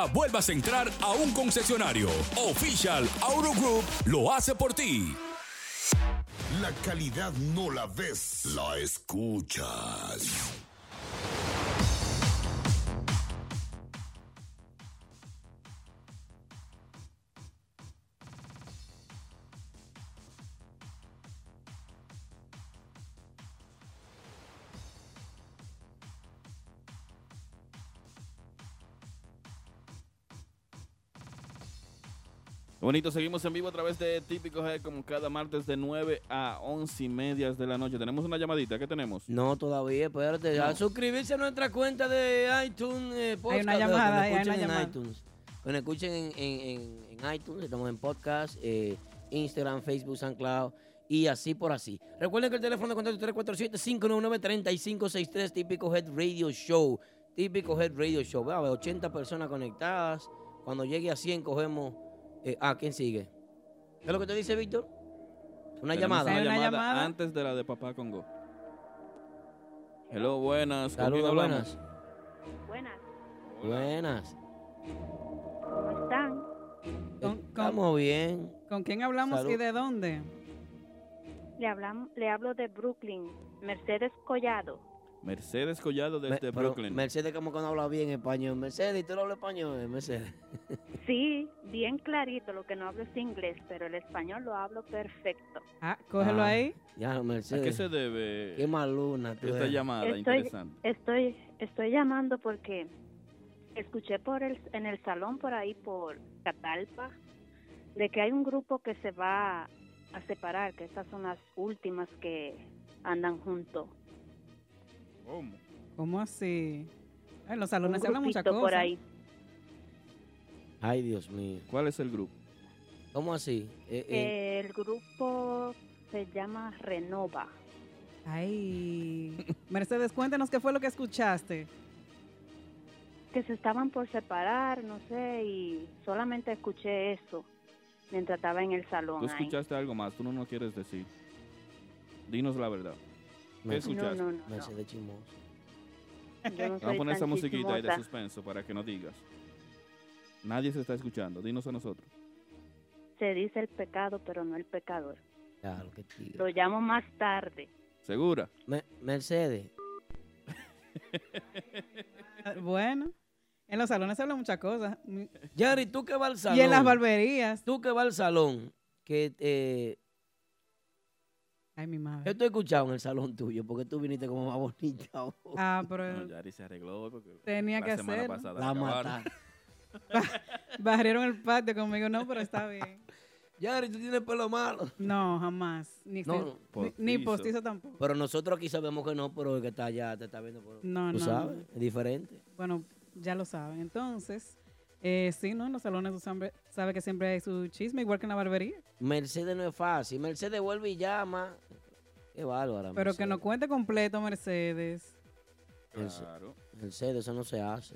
Speaker 1: nunca vuelvas a entrar a un concesionario. Official Auto Group lo hace por ti.
Speaker 12: La calidad no la ves, la escuchas.
Speaker 2: Bonito, seguimos en vivo a través de Típico Head como cada martes de 9 a 11 y media de la noche. Tenemos una llamadita, ¿qué tenemos?
Speaker 3: No, todavía, espérate.
Speaker 2: No.
Speaker 3: A suscribirse a nuestra cuenta de iTunes eh, Podcast.
Speaker 4: una
Speaker 3: o que nos
Speaker 4: llamada, hay
Speaker 3: escuchen
Speaker 4: una
Speaker 3: en
Speaker 4: llamada.
Speaker 3: iTunes. Que nos escuchen en, en- en- en iTunes, estamos en podcast, eh, Instagram, Facebook, SoundCloud y así por así. Recuerden que el teléfono de contacto es 347-599-3563, típico Head Radio Show. Típico Head Radio Show. Va a haber 80 personas conectadas. Cuando llegue a 100 cogemos... eh, ah, ¿quién sigue? ¿Qué es lo que te dice Víctor? Una
Speaker 2: Tenemos
Speaker 3: llamada.
Speaker 2: Una llamada, antes de la de Papá Congo. Hello, buenas. ¿Con quién
Speaker 3: Saludos,
Speaker 2: hablamos?
Speaker 3: buenas.
Speaker 13: Buenas,
Speaker 3: Buenas.
Speaker 13: ¿cómo están?
Speaker 3: Estamos bien.
Speaker 4: ¿Con quién hablamos
Speaker 3: Salud.
Speaker 4: y de dónde?
Speaker 13: Le, hablamos, le hablo de Brooklyn, Mercedes Collado.
Speaker 2: Mercedes Collado desde
Speaker 3: Me- pero
Speaker 2: Brooklyn.
Speaker 3: Mercedes, como cuando habla bien español. Mercedes, ¿tú no hablas español? eh, Mercedes.
Speaker 13: Sí, bien clarito, lo que no hablo es inglés, pero el español lo hablo perfecto.
Speaker 4: Ah, cógelo
Speaker 3: Ah,
Speaker 4: ahí.
Speaker 3: Ya, Mercedes.
Speaker 2: ¿A qué se debe
Speaker 3: Qué maluna tú
Speaker 2: esta
Speaker 3: eres.
Speaker 2: llamada interesante?
Speaker 13: Estoy, estoy llamando porque escuché por el, en el salón por ahí por Catalpa de que hay un grupo que se va a separar, que estas son las últimas que andan juntos.
Speaker 2: ¿Cómo?
Speaker 4: ¿Cómo así? Ay, En los salones
Speaker 13: Un
Speaker 4: se habla mucha
Speaker 13: grupito
Speaker 4: cosa.
Speaker 13: por ahí.
Speaker 3: Ay, Dios mío.
Speaker 2: ¿Cuál es el grupo?
Speaker 3: ¿Cómo así? Eh, eh,
Speaker 13: El grupo se llama Renova.
Speaker 4: Ay. Mercedes, cuéntanos qué fue lo que escuchaste.
Speaker 13: que se estaban por separar, no sé, y solamente escuché eso mientras estaba en el salón.
Speaker 2: Tú
Speaker 13: ahí.
Speaker 2: escuchaste algo más, tú no nos quieres decir. Dinos la verdad. ¿Qué
Speaker 13: Mercedes.
Speaker 2: escuchaste?
Speaker 13: No, no, no, no.
Speaker 3: Mercedes chismoso.
Speaker 13: Yo no
Speaker 2: Vamos a
Speaker 13: soy
Speaker 2: poner
Speaker 13: tan
Speaker 2: esa musiquita ahí de
Speaker 13: chismosa.
Speaker 2: suspenso para que no digas. Nadie se está escuchando, dinos a nosotros.
Speaker 13: Se dice el pecado, pero no el pecador.
Speaker 3: Claro, qué tigre.
Speaker 13: Lo llamo más tarde.
Speaker 2: ¿Segura?
Speaker 3: Me- Mercedes.
Speaker 4: Ah, Bueno, en los salones se habla mucha cosa.
Speaker 3: Jerry, tú que vas al salón.
Speaker 4: Y en las barberías.
Speaker 3: Tú que vas al salón. Que, eh,
Speaker 4: Ay, mi madre.
Speaker 3: yo te he escuchado en el salón tuyo porque tú viniste como más bonita. hoy.
Speaker 4: Ah, pero
Speaker 2: No, Yari se arregló hoy porque
Speaker 4: Tenía
Speaker 2: la
Speaker 4: que
Speaker 2: semana
Speaker 4: hacerlo.
Speaker 2: pasada
Speaker 3: La
Speaker 2: acabaron.
Speaker 3: mataste.
Speaker 4: barrieron el patio conmigo. No, pero está bien.
Speaker 3: Yari, tú tienes pelo malo.
Speaker 4: No, jamás. Ni,
Speaker 3: No,
Speaker 4: ni- ni postizo tampoco.
Speaker 3: Pero nosotros aquí sabemos que no, pero el que está allá te está viendo. Por...
Speaker 4: No,
Speaker 3: tú
Speaker 4: no,
Speaker 3: sabes,
Speaker 4: no.
Speaker 3: es diferente.
Speaker 4: Bueno, ya lo saben. Entonces, eh, sí, ¿no? En los salones tú sabe, sabe que siempre hay su chisme, igual que en la barbería.
Speaker 3: Mercedes no es fácil. Mercedes vuelve y llama. Qué bárbara.
Speaker 4: Pero que
Speaker 3: Mercedes.
Speaker 4: no cuente completo, Mercedes.
Speaker 3: Merce-
Speaker 2: Claro.
Speaker 3: Mercedes, eso no se hace.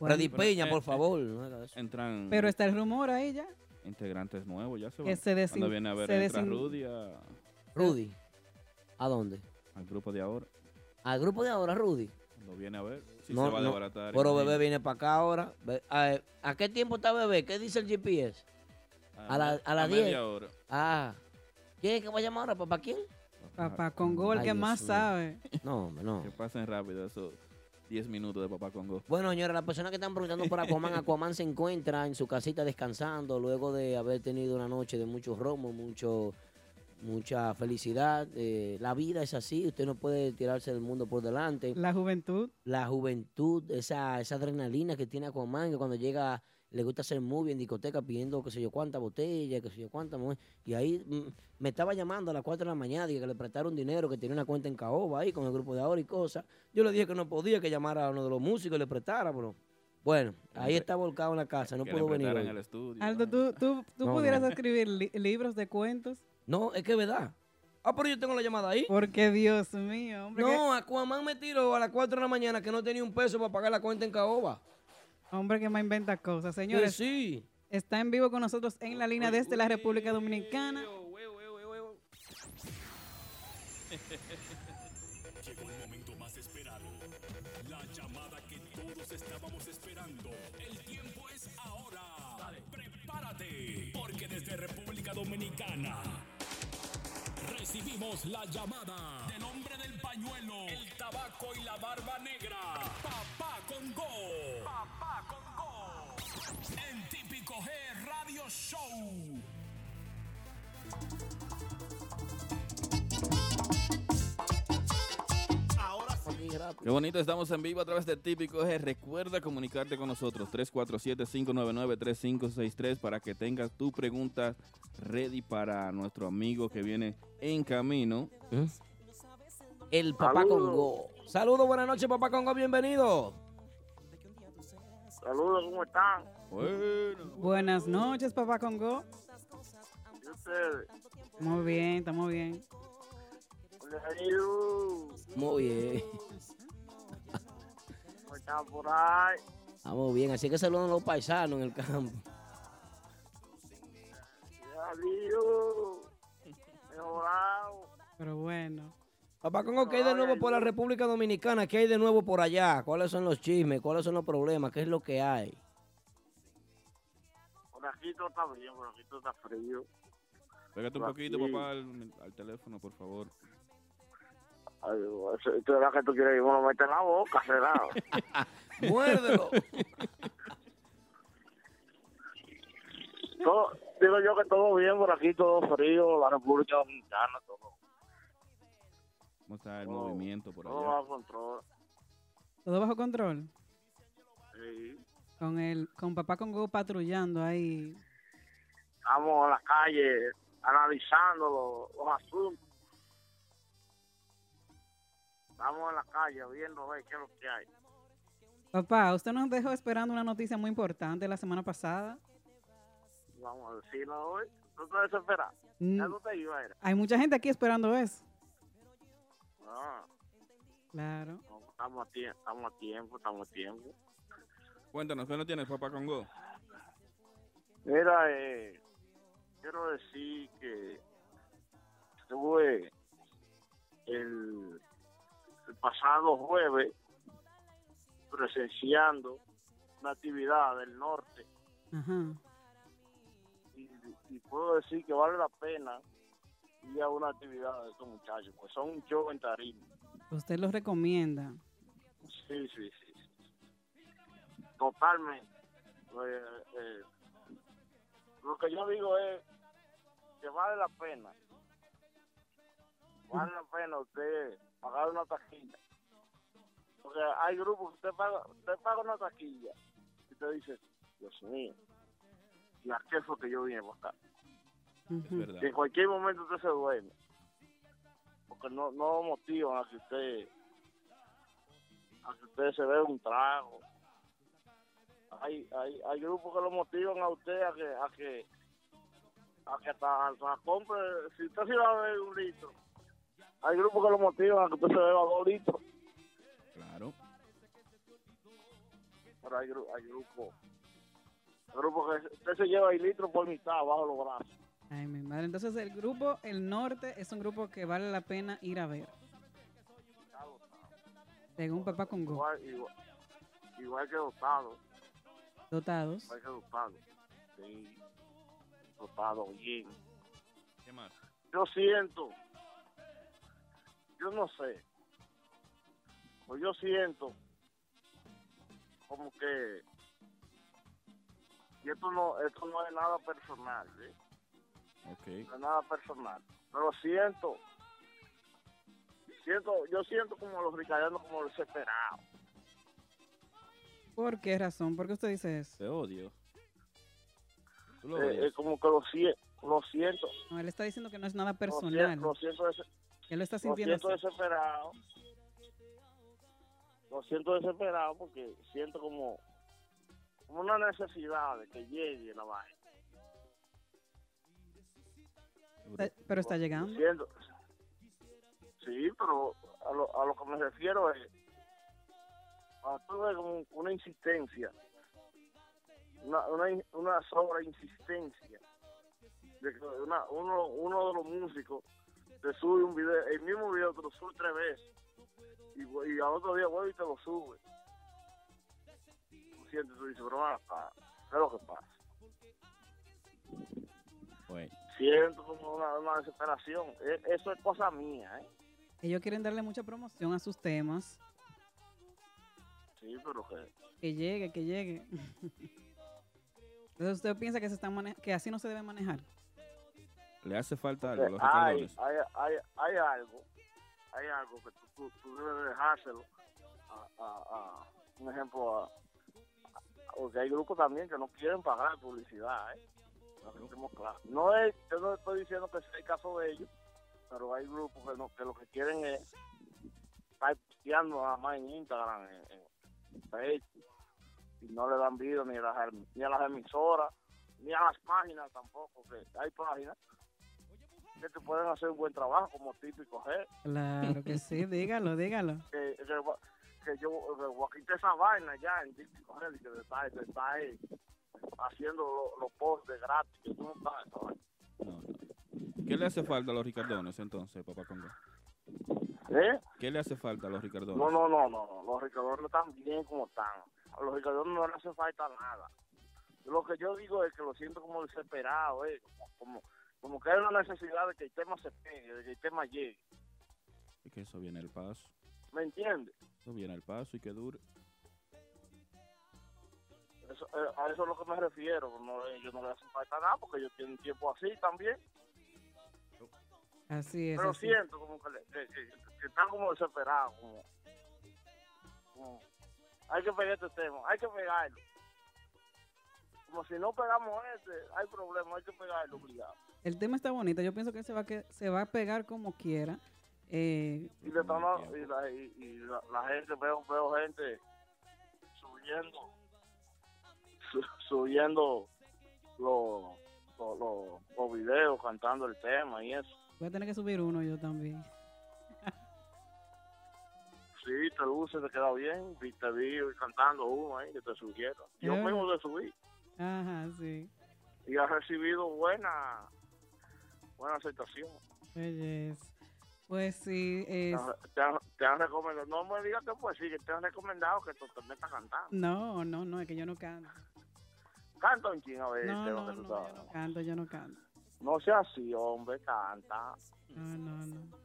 Speaker 2: Bueno.
Speaker 3: Freddy
Speaker 2: Pero,
Speaker 3: Peña,
Speaker 2: eh,
Speaker 3: por
Speaker 2: eh,
Speaker 3: favor. no haga eso.
Speaker 2: Entran
Speaker 4: Pero está el rumor ahí ya.
Speaker 2: integrantes nuevos, ya se
Speaker 4: Que
Speaker 2: van.
Speaker 4: se desin-
Speaker 2: Cuando viene a ver,
Speaker 4: se
Speaker 2: entra
Speaker 4: desin-
Speaker 2: Rudy a-
Speaker 3: Rudy. ¿A dónde?
Speaker 2: al grupo de ahora.
Speaker 3: Al grupo de ahora, Rudy.
Speaker 2: Cuando viene a ver, si
Speaker 3: No,
Speaker 2: se va a
Speaker 3: no,
Speaker 2: desbaratar.
Speaker 3: Pero bebé
Speaker 2: imagínate.
Speaker 3: viene para acá ahora. Ve- A, eh, ¿a qué tiempo está bebé? ¿Qué dice el GPS? A la-
Speaker 2: me-
Speaker 3: a las
Speaker 2: media
Speaker 3: 10.
Speaker 2: hora.
Speaker 3: Ah. ¿Quién es que va a llamar ahora? ¿Papá quién?
Speaker 4: Papá Congo, el
Speaker 3: Ay,
Speaker 4: que
Speaker 3: Dios
Speaker 4: más
Speaker 3: mío.
Speaker 4: sabe.
Speaker 3: No, hombre, no.
Speaker 2: Que pasen rápido esos 10 minutos de Papá Congo.
Speaker 3: Bueno, señora, las personas que están preguntando por Aquaman, Aquaman se encuentra en su casita descansando luego de haber tenido una noche de mucho romo, mucho, mucha felicidad. Eh, la vida es así, usted no puede tirarse del mundo por delante.
Speaker 4: La juventud.
Speaker 3: La juventud, esa, esa adrenalina que tiene Aquaman, que cuando llega le gusta hacer movie en discoteca pidiendo qué sé yo cuántas botellas, qué sé yo cuántas. mujer. Y ahí mm, me estaba llamando a las 4 de la mañana y que le prestaron dinero, que tenía una cuenta en Caoba ahí con el grupo de ahora y cosas. Yo le dije que no podía, que llamara a uno de los músicos y le prestara, pero bueno, ahí está volcado en la casa, no
Speaker 2: que
Speaker 3: pudo
Speaker 2: le
Speaker 3: venir.
Speaker 2: prestaran
Speaker 3: hoy.
Speaker 2: al estudio.
Speaker 4: Aldo, tú, tú, tú
Speaker 3: No,
Speaker 4: pudieras
Speaker 3: no.
Speaker 4: escribir li- libros de cuentos.
Speaker 3: No, es que es verdad. Ah, pero yo tengo la llamada ahí.
Speaker 4: Porque Dios mío, hombre.
Speaker 3: No, Aquaman me tiró a las 4 de la mañana que no tenía un peso para pagar la cuenta en Caoba.
Speaker 4: que, hombre que me inventa cosas.
Speaker 3: Que
Speaker 4: Señores,
Speaker 3: Pues sí.
Speaker 4: está en vivo con nosotros en la línea desde la República Dominicana.
Speaker 1: Llegó el momento más esperado. La llamada que todos estábamos esperando. El desde República Dominicana. Recibimos la llamada del hombre del pañuelo, el tabaco y la barba negra. Papá Congo. Papá Congo. En típico G Radio Show.
Speaker 2: Qué bonito, estamos en vivo a través de Típico Eje. Recuerda comunicarte con nosotros, 347-599-3563, para que tengas tu pregunta ready para nuestro amigo que viene en camino.
Speaker 3: ¿Eh? El Papá Congo. Saludos, buenas noches, Papá Congo, bienvenido.
Speaker 14: Saludos, ¿cómo están?
Speaker 4: Buenas noches, papá Congo.
Speaker 14: ¿Y ustedes?
Speaker 4: Muy bien, estamos bien.
Speaker 14: Lelu,
Speaker 3: Muy bien.
Speaker 14: ¿Cómo están por ahí?
Speaker 3: Vamos bien, así que saludan a los paisanos en el campo.
Speaker 14: Ya, Lelu. Mejorado.
Speaker 4: Pero bueno.
Speaker 3: Papá Congo, ¿qué hay de nuevo por la República Dominicana? ¿Qué hay de nuevo por allá? ¿Cuáles son los chismes? ¿Cuáles son los problemas? ¿Qué es lo que hay?
Speaker 14: Por aquí todo está bien, por aquí todo está frío.
Speaker 2: Pégate un
Speaker 14: Por
Speaker 2: poquito,
Speaker 14: aquí.
Speaker 2: papá, al, al teléfono, por favor.
Speaker 14: Ay, eso- Esto es lo que tú quieres que uno meta en la boca, será.
Speaker 3: Muérdelo.
Speaker 14: Todo- digo yo que todo bien por aquí, todo frío, la República Dominicana, todo,
Speaker 2: ¿Cómo está el movimiento por
Speaker 14: todo
Speaker 2: allá?
Speaker 14: bajo control.
Speaker 4: Todo bajo control.
Speaker 14: Sí.
Speaker 4: Con el, con papá Congo patrullando ahí.
Speaker 14: Estamos en la calle analizando los, los asuntos. Estamos en la calle viendo a ver qué es lo que hay.
Speaker 4: Papá, usted nos dejó esperando una noticia muy importante la semana pasada.
Speaker 14: Vamos a decirlo hoy. No te desesperas.
Speaker 4: Mm.
Speaker 14: Ya no te iba era.
Speaker 4: Hay mucha gente aquí esperando eso.
Speaker 14: Ah,
Speaker 4: Claro.
Speaker 14: no, estamos, a tiempo, estamos a tiempo, estamos a tiempo.
Speaker 2: Cuéntanos, ¿qué no tienes, papá Congo?
Speaker 14: Mira, eh, quiero decir que estuve el, el pasado jueves presenciando una actividad del norte
Speaker 4: Ajá.
Speaker 14: y, y puedo decir que vale la pena ir a una actividad de estos muchachos, pues son un show en tarima.
Speaker 4: Usted los recomienda.
Speaker 14: Sí, sí, sí. Totalmente. Eh, eh, lo que yo digo es que vale la pena. Vale la pena usted pagar una taquilla. Porque hay grupos que usted paga, usted paga una taquilla y usted dice, Dios mío, ¿y a qué fue que yo vine a buscar?
Speaker 4: Es
Speaker 2: verdad.
Speaker 14: Que en cualquier momento usted se duerme. Porque no, no motivan a que usted a que usted se vea un trago. Hay, hay, hay grupos que lo motivan a usted a que a que a que hasta, hasta compre, si usted se va a beber un litro, hay grupos que lo motivan a que usted se beba dos litros,
Speaker 2: Claro.
Speaker 14: pero hay, gru- hay grupos, hay grupos que usted se lleva el litro por mitad bajo los brazos.
Speaker 4: Ay, mi madre. Entonces el grupo El Norte es un grupo que vale la pena ir a ver. Según papá Congo.
Speaker 14: Igual, igual, igual que dotado.
Speaker 4: Dotados.
Speaker 14: Igual que dotado. Sí. Dotado bien.
Speaker 2: ¿Qué más?
Speaker 14: Yo siento. Yo no sé. Pues yo siento. Como que. Y esto no, esto no es nada personal, ¿eh?
Speaker 2: Ok.
Speaker 14: No es nada personal. Pero siento. Siento, yo siento como los ricayanos como desesperados.
Speaker 4: ¿Por qué razón? ¿Por qué usted dice eso?
Speaker 2: Te odio. Tú lo
Speaker 14: Eh,
Speaker 2: odias.
Speaker 14: eh, como que lo, sie- lo siento.
Speaker 4: No, él está diciendo que no es nada
Speaker 14: Lo sie-
Speaker 4: personal.
Speaker 14: Lo siento, des-
Speaker 4: Él lo está
Speaker 14: lo
Speaker 4: sintiendo
Speaker 14: siento
Speaker 4: así.
Speaker 14: desesperado. Lo siento desesperado porque siento como, como una necesidad de que llegue la vaina.
Speaker 4: Está- Pero está llegando.
Speaker 14: Siento- Sí, pero a lo, a lo que me refiero es cuando tú ves como una insistencia, una, una, in- una sobreincistencia de que una- uno, uno de los músicos te sube un video, el mismo video te lo sube tres veces y, vu- y al otro día vuelve y te lo sube. Tú sientes, tú dices, pero ven acá, ¿qué es lo que pasa?
Speaker 2: Bueno.
Speaker 14: Siento como una, una desesperación. E- Eso es cosa mía, ¿eh?
Speaker 4: Ellos quieren darle mucha promoción a sus temas.
Speaker 14: Sí, pero que...
Speaker 4: Que llegue, que llegue. Entonces usted piensa que se están mane- que así no se debe manejar.
Speaker 2: Le hace falta algo.
Speaker 14: que
Speaker 2: Los
Speaker 14: hay,
Speaker 2: recordones.
Speaker 14: hay, hay, hay algo. Hay algo que tú, tú- tú debes dejárselo. A, a- a- un ejemplo, a- a- porque hay grupos también que no quieren pagar publicidad, ¿eh? Lo tenemos claro. No es, yo no estoy diciendo que sea el caso de ellos, pero hay grupos que, no, que lo que quieren es estar posteando nada más en Instagram, en, en Facebook, y no le dan vida ni a, las, em- ni a las emisoras, ni a las páginas tampoco, que hay páginas que te pueden hacer un buen trabajo como típico ¿eh?
Speaker 4: Claro que sí, dígalo, dígalo.
Speaker 14: que, que, va- que yo que voy a quitar esa vaina ya en típico ¿eh? y que te está, te está ahí haciendo lo- los posts de gratis que tú no sabes, ¿no?
Speaker 2: ¿Qué le hace falta a los ricardones entonces, papá Congo?
Speaker 14: ¿Eh?
Speaker 2: ¿Qué le hace falta a los ricardones?
Speaker 14: No, no, no, no, no. Los ricadores están bien como están. A los ricadores no les hace falta nada. Lo que yo digo es que lo siento como desesperado, eh, como, como, como que hay una necesidad de que el tema se pegue, de que el tema llegue.
Speaker 2: Es que eso viene al paso.
Speaker 14: ¿Me entiendes?
Speaker 2: Eso viene al paso y que dure.
Speaker 14: Eso, eh, a eso es lo que me refiero. No, ellos no les hace falta nada porque ellos tienen tiempo así también.
Speaker 4: Así es.
Speaker 14: Pero
Speaker 4: así.
Speaker 14: siento como que, le- que- que- que están como desesperados. Como, como, hay que pegar este tema, hay que pegarlo. Como si no pegamos este, hay problema, hay que pegarlo obligado.
Speaker 4: El tema está bonito. Yo pienso que se va a, que, se va a pegar como quiera. Eh,
Speaker 14: Y, le están a- y, la, y- y la, la gente, veo, veo gente subiendo, su- subiendo los los- los- los videos cantando el tema y eso.
Speaker 4: voy a tener que subir uno yo también.
Speaker 14: Sí, te luce, te queda bien. Vi- Te vi cantando uno ahí que te sugieron. Yo
Speaker 4: Ah.
Speaker 14: mismo te subí
Speaker 4: Ajá, sí.
Speaker 14: y has recibido buena, buena aceptación.
Speaker 4: Oye, Pues sí.
Speaker 14: Te
Speaker 4: es-
Speaker 14: han, te han- te han recomendado, no me digas que pues sí, que te han recomendado que tú te metas cantando.
Speaker 4: no, no, no, es que yo no canto.
Speaker 14: Canta un ching a ver,
Speaker 4: Mm. No,
Speaker 14: Esteban,
Speaker 4: no,
Speaker 14: que tú
Speaker 4: no,
Speaker 14: sabes.
Speaker 4: yo no canto, yo no canto.
Speaker 14: No sea así, hombre, canta.
Speaker 4: No, no, no.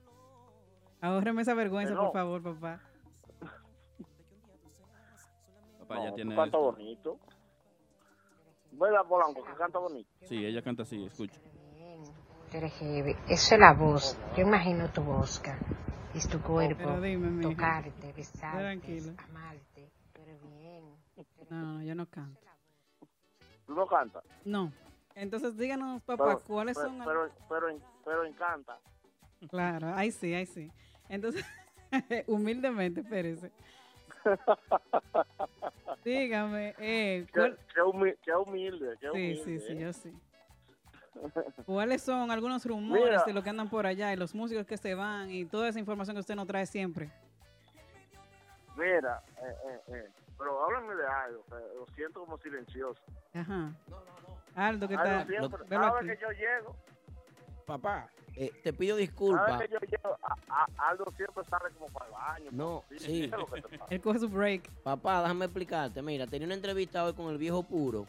Speaker 4: Ahórreme esa vergüenza,
Speaker 14: Pero-
Speaker 4: por favor, papá.
Speaker 2: Papá
Speaker 14: No,
Speaker 2: ya
Speaker 14: tú
Speaker 2: tiene.
Speaker 14: cantas
Speaker 2: esto.
Speaker 14: bonito. ¿Verdad, Polanco, que canta bonito?
Speaker 2: Sí, ella canta así, escucha.
Speaker 15: Tú eres heavy. Eso es la voz. Yo imagino tu voz, Oscar. Es tu cuerpo.
Speaker 4: Pero dime, mija.
Speaker 15: tocarte, besarte,
Speaker 4: Tranquila.
Speaker 15: amarte. Pero bien.
Speaker 4: No, no, yo no canto.
Speaker 14: ¿Tú no cantas?
Speaker 4: No. Entonces díganos, papá,
Speaker 14: Pero-
Speaker 4: ¿cuáles
Speaker 14: pero-
Speaker 4: son? al-
Speaker 14: Pero, pero, pero encanta.
Speaker 4: Claro, ahí sí, ahí sí. Entonces, humildemente, espérese. Dígame, eh,
Speaker 14: Qué,
Speaker 4: ¿cuál-
Speaker 14: qué humi- qué humilde, qué
Speaker 4: Sí,
Speaker 14: humilde.
Speaker 4: sí, sí,
Speaker 14: ¿eh?
Speaker 4: yo sí. ¿cuáles son algunos rumores
Speaker 14: Mira.
Speaker 4: de lo que andan por allá y los músicos que se van y toda esa información que usted nos trae siempre?
Speaker 14: Mira, eh, eh, eh, pero háblame de algo, que lo siento como silencioso.
Speaker 4: Ajá. Aldo, ¿qué
Speaker 14: Algo
Speaker 4: tal?
Speaker 14: siempre,
Speaker 4: Velo
Speaker 14: cada
Speaker 4: aquí.
Speaker 14: vez que yo llego,
Speaker 3: Papá, eh, te pido disculpas.
Speaker 14: cada vez que yo llego, a- a- Aldo siempre sale como para el baño.
Speaker 3: No,
Speaker 14: para-
Speaker 3: sí.
Speaker 14: ¿qué es lo que te pasa?
Speaker 4: Él coge su break.
Speaker 3: Papá, déjame explicarte. Mira, tenía una entrevista hoy con el viejo puro.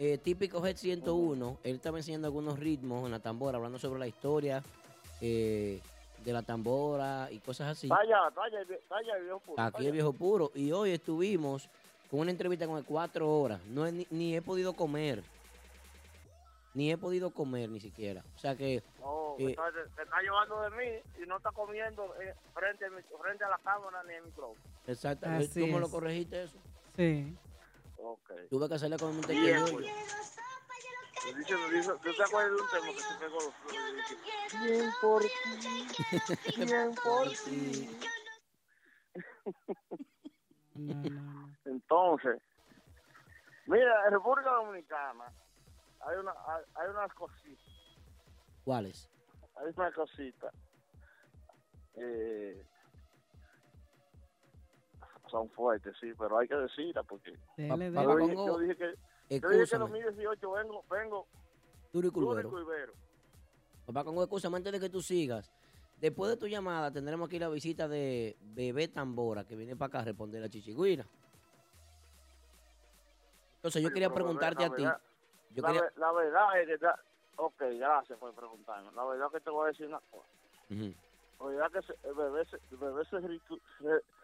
Speaker 3: eh, típico Head 101. Él estaba enseñando algunos ritmos en la tambora, hablando sobre la historia eh, de la tambora y cosas así.
Speaker 14: Vaya, vaya, el vie- vaya, el viejo puro,
Speaker 3: Aquí
Speaker 14: vaya.
Speaker 3: el viejo puro. Y hoy estuvimos con una entrevista con él cuatro horas. No he- ni, ni he podido comer. Ni he podido comer ni siquiera. O sea que.
Speaker 14: No,
Speaker 3: eh,
Speaker 14: me está, se está llevando de mí y no está comiendo eh, frente, al mi- frente a la cámara ni al micrófono.
Speaker 3: exactamente.
Speaker 4: Así
Speaker 3: ¿Tú me lo
Speaker 4: es.
Speaker 3: corregiste eso?
Speaker 4: Sí.
Speaker 3: Tuve que hacerle con un
Speaker 14: Bien,
Speaker 3: tequila.
Speaker 14: pues. Dice, dice, ¿Tú te acuerdas de un tema que se pegó los los- Bien por ti, bien por ti. Entonces, mira, en República Dominicana hay, una, hay, hay unas cositas,
Speaker 3: ¿Cuáles?
Speaker 14: hay unas cositas. Eh, son fuertes, sí, pero hay que decirlas porque...
Speaker 3: Dele,
Speaker 14: Yo
Speaker 3: dele.
Speaker 14: dije-
Speaker 3: Pongo-
Speaker 14: yo dije que... Yo dije que en
Speaker 3: Excúsame.
Speaker 14: 2018 vengo, vengo
Speaker 3: Duro y culvero.
Speaker 14: duro y cubero.
Speaker 3: Papá Congo, excusa, antes de que tú sigas, después de tu llamada tendremos aquí la visita de Bebé Tambora, que viene para acá a responder a Chichigüira. Entonces yo
Speaker 14: Oye,
Speaker 3: quería
Speaker 14: pero,
Speaker 3: preguntarte
Speaker 14: la
Speaker 3: a ti.
Speaker 14: verdad-
Speaker 3: Yo
Speaker 14: la,
Speaker 3: quería,
Speaker 14: ve- la verdad es que da- Ok, gracias por preguntarme. La verdad que te voy a decir una cosa.
Speaker 16: Ujú.
Speaker 14: La verdad que se- el bebé se... El bebé se... ritu- se-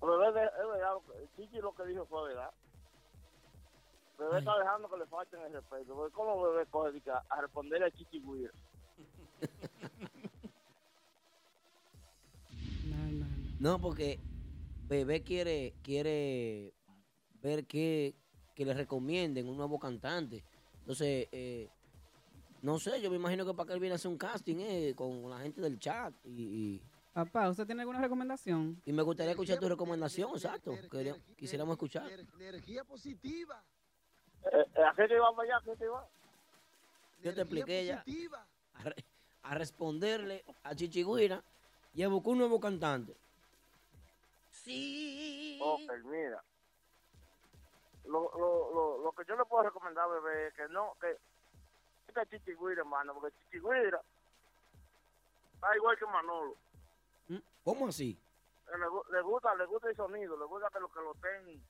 Speaker 14: el bebé de, es verdad, lo que- Chichi lo que dijo fue verdad. El bebé está dejando que le falten el respeto. Porque ¿Cómo el bebé coge de que a a responderle a Chichi Guira?
Speaker 3: No, porque Bebé quiere, quiere ver que, que le recomienden un nuevo cantante. Entonces, eh, no sé, yo me imagino que para que él viene a hacer un casting eh, con la gente del chat. Y, y-
Speaker 4: Papá, ¿usted tiene alguna recomendación?
Speaker 3: y me gustaría escuchar tu recomendación, exacto. Quería- quisiéramos escuchar.
Speaker 17: Energía positiva.
Speaker 14: Eh, ¿A qué te iba para allá? ¿A qué te iba?
Speaker 3: Yo te expliqué ya. A, re- a responderle a Chichiguira y a buscar un nuevo cantante.
Speaker 14: Sí. Ok, mira. Lo, lo, lo, lo que yo le puedo recomendar, bebé, es que no, que esta chichigüira, hermano, porque chichigüira está igual que Manolo.
Speaker 3: ¿Cómo así?
Speaker 14: Eh, Le, gu- le gusta, le gusta el sonido, le gusta que lo que lo estén,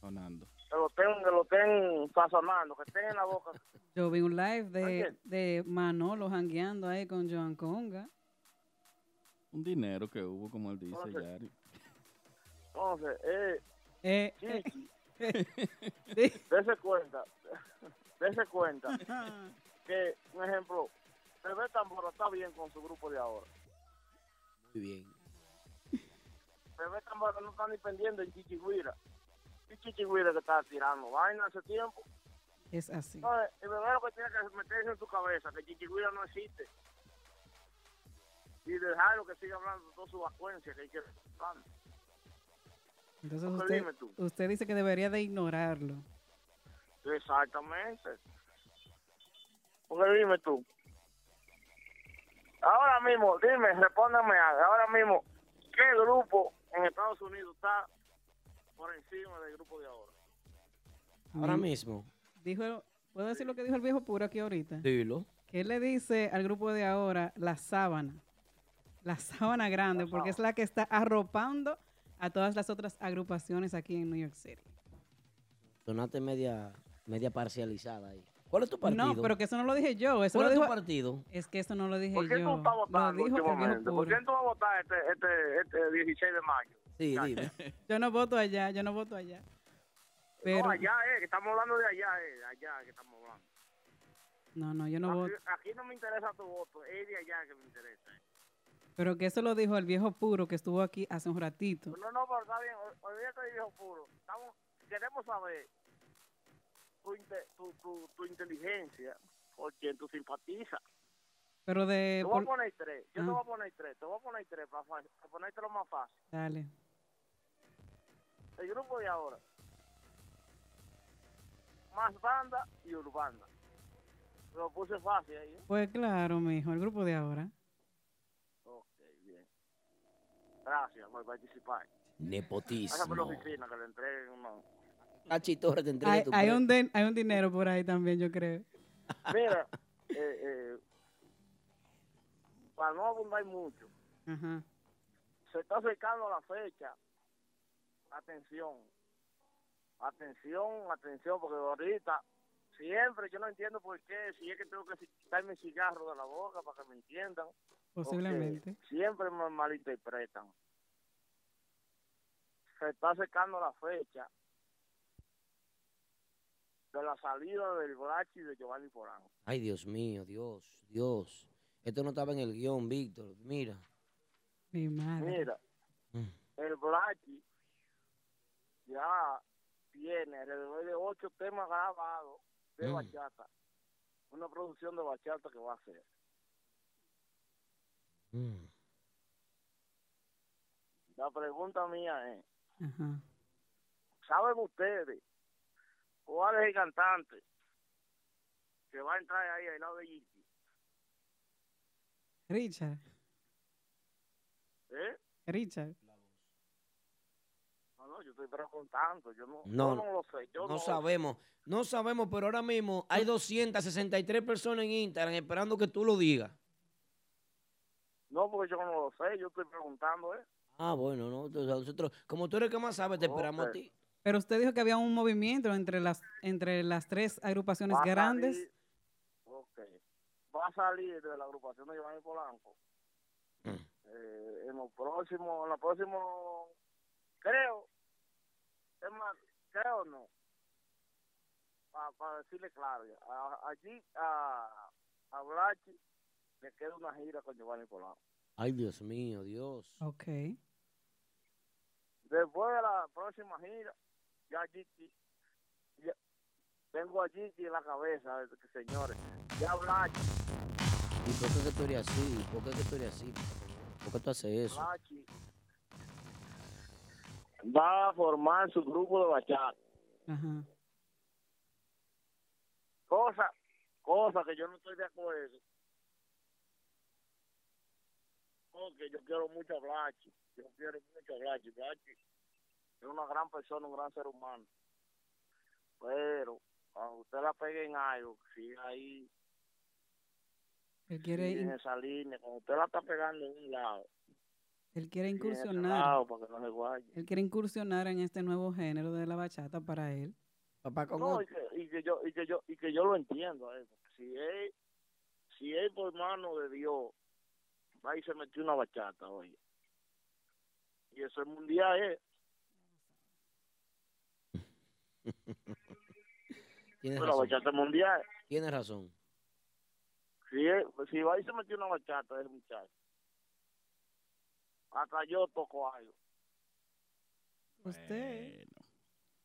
Speaker 2: Sonando.
Speaker 14: que lo estén, que lo estén sazonando, que estén en la boca.
Speaker 4: Yo vi un live de,
Speaker 14: Oye.
Speaker 4: de Manolo jangueando ahí con Joan Conga.
Speaker 2: Un dinero que hubo, como él dice,
Speaker 14: Entonces-
Speaker 2: Yari.
Speaker 14: Entonces, eh,
Speaker 4: Eh,
Speaker 14: Chichi, dése cuenta, dése cuenta que, un ejemplo, Bebé Tambora está bien con su grupo de ahora.
Speaker 3: Muy bien.
Speaker 14: Bebé Tambora no está ni pendiente en Chichigüira. Y Chichigüira que está tirando vaina hace tiempo.
Speaker 4: Es así.
Speaker 14: No, el bebé lo que tiene que meterse en su cabeza, que Chichigüira no existe. Y dejarlo que siga hablando de toda su vacuencia que hay que hablando.
Speaker 4: Entonces
Speaker 14: Pues
Speaker 4: usted,
Speaker 14: dime tú.
Speaker 4: usted dice que debería de ignorarlo.
Speaker 14: Exactamente. Porque dime tú. Ahora mismo, dime, respóndeme algo. Ahora mismo, ¿qué grupo en Estados Unidos está por encima del grupo de ahora?
Speaker 3: Ahora mismo.
Speaker 4: Dijo, ¿Puedo decir lo que dijo el viejo puro aquí ahorita?
Speaker 3: Dilo.
Speaker 4: Que él le dice al grupo de ahora la sábana. La sábana grande, porque es la que está arropando a todas las otras agrupaciones aquí en New York City.
Speaker 3: Sonaste media, media parcializada ahí. ¿Cuál es tu partido?
Speaker 4: No, pero que eso no lo dije yo. Eso
Speaker 3: ¿Cuál
Speaker 4: lo
Speaker 3: es tu
Speaker 4: dijo,
Speaker 3: partido?
Speaker 4: Es que eso no lo dije
Speaker 14: ¿Por qué
Speaker 4: yo.
Speaker 14: tú estás votando
Speaker 4: lo dijo el viejo
Speaker 14: últimamente? ¿Por
Speaker 4: puro.
Speaker 14: qué tú vas a votar este, este, este 16 de mayo?
Speaker 3: Sí, dime.
Speaker 4: Yo no voto allá, yo no voto allá. Pero
Speaker 14: No, allá es, que estamos hablando de allá es, allá que estamos hablando.
Speaker 4: no, no, yo no voto.
Speaker 14: Aquí, aquí no me interesa tu voto, es de allá que me interesa.
Speaker 4: Pero que eso lo dijo el viejo puro que estuvo aquí hace un ratito.
Speaker 14: No, no, pero está bien, ol- olvídate de viejo puro. Estamos, queremos saber tu, inte- tu, tu, tu inteligencia, por quien tú simpatizas.
Speaker 4: Pero de
Speaker 14: te voy
Speaker 4: Eh, por-
Speaker 14: a poner tres, yo te
Speaker 4: Ah.
Speaker 14: voy a poner tres, te voy a poner tres para, fa- para ponértelo más fácil.
Speaker 4: Dale.
Speaker 14: El grupo de ahora, más banda y urbana. Lo puse fácil ahí, ¿eh?
Speaker 4: Pues claro, mijo, el grupo de ahora.
Speaker 14: Ok, bien. Gracias por participar. Gracias por la
Speaker 3: Nepotismo.
Speaker 14: oficina que le entreguen uno.
Speaker 3: Cachi Torres te entrega
Speaker 4: Hay,
Speaker 3: tu
Speaker 4: hay
Speaker 3: premio.
Speaker 4: un din- hay un dinero por ahí también, yo creo.
Speaker 14: Mira, eh, eh, para no abundar mucho,
Speaker 4: Ajá.
Speaker 14: se está acercando la fecha. Atención, atención, atención, porque ahorita siempre yo no entiendo por qué, si es que tengo que quitarme el cigarro de la boca para que me entiendan,
Speaker 4: Posiblemente.
Speaker 14: siempre me malinterpretan. Se está acercando la fecha de la salida del Blachi de Giovanni Porán.
Speaker 3: Ay, Dios mío, Dios, Dios. Esto no estaba en el guión, Víctor. Mira.
Speaker 4: Mi madre.
Speaker 14: Mira, el Blacky ya tiene alrededor de ocho temas grabados de
Speaker 3: Mm.
Speaker 14: bachata. Una producción de bachata que va a hacer. La pregunta mía es,
Speaker 4: Ajá.
Speaker 14: ¿saben ustedes cuál es el cantante que va a entrar ahí al lado de Yeezy?
Speaker 4: Richard,
Speaker 14: ¿Eh?
Speaker 4: Richard.
Speaker 14: No, no, yo estoy preguntando, yo no,
Speaker 3: No,
Speaker 14: yo no lo sé. Yo
Speaker 3: No sabemos, no sabemos, pero ahora mismo hay 263 personas en Instagram esperando que tú lo digas.
Speaker 14: No, porque yo no lo sé, yo estoy preguntando, ¿eh?
Speaker 3: Ah, bueno, no, entonces a nosotros, como tú eres el que más sabe, te esperamos a
Speaker 14: Ok.
Speaker 3: ti.
Speaker 4: Pero usted dijo que había un movimiento entre las, entre las tres agrupaciones
Speaker 14: Va a
Speaker 4: grandes.
Speaker 14: salir- ok. Va a salir de la agrupación de Giovanni Polanco.
Speaker 3: Mm.
Speaker 14: Eh, en lo próximo, en lo próximo, creo, es más, creo no, para decirle claro, ya, a- allí a, a Blachi le queda una gira con Giovanni Polanco.
Speaker 3: Ay, Dios mío, Dios.
Speaker 4: Ok.
Speaker 14: Después de la próxima gira, ya Gigi, ya- tengo a Gigi en la cabeza, eh, señores, ya Blachi,
Speaker 3: ¿Y por qué que tú eres así? ¿Por qué que tú eres así? ¿Por qué tú haces eso?
Speaker 14: Blachi va a formar su grupo de bachata.
Speaker 4: Ajá.
Speaker 14: cosa, cosa que yo no estoy de acuerdo. Porque yo quiero mucho a Blachi, yo quiero mucho a Blachi. Blachi es una gran persona, un gran ser humano. Pero cuando usted la pegue en algo, sigue ahí,
Speaker 4: Él quiere,
Speaker 14: sigue en
Speaker 4: in-
Speaker 14: esa línea, cuando usted la está pegando en un lado,
Speaker 4: él quiere
Speaker 14: sigue en ese
Speaker 4: incursionar.
Speaker 14: lado para que no se guaye.
Speaker 4: Él quiere incursionar en este nuevo género de la bachata para él.
Speaker 3: Papá,
Speaker 14: No, y que, y que yo, y que yo, y que yo lo entiendo a él. Si él, si él por mano de Dios, va y se metió una bachata, oye. Y eso es mundial, ¿eh? Pero
Speaker 3: Tienes
Speaker 14: la
Speaker 3: razón.
Speaker 14: bachata es mundial.
Speaker 3: Tienes razón.
Speaker 14: Si, él- si va y se metió una bachata, es muchacho. Hasta yo toco algo.
Speaker 4: Usted.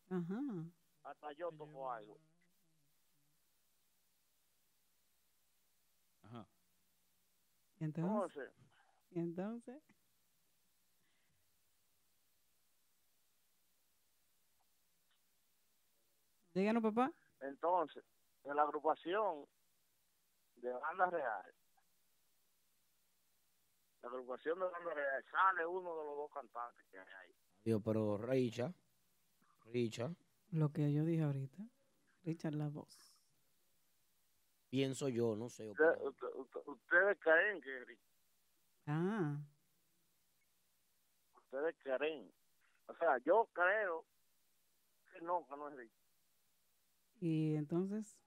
Speaker 4: Ajá.
Speaker 14: Hasta yo toco algo.
Speaker 4: ¿Y
Speaker 14: Entonces,
Speaker 4: entonces? ¿Y entonces? Díganos, papá.
Speaker 14: entonces, en la agrupación de banda real, la agrupación de banda real, sale uno de los dos cantantes que hay ahí.
Speaker 3: Digo, pero Richa, Richa,
Speaker 4: Lo que yo dije ahorita. Richard la voz.
Speaker 3: pienso yo, no sé.
Speaker 14: Usted- usted- usted- ustedes creen que
Speaker 4: Ah.
Speaker 14: ustedes creen o sea yo creo que no que no es rico
Speaker 4: Y entonces,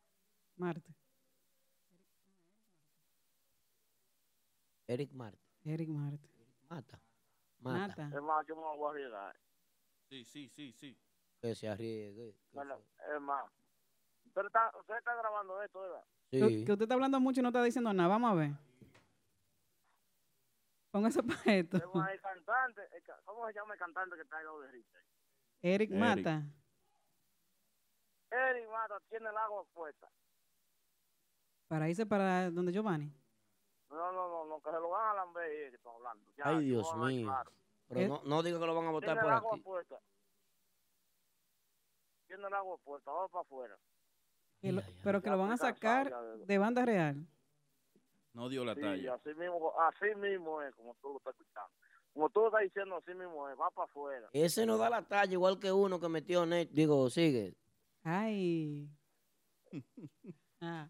Speaker 4: Marte.
Speaker 3: Eric Marte.
Speaker 4: Eric Marte.
Speaker 3: Mata. Mata.
Speaker 4: Mata.
Speaker 14: es más yo me voy a arriesgar
Speaker 2: Sí, sí, sí, sí.
Speaker 3: Que se arriesgue.
Speaker 14: Bueno, es más usted está, usted está grabando esto verdad
Speaker 4: Que- Que usted está hablando mucho y no está diciendo nada. Vamos a ver. Póngase para esto.
Speaker 14: es más, el cantante el ca- cómo se llama el cantante que está al lado de Richard Eric.
Speaker 4: Eric Mata.
Speaker 14: Eric Mata tiene el agua puesta
Speaker 4: Para irse para donde Giovanni.
Speaker 14: no no no no que se lo van a lamber eh, que estamos hablando Ya,
Speaker 3: Ay,
Speaker 14: yo
Speaker 3: Dios
Speaker 14: voy a hablar
Speaker 3: mío.
Speaker 14: claro.
Speaker 3: Pero
Speaker 4: Eh,
Speaker 3: no, no digo que lo van a votar
Speaker 14: tiene
Speaker 3: por
Speaker 14: el agua
Speaker 3: aquí.
Speaker 14: puesta tiene el agua puesta vamos para afuera
Speaker 4: Que lo- pero que lo van a
Speaker 14: estoy
Speaker 4: sacar
Speaker 14: cansado ya de-
Speaker 4: de banda real.
Speaker 2: No dio la
Speaker 14: Sí,
Speaker 2: talla.
Speaker 14: así mismo, así mismo es, como tú lo estás escuchando. Como tú lo estás diciendo, así mismo es, va para afuera.
Speaker 3: Ese no da la talla, igual que uno que metió net. Digo, sigue.
Speaker 4: Ay. Ah,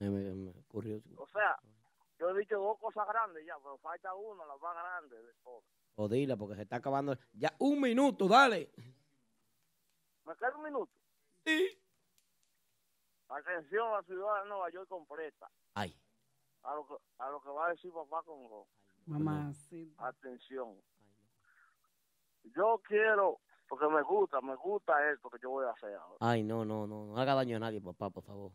Speaker 3: Me, me- me ocurrió.
Speaker 14: O sea, yo he dicho dos cosas grandes ya, pero falta una, la más grande de todo.
Speaker 3: O dila, porque se está acabando. Ya, un minuto, dale.
Speaker 14: ¿Me queda un minuto? Atención a la ciudad de Nueva York completa.
Speaker 3: Ay.
Speaker 14: A lo que, a lo que va a decir papá con Go.
Speaker 4: mamá.
Speaker 14: Atención. Yo quiero, porque me gusta, me gusta esto que yo voy a hacer ahora.
Speaker 3: Ay, no, no, no. No haga daño a nadie, papá, por favor.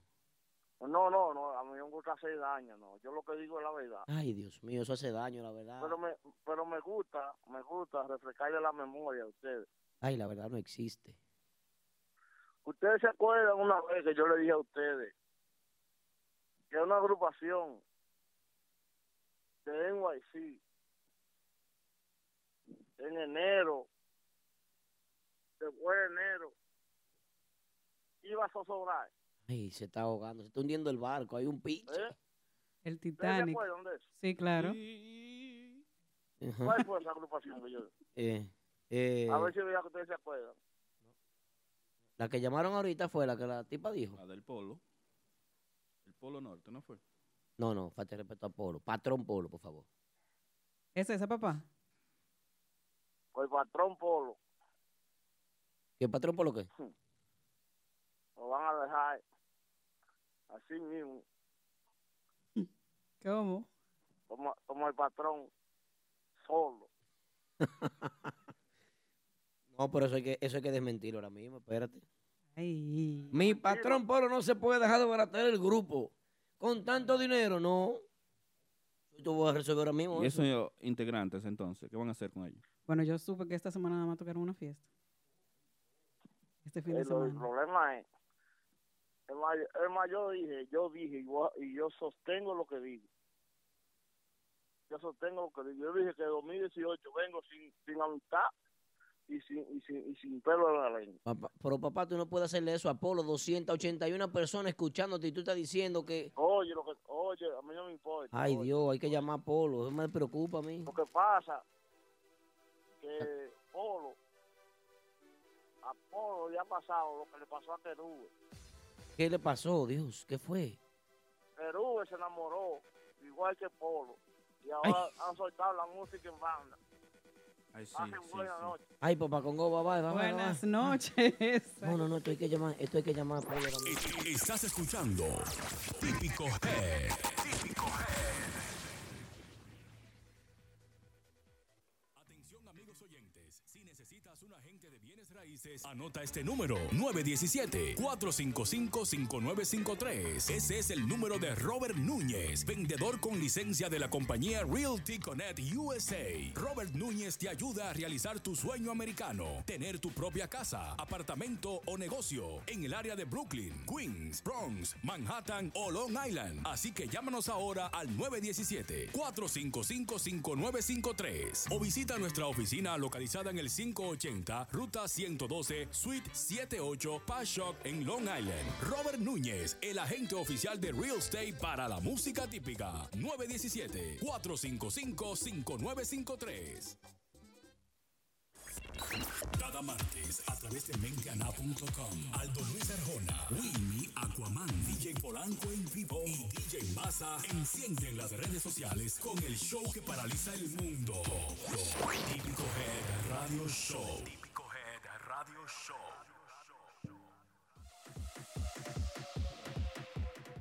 Speaker 14: No, no, no, a mí no me gusta hacer daño, no. Yo lo que digo es la verdad.
Speaker 3: Ay, Dios mío, eso hace daño, la verdad.
Speaker 14: Pero me, pero me gusta, me gusta refrescarle la memoria a ustedes.
Speaker 3: Ay, la verdad no existe.
Speaker 14: Ustedes se acuerdan una vez que yo le dije a ustedes que una agrupación de NYC en enero, después de enero, iba a zozobrar. ¿eh?
Speaker 3: Ay, se está ahogando, se está hundiendo el barco, hay un pinche.
Speaker 4: El
Speaker 14: ¿Ustedes se
Speaker 4: Titanic.
Speaker 14: acuerdan de eso?
Speaker 4: Sí, claro.
Speaker 14: ¿Cuál fue esa agrupación que yo?
Speaker 3: Eh, eh,
Speaker 14: A ver si veía que ustedes se acuerdan.
Speaker 3: La que llamaron ahorita fue la que la tipa dijo.
Speaker 2: La del polo. El polo norte, ¿no fue?
Speaker 3: No, no, falta de respeto a Polo. Patrón Polo, por favor.
Speaker 4: ¿Es esa, papá?
Speaker 14: Pues Con el patrón Polo.
Speaker 3: ¿Y el patrón por lo qué?
Speaker 14: Hmm. Lo van a dejar así mismo,
Speaker 4: ¿Cómo?
Speaker 14: como, como el patrón, solo.
Speaker 3: No, pero eso hay que, eso hay que desmentirlo ahora mismo, espérate.
Speaker 4: Ay.
Speaker 3: Mi patrón Polo no se puede dejar de baratar el grupo. Con tanto dinero, no. Yo voy a resolver ahora mismo.
Speaker 2: Y
Speaker 3: eso.
Speaker 2: esos integrantes, entonces, ¿qué van a hacer con ellos?
Speaker 4: Bueno, yo supe que esta semana nada más tocaron una fiesta. Este fin
Speaker 14: Eh,
Speaker 4: de
Speaker 14: lo- El,
Speaker 4: semana.
Speaker 14: problema es, es más, es más, yo dije, yo dije y, voy a- y yo sostengo lo que dije. Yo sostengo lo que dije. Yo dije que 2018 vengo sin, sin amistad y sin, y sin, y sin pelo en la lengua.
Speaker 3: Papá- pero papá, tú no puedes hacerle eso a Polo. 281 personas escuchándote y tú estás diciendo que...
Speaker 14: Oye, lo que, oye, a mí no me importa.
Speaker 3: Ay,
Speaker 14: oye.
Speaker 3: Dios, hay que llamar a Polo. Eso me preocupa a mí.
Speaker 14: Lo que pasa que
Speaker 4: Ah.
Speaker 14: Polo, a Polo le ha pasado lo que le pasó a Terube.
Speaker 3: ¿Qué le pasó, Dios? ¿Qué fue?
Speaker 14: Terube se enamoró, igual que Polo. Y ahora han soltado la música en banda.
Speaker 2: Ay, sí,
Speaker 14: Pasen buena noche.
Speaker 3: Ay, papá, con go, bye, bye, bye, bye.
Speaker 4: Buenas noches.
Speaker 3: No, no, no, esto hay que llamar, esto hay que llamar a Polo ahora mismo.
Speaker 1: Estás escuchando Típico Head. Típico Atención amigos oyentes, si necesitas un agente de bienes raíces, anota este número 917-455-5953. Ese es el número de Robert Núñez, vendedor con licencia de la compañía Realty Connect USA. Robert Núñez te ayuda a realizar tu sueño americano, tener tu propia casa, apartamento o negocio en el área de Brooklyn, Queens, Bronx, Manhattan o Long Island. Así que llámanos ahora al 917-455-5953 o visita nuestra oficina localizada en el 580 Ruta 112 Suite 78 Pashock en Long Island. Robert Núñez, el agente oficial de Real Estate para la música típica. 917-455-5953. Cada martes a través de menteana.com, Aldo Luis Arjona, Winnie, Aquaman, DJ Polanco en vivo y DJ Maza encienden las redes sociales con el show que paraliza el mundo. Típico Head Radio Show. Típico Head Radio Show.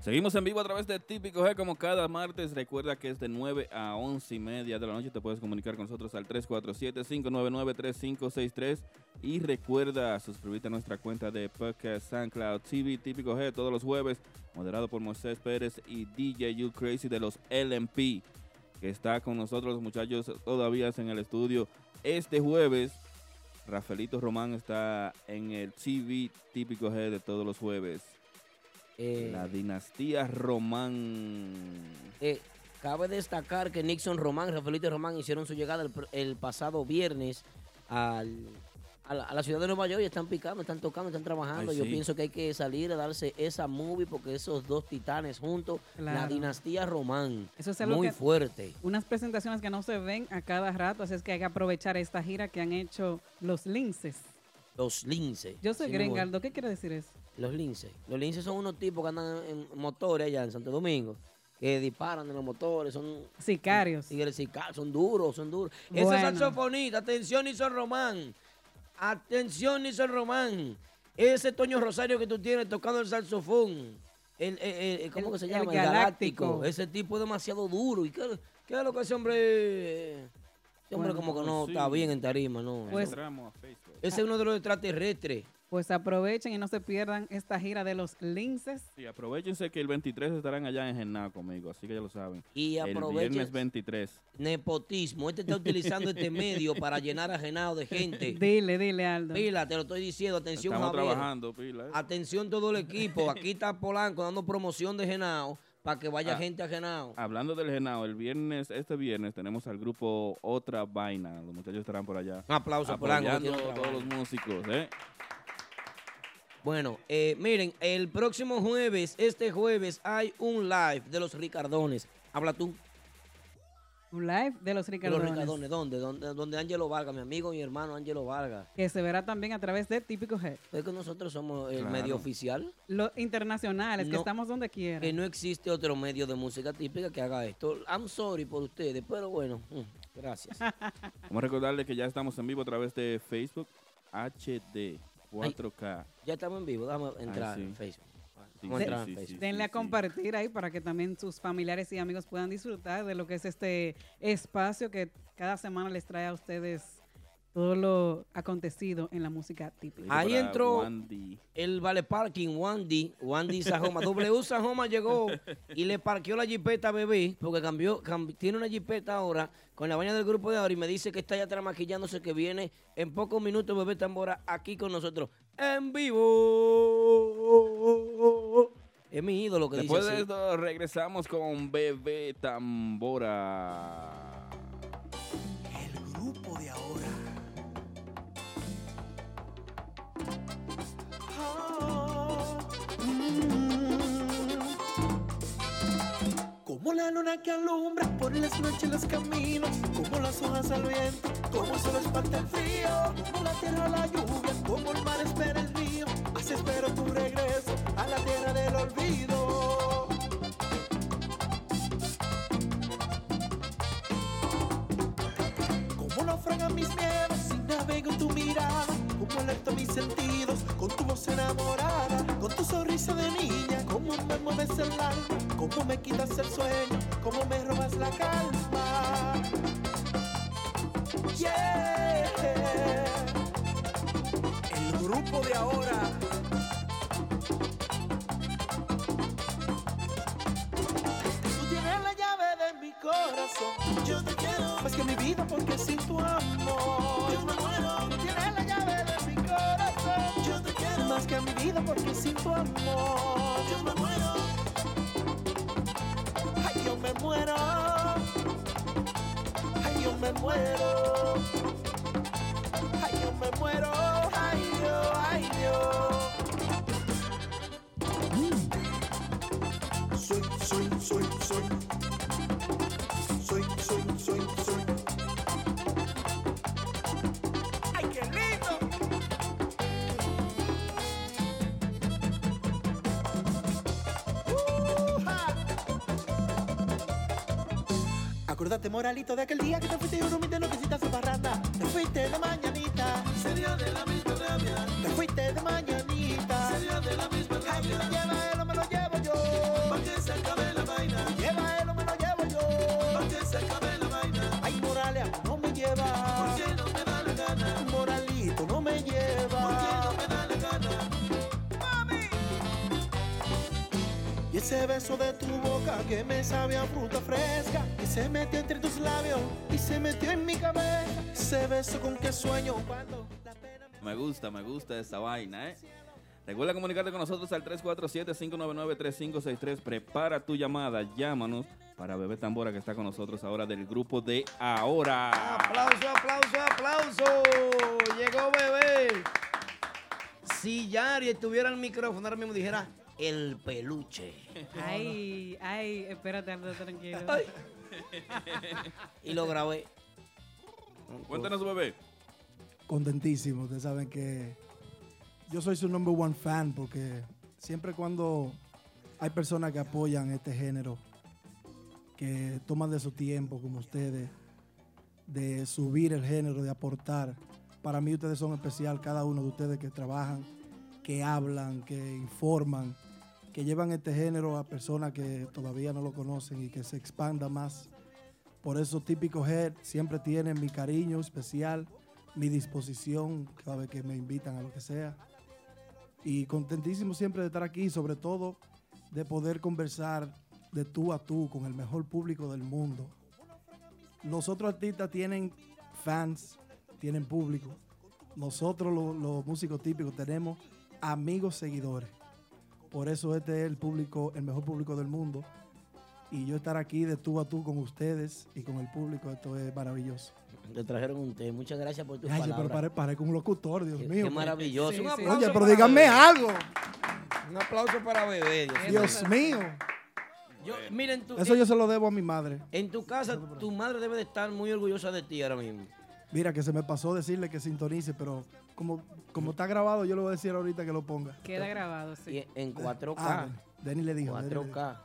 Speaker 2: Seguimos en vivo a través de Típico G como cada martes. Recuerda que es de 9 a 11 y media de la noche. Te puedes comunicar con nosotros al 347-599-3563. Y recuerda suscribirte a nuestra cuenta de podcast SoundCloud TV Típico G todos los jueves, moderado por Moisés Pérez y DJ You Crazy de los LMP, que está con nosotros, los muchachos, todavía en el estudio este jueves. Rafaelito Román está en el TV Típico G de todos los jueves. La dinastía Román.
Speaker 3: Eh, cabe destacar que Nixon Román, Rafaelito Román hicieron su llegada el, pr- el pasado viernes al- a, la, a la ciudad de Nueva York y están picando, están tocando, están trabajando.
Speaker 16: Ay,
Speaker 3: Yo
Speaker 16: sí.
Speaker 3: pienso que hay que salir a darse esa movie porque esos dos titanes juntos, la
Speaker 4: Claro.
Speaker 3: dinastía Román,
Speaker 4: Eso es algo
Speaker 3: muy
Speaker 4: que-
Speaker 3: fuerte.
Speaker 4: Unas presentaciones que no se ven a cada rato, así es que hay que aprovechar esta gira que han hecho los linces.
Speaker 3: Los linces.
Speaker 4: Yo soy
Speaker 3: Sí, mi amor.
Speaker 4: Grengaldo, ¿qué quiere decir eso?
Speaker 3: Los linces. Los linces son unos tipos que andan en motores allá en Santo Domingo. Que disparan en los motores, son...
Speaker 4: Sicarios.
Speaker 3: son duros, son duros. Ese
Speaker 4: Bueno.
Speaker 3: saxofonista, atención Nixon Román. Atención Nixon Román. Ese Toño Rosario que tú tienes tocando el saxofón. El, eh, eh, ¿Cómo
Speaker 4: El-
Speaker 3: que se
Speaker 4: el
Speaker 3: llama?
Speaker 4: galáctico.
Speaker 3: Ese tipo es demasiado duro. ¿Y qué, qué es lo que ese hombre... Ese hombre
Speaker 4: Bueno.
Speaker 3: como que no
Speaker 4: Sí.
Speaker 3: está bien en tarima, ¿no?
Speaker 4: Pues-
Speaker 3: ese es uno de los extraterrestres.
Speaker 4: Pues aprovechen y no se pierdan esta gira de los linces.
Speaker 2: Sí, aprovechense que el 23 estarán allá en Genao conmigo, así que ya lo saben.
Speaker 3: Y
Speaker 2: El
Speaker 3: aprovechen-
Speaker 2: viernes 23.
Speaker 3: Nepotismo. Este está utilizando este medio para llenar a Genao de gente.
Speaker 4: Dile, dile, Aldo.
Speaker 3: Pila, te lo estoy diciendo. Atención,
Speaker 2: Estamos
Speaker 3: Javier.
Speaker 2: trabajando, pila. eh.
Speaker 3: Atención todo el equipo. Aquí está Polanco dando promoción de Genao para que vaya
Speaker 2: Ah.
Speaker 3: gente a Genao.
Speaker 2: Hablando del Genao, el viernes, este viernes tenemos al grupo Otra Vaina. Los muchachos estarán por allá.
Speaker 3: Un aplauso a Polanco,
Speaker 2: apoyando
Speaker 3: que tiene
Speaker 2: a
Speaker 3: Otra
Speaker 2: todos los
Speaker 3: Vaina.
Speaker 2: músicos, ¿eh?
Speaker 3: Bueno, eh, miren, el próximo jueves, este jueves, hay un live de los Ricardones. Habla tú.
Speaker 4: Un live de los
Speaker 3: De los
Speaker 4: Ricardones.
Speaker 3: Ricardones. ¿Dónde? ¿Dónde? Donde Angelo Varga, mi amigo, mi hermano Angelo Varga.
Speaker 4: Que se verá también a través de Típico Head.
Speaker 3: Es que nosotros somos el
Speaker 4: Claro.
Speaker 3: medio oficial.
Speaker 4: Los internacionales, que
Speaker 3: No.
Speaker 4: estamos donde quiera.
Speaker 3: Que no existe otro medio de música típica que haga esto. I'm sorry por ustedes, pero bueno, mm, gracias.
Speaker 2: Vamos a recordarles que ya estamos en vivo a través de Facebook HD 4K.
Speaker 3: Ya estamos en vivo, déjame entrar
Speaker 2: Ay, sí.
Speaker 3: en Facebook.
Speaker 2: Sí,
Speaker 3: Vamos
Speaker 2: sí,
Speaker 3: a entrar
Speaker 2: sí,
Speaker 3: en
Speaker 2: sí,
Speaker 3: Facebook.
Speaker 4: Denle a compartir ahí para que también sus familiares y amigos puedan disfrutar de lo que es este espacio que cada semana les trae a ustedes todo lo acontecido en la música típica.
Speaker 3: Ahí entró el Vale Parking, Wandy, Wandy Sajoma. W Sajoma llegó y le parqueó la jipeta a bebé, porque cambió, cam- tiene una jipeta ahora con la baña del grupo de ahora y me dice que está ya tramaquillándose, que viene en pocos minutos bebé Tambora aquí con nosotros en vivo. Es mi ídolo que
Speaker 2: Después
Speaker 3: dice
Speaker 2: de
Speaker 3: así.
Speaker 2: esto regresamos con Bebé Tambora.
Speaker 8: grupo de ahora. Como la luna que alumbra por las noches los caminos, como las hojas al viento, como se les parte el frío, como la tierra a la lluvia, como el mar espera el río, así espero tu regreso a la tierra del olvido. Como naufragan mis miedos si navego en tu mirada Como alerto mis sentidos con tu voz enamorada Con tu sonrisa de niña Como me mueves el alma Como me quitas el sueño Como me robas la calma Yeah El grupo de ahora Tú tienes la llave de mi corazón. Yo te quiero más que mi vida porque sin tu amor. Yo me muero. Tú tienes la llave de mi corazón. Yo te quiero más que mi vida porque sin tu amor. Yo me muero. Ay, yo me muero. Ay, yo me muero. Ay, yo me muero. Ay, yo, ay, yo. soy, soy, soy, soy. Soy, soy, soy, soy. ¡Ay, qué lindo! Acordate, moralito, de aquel día que te fuiste y dormiste no quisiste hacer parranda. Te fuiste de mañanita. Sería de la misma rabia. Te fuiste de mañanita. Sería de la misma rabia. lleva él o me lo llevo yo. Pa' que se acabe la vaina. Lleva él o me lo llevo yo. Pa' que se acabe la vaina. Ay, Moralia, no me lleva. ¿Por qué no me da la gana? Moralito, no me lleva. ¿Por qué no me da la gana? Y ese beso de tu boca que me sabía a fruta fresca Y se metió entre tus labios y se metió en mi cabeza Ese beso con que sueño cuando
Speaker 2: Me gusta, me gusta esa vaina, ¿eh? Recuerda comunicarte con nosotros al 347-599-3563. Prepara tu llamada, llámanos para Bebé Tambora que está con nosotros ahora del grupo de Ahora.
Speaker 8: Aplauso, aplauso, aplauso. Llegó bebé. Si Yari estuviera al micrófono ahora mismo dijera el peluche.
Speaker 4: Ay, ay, espérate, Aldo, tranquilo.
Speaker 3: Y lo grabé.
Speaker 2: Cuéntanos, bebé.
Speaker 16: contentísimo. Ustedes saben que yo soy su number one fan porque siempre cuando hay personas que apoyan este género, que toman de su tiempo como ustedes, de subir el género, de aportar, para mí ustedes son especial, cada uno de ustedes que trabajan, que hablan, que informan, que llevan este género a personas que todavía no lo conocen y que se expanda más. Por eso Típico Head siempre tiene mi cariño especial mi disposición cada vez que me invitan a lo que sea. Y contentísimo siempre de estar aquí, sobre todo de poder conversar de tú a tú con el mejor público del mundo. Los otros artistas tienen fans, tienen público. Nosotros lo- los, músicos típicos tenemos amigos seguidores. Por eso este es el público, el mejor público del mundo. Y yo estar aquí de tú a tú con ustedes y con el público, esto es maravilloso.
Speaker 3: Te trajeron un té. Muchas gracias por tus
Speaker 16: Ay, yo, pero
Speaker 3: palabras.
Speaker 16: pare- parezco un locutor, Dios mío.
Speaker 3: Qué maravilloso. Un aplauso
Speaker 16: Oye, pero
Speaker 3: para
Speaker 16: díganme
Speaker 3: Bebé.
Speaker 16: algo.
Speaker 3: Un aplauso para bebé.
Speaker 16: Dios mío.
Speaker 3: Yo- miren, tú,
Speaker 16: Eso
Speaker 3: en,
Speaker 16: yo se lo debo a mi madre.
Speaker 3: en tu casa, tu madre debe de estar muy orgullosa de ti ahora mismo.
Speaker 16: Mira, que se me pasó decirle que sintonice, pero como, como está grabado, yo le voy a decir ahorita que lo ponga.
Speaker 4: Queda grabado, sí.
Speaker 3: Y en 4K.
Speaker 16: Ah, Denny le dijo. Denny le dijo.
Speaker 3: 4K.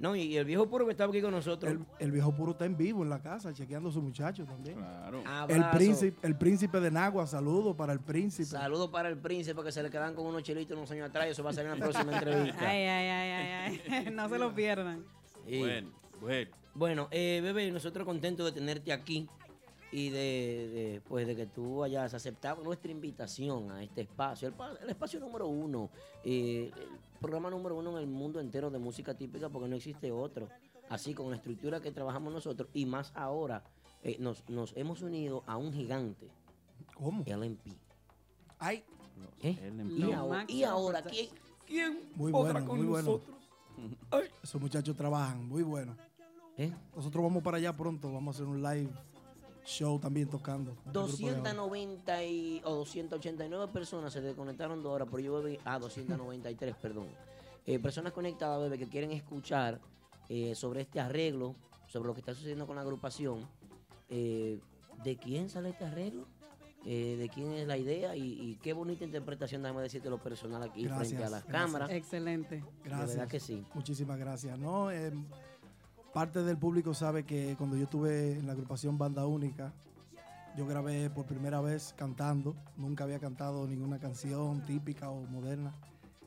Speaker 3: No, y, y el viejo puro que estaba aquí con nosotros.
Speaker 16: El, el viejo puro está en vivo en la casa, chequeando a su muchacho también.
Speaker 2: Claro.
Speaker 16: El
Speaker 3: Abrazo.
Speaker 16: príncipe, el príncipe de Nagua, saludos para el príncipe.
Speaker 3: Saludos para el príncipe que se le quedan con unos chilitos unos años atrás. Eso va a salir en la próxima entrevista.
Speaker 4: Ay, ay, ay, ay, ay. No se lo pierdan.
Speaker 3: Bueno,
Speaker 2: bueno.
Speaker 3: eh, bebé, nosotros contentos de tenerte aquí y de, de, pues, de que tú hayas aceptado nuestra invitación a este espacio. El, pa- el espacio número uno, eh, el programa número uno en el mundo entero de música típica porque no existe otro. Así con la estructura que trabajamos nosotros y más ahora eh, nos, nos hemos unido a un gigante.
Speaker 16: ¿Cómo?
Speaker 3: LMP.
Speaker 16: Ay.
Speaker 3: ¿Eh? Y ahora, y ahora, ¿quién, quién
Speaker 16: Muy
Speaker 3: podrá
Speaker 16: bueno,
Speaker 3: con
Speaker 16: muy bueno.
Speaker 3: nosotros?
Speaker 16: Esos muchachos trabajan, muy bueno. Nosotros vamos para allá pronto, vamos a hacer un live show también tocando. el Este grupo de ahora.
Speaker 3: 290 y, o 289 personas se desconectaron de ahora, pero yo bebé, ah, 293, perdón. Eh, personas conectadas, bebé, que quieren escuchar eh, sobre este arreglo, sobre lo que está sucediendo con la agrupación. Eh, ¿De quién sale este arreglo? Eh, ¿De quién es la idea? Y, y qué bonita interpretación, déjame decirte lo personal aquí
Speaker 16: Gracias,
Speaker 3: frente a las
Speaker 16: gracias.
Speaker 3: cámaras.
Speaker 4: Excelente.
Speaker 16: Gracias.
Speaker 3: De verdad que sí.
Speaker 16: Muchísimas gracias. No, eh, parte del público sabe que cuando yo estuve en la agrupación Banda Única, yo grabé por primera vez cantando. Nunca había cantado ninguna canción típica o moderna.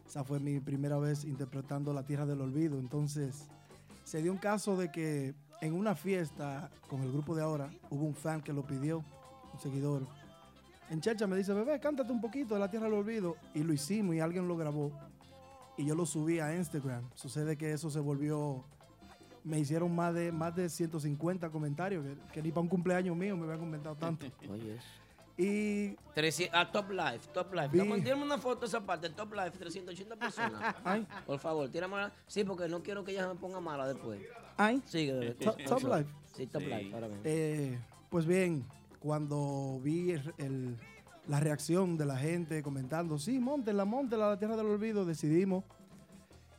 Speaker 16: Esa fue mi primera vez interpretando La Tierra del Olvido. Entonces, se dio un caso de que en una fiesta con el grupo de ahora hubo un fan que lo pidió, un seguidor. En Checha me dice, bebé, cántate un poquito de La Tierra del Olvido. Y lo hicimos y alguien lo grabó y yo lo subí a Instagram. Sucede que eso se volvió. Me hicieron más de, más de 150 comentarios, que, que ni para un cumpleaños mío me habían comentado tanto.
Speaker 3: Oye.
Speaker 16: Y.
Speaker 3: 300 a ah, Top Life, Top Life.
Speaker 16: Vi-
Speaker 3: No, tírame una foto de esa parte, Top Life, 380 personas. Por favor, tíramela. Sí, porque no quiero que ella me ponga mala después.
Speaker 16: Ay.
Speaker 3: Sigue, bebé.
Speaker 16: Top, Top Life.
Speaker 3: Sí, Top Life, ahora mismo.
Speaker 16: Eh, pues bien, cuando vi el- el- la reacción de la gente comentando, sí, montela, montela, la tierra del olvido, decidimos,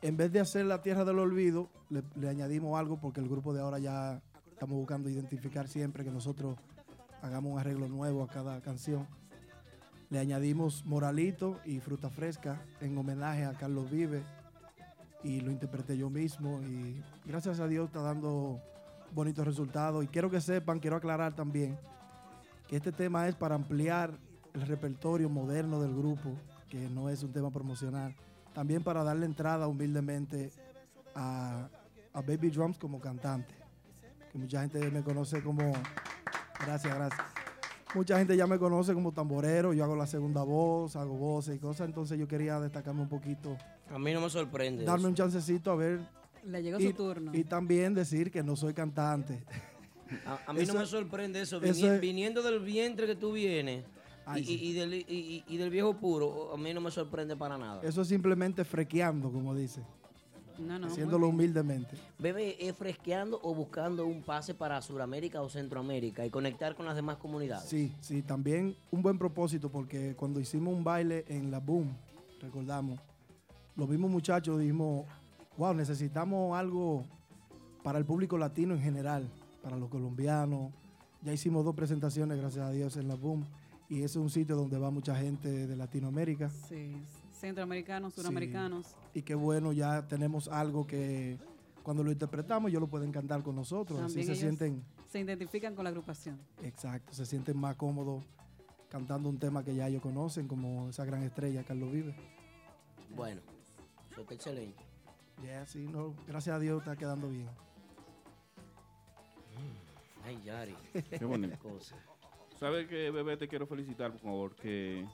Speaker 16: en vez de hacer la tierra del olvido, le, le añadimos algo porque el grupo de ahora ya estamos buscando identificar siempre que nosotros hagamos un arreglo nuevo a cada canción. Le añadimos Moralito y Fruta Fresca en homenaje a Carlos Vive y lo interpreté yo mismo y gracias a Dios está dando bonitos resultados. Y quiero que sepan, quiero aclarar también que este tema es para ampliar el repertorio moderno del grupo, que no es un tema promocional. También para darle entrada humildemente a, a Baby Drums como cantante, que mucha gente me conoce como... Gracias, gracias. Mucha gente ya me conoce como tamborero, yo hago la segunda voz, hago voces y cosas, entonces yo quería destacarme un poquito,
Speaker 3: A mí no me sorprende.
Speaker 16: darme
Speaker 3: eso.
Speaker 16: un chancecito a ver.
Speaker 4: Le llegó
Speaker 16: y,
Speaker 4: su turno.
Speaker 16: Y también decir que no soy cantante.
Speaker 3: A, a mí
Speaker 16: eso-
Speaker 3: no me sorprende eso.
Speaker 16: eso
Speaker 3: Vini-
Speaker 16: es-
Speaker 3: Viniendo del vientre que tú vienes y, y- y del, y- y- y del viejo puro, a mí no me sorprende para nada.
Speaker 16: Eso es simplemente frequeando, como dice.
Speaker 4: No, no.
Speaker 16: haciéndolo humildemente.
Speaker 3: Bebé, ¿es fresqueando o buscando un pase para Sudamérica o Centroamérica y conectar con las demás comunidades?
Speaker 16: Sí, sí, también un buen propósito porque cuando hicimos un baile en la Boom, recordamos, los mismos muchachos dijimos, wow, necesitamos algo para el público latino en general, para los colombianos. Ya hicimos dos presentaciones, gracias a Dios, en la Boom. Y ese es un sitio donde va mucha gente de Latinoamérica.
Speaker 4: Sí, Centroamericanos,
Speaker 16: Sí.
Speaker 4: suramericanos.
Speaker 16: Y qué bueno, ya tenemos algo que cuando lo interpretamos, ellos lo pueden cantar con nosotros.
Speaker 4: También
Speaker 16: Así se
Speaker 4: ellos
Speaker 16: sienten.
Speaker 4: Se identifican con la agrupación.
Speaker 16: Exacto, se sienten más cómodos cantando un tema que ya ellos conocen, como esa gran estrella, Carlos Vive.
Speaker 3: Bueno, eso está excelente.
Speaker 16: Ya, sí, no, gracias a Dios está quedando bien.
Speaker 3: Ay, Yari.
Speaker 2: Mm. Qué bonito.
Speaker 3: Cosa.
Speaker 2: ¿Sabes qué, bebé? Te quiero felicitar porque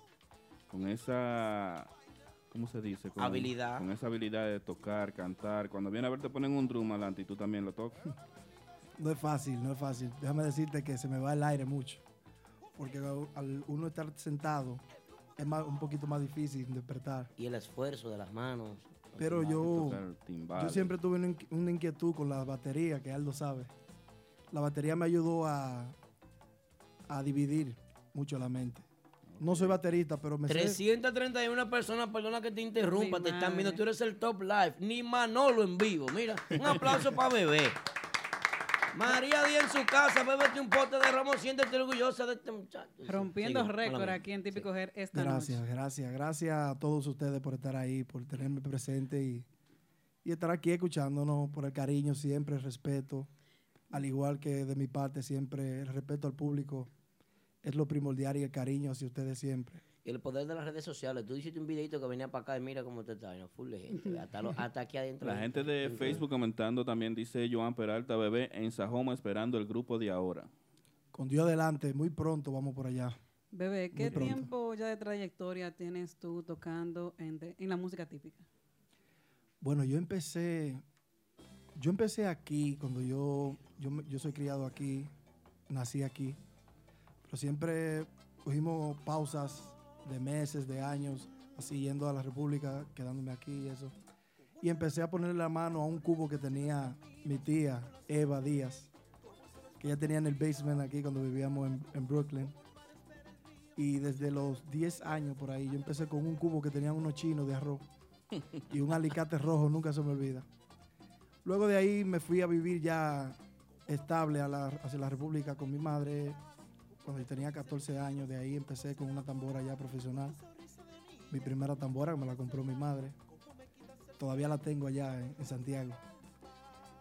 Speaker 2: con esa. ¿Cómo se dice? Con,
Speaker 3: Habilidad.
Speaker 2: Con esa habilidad de tocar, cantar. Cuando viene a ver, te ponen un drum adelante y tú también lo tocas.
Speaker 16: No es fácil, no es fácil. Déjame decirte que se me va el aire mucho, porque al uno estar sentado es más- un poquito más difícil interpretar.
Speaker 3: Y el esfuerzo de las manos.
Speaker 16: Pero yo,
Speaker 2: Tocar el timbal.
Speaker 16: yo siempre tuve una, inqui- una inquietud con la batería, que Aldo sabe. La batería me ayudó a, a dividir mucho la mente. No soy baterista, pero me sé-
Speaker 3: 331 personas, perdona que te interrumpa,
Speaker 16: Mi
Speaker 3: te están viendo,
Speaker 16: madre.
Speaker 3: tú eres el top live, ni Manolo en vivo, mira, un aplauso para bebé. María Díaz en su casa, bébete un pote de romo, siéntete orgullosa de este muchacho.
Speaker 4: Rompiendo
Speaker 3: Sigue,
Speaker 4: récord
Speaker 3: malamente.
Speaker 4: aquí en Típico Her esta
Speaker 16: Gracias,
Speaker 4: noche.
Speaker 16: gracias, gracias a todos ustedes por estar ahí, por tenerme presente y, y estar aquí escuchándonos por el cariño siempre, el respeto. Al igual que de mi parte siempre, el respeto al público es lo primordial y el cariño hacia ustedes siempre.
Speaker 3: Y el poder de las redes sociales. Tú hiciste un videito que venía para acá y mira cómo te está. y no, full de gente. Hasta, lo- hasta aquí adentro.
Speaker 2: La gente de Facebook comentando también dice Joan Peralta, bebé, en Sajoma esperando el grupo de ahora.
Speaker 16: Con Dios adelante, muy pronto vamos por allá.
Speaker 4: Bebé, ¿qué
Speaker 16: Muy pronto.
Speaker 4: tiempo ya de trayectoria tienes tú tocando en, de- en la música típica?
Speaker 16: Bueno, yo empecé, yo empecé aquí cuando yo, yo, me- yo soy criado aquí, nací aquí, pero siempre cogimos pausas de meses, de años, así yendo a la República, quedándome aquí y eso. Y empecé a ponerle la mano a un cubo que tenía mi tía, Eva Díaz, que ella tenía en el basement aquí cuando vivíamos en, en Brooklyn. Y desde los 10 años por ahí, yo empecé con un cubo que tenían unos chinos de arroz y un alicate rojo, nunca se me olvida. Luego de ahí me fui a vivir ya estable a la- hacia la República con mi madre cuando yo tenía 14 años. De ahí empecé con una tambora ya profesional. Mi primera tambora que me la compró mi madre. Todavía la tengo allá en, en Santiago.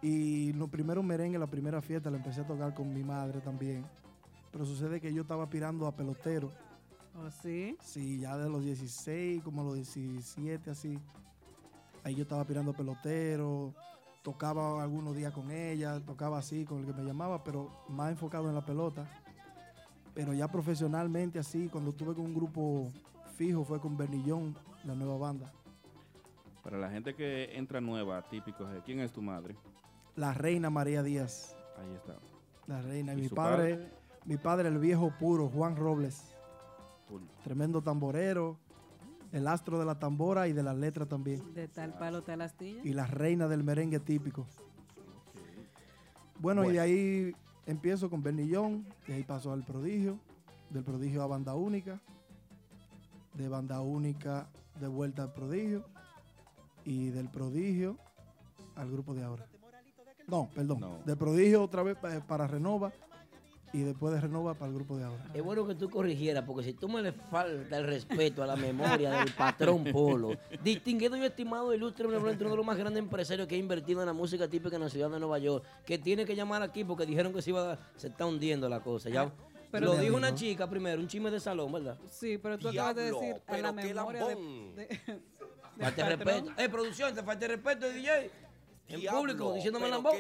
Speaker 16: Y los primeros merengues, la primera fiesta, la empecé a tocar con mi madre también. Pero sucede que yo estaba aspirando a pelotero.
Speaker 4: ¿O sí?
Speaker 16: Sí, ya de los 16, como los 17, así. Ahí yo estaba pirando pelotero, tocaba algunos días con ella, tocaba así con el que me llamaba, pero más enfocado en la pelota. Pero ya profesionalmente así, cuando estuve con un grupo fijo, fue con Bernillón, la nueva banda.
Speaker 2: Para la gente que entra nueva, típico, G, ¿quién es tu madre?
Speaker 16: La reina María Díaz,
Speaker 2: Ahí está.
Speaker 16: la reina. Y
Speaker 2: ¿Y
Speaker 16: mi
Speaker 2: su
Speaker 16: padre,
Speaker 2: padre?
Speaker 16: mi padre, el viejo puro, Juan Robles.
Speaker 2: Full.
Speaker 16: Tremendo tamborero, el astro de la tambora y de las letras también.
Speaker 4: De tal palo, tal astilla.
Speaker 16: y la reina del merengue típico. Bueno, y de ahí empiezo con Bernillón, de ahí paso al prodigio, del prodigio a banda única, de banda única de vuelta al prodigio y del prodigio al grupo de ahora. No, perdón, del prodigio otra vez pa- para Renova y después de Renova para el grupo de ahora.
Speaker 3: Es bueno que tú corrigieras, porque si tú me le falta el respeto a la memoria del patrón Polo, distinguido y estimado e ilustre, uno de los más grandes empresarios que ha invertido en la música típica en la ciudad de Nueva York, que tiene que llamar aquí porque dijeron que se iba a dar- se está hundiendo la cosa. Ya,
Speaker 4: Ah, Pero-
Speaker 3: lo dijo una chica primero, un chisme de salón, ¿verdad?
Speaker 4: Sí, pero tú acabas de
Speaker 3: Diablo,
Speaker 4: decir a
Speaker 3: pero
Speaker 4: la
Speaker 3: qué
Speaker 4: memoria de,
Speaker 3: lambón.
Speaker 4: de-
Speaker 3: Falta de
Speaker 4: patrón.
Speaker 3: respeto. Eh, producción, te falta de respeto, DJ. En
Speaker 4: Diablo,
Speaker 3: público, diciéndome
Speaker 4: pero
Speaker 3: lambón.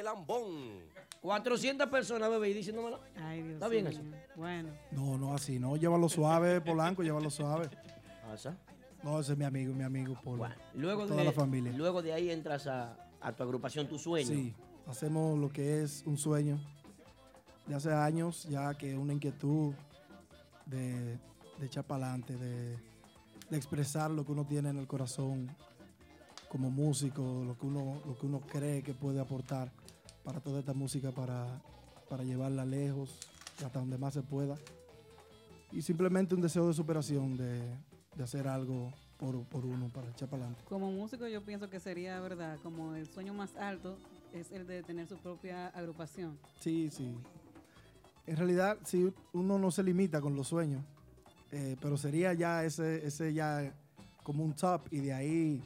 Speaker 4: qué
Speaker 3: 400 personas, bebé, y diciéndome lambón.
Speaker 4: Ay, Dios
Speaker 3: Está bien
Speaker 4: mío.
Speaker 3: eso.
Speaker 4: Bueno.
Speaker 16: No, no, así no, llévalo suave, Polanco, llévalo suave.
Speaker 3: ¿Pasa?
Speaker 16: No, ese es mi amigo, mi amigo Polo.
Speaker 3: Luego
Speaker 16: toda
Speaker 3: de,
Speaker 16: la familia.
Speaker 3: Luego de ahí entras a, a tu agrupación, tu sueño.
Speaker 16: Sí, hacemos lo que es un sueño de hace años, ya que una inquietud de, de echar para adelante, de, de expresar lo que uno tiene en el corazón como músico, lo que uno, lo que uno cree que puede aportar para toda esta música, para, para llevarla lejos, hasta donde más se pueda. Y simplemente un deseo de superación, de, de hacer algo por, por uno, para echar para adelante.
Speaker 4: Como músico yo pienso que sería, ¿verdad? Como el sueño más alto es el de tener su propia agrupación.
Speaker 16: Sí, sí. En realidad, sí, uno no se limita con los sueños, eh, pero sería ya ese, ese ya como un top y de ahí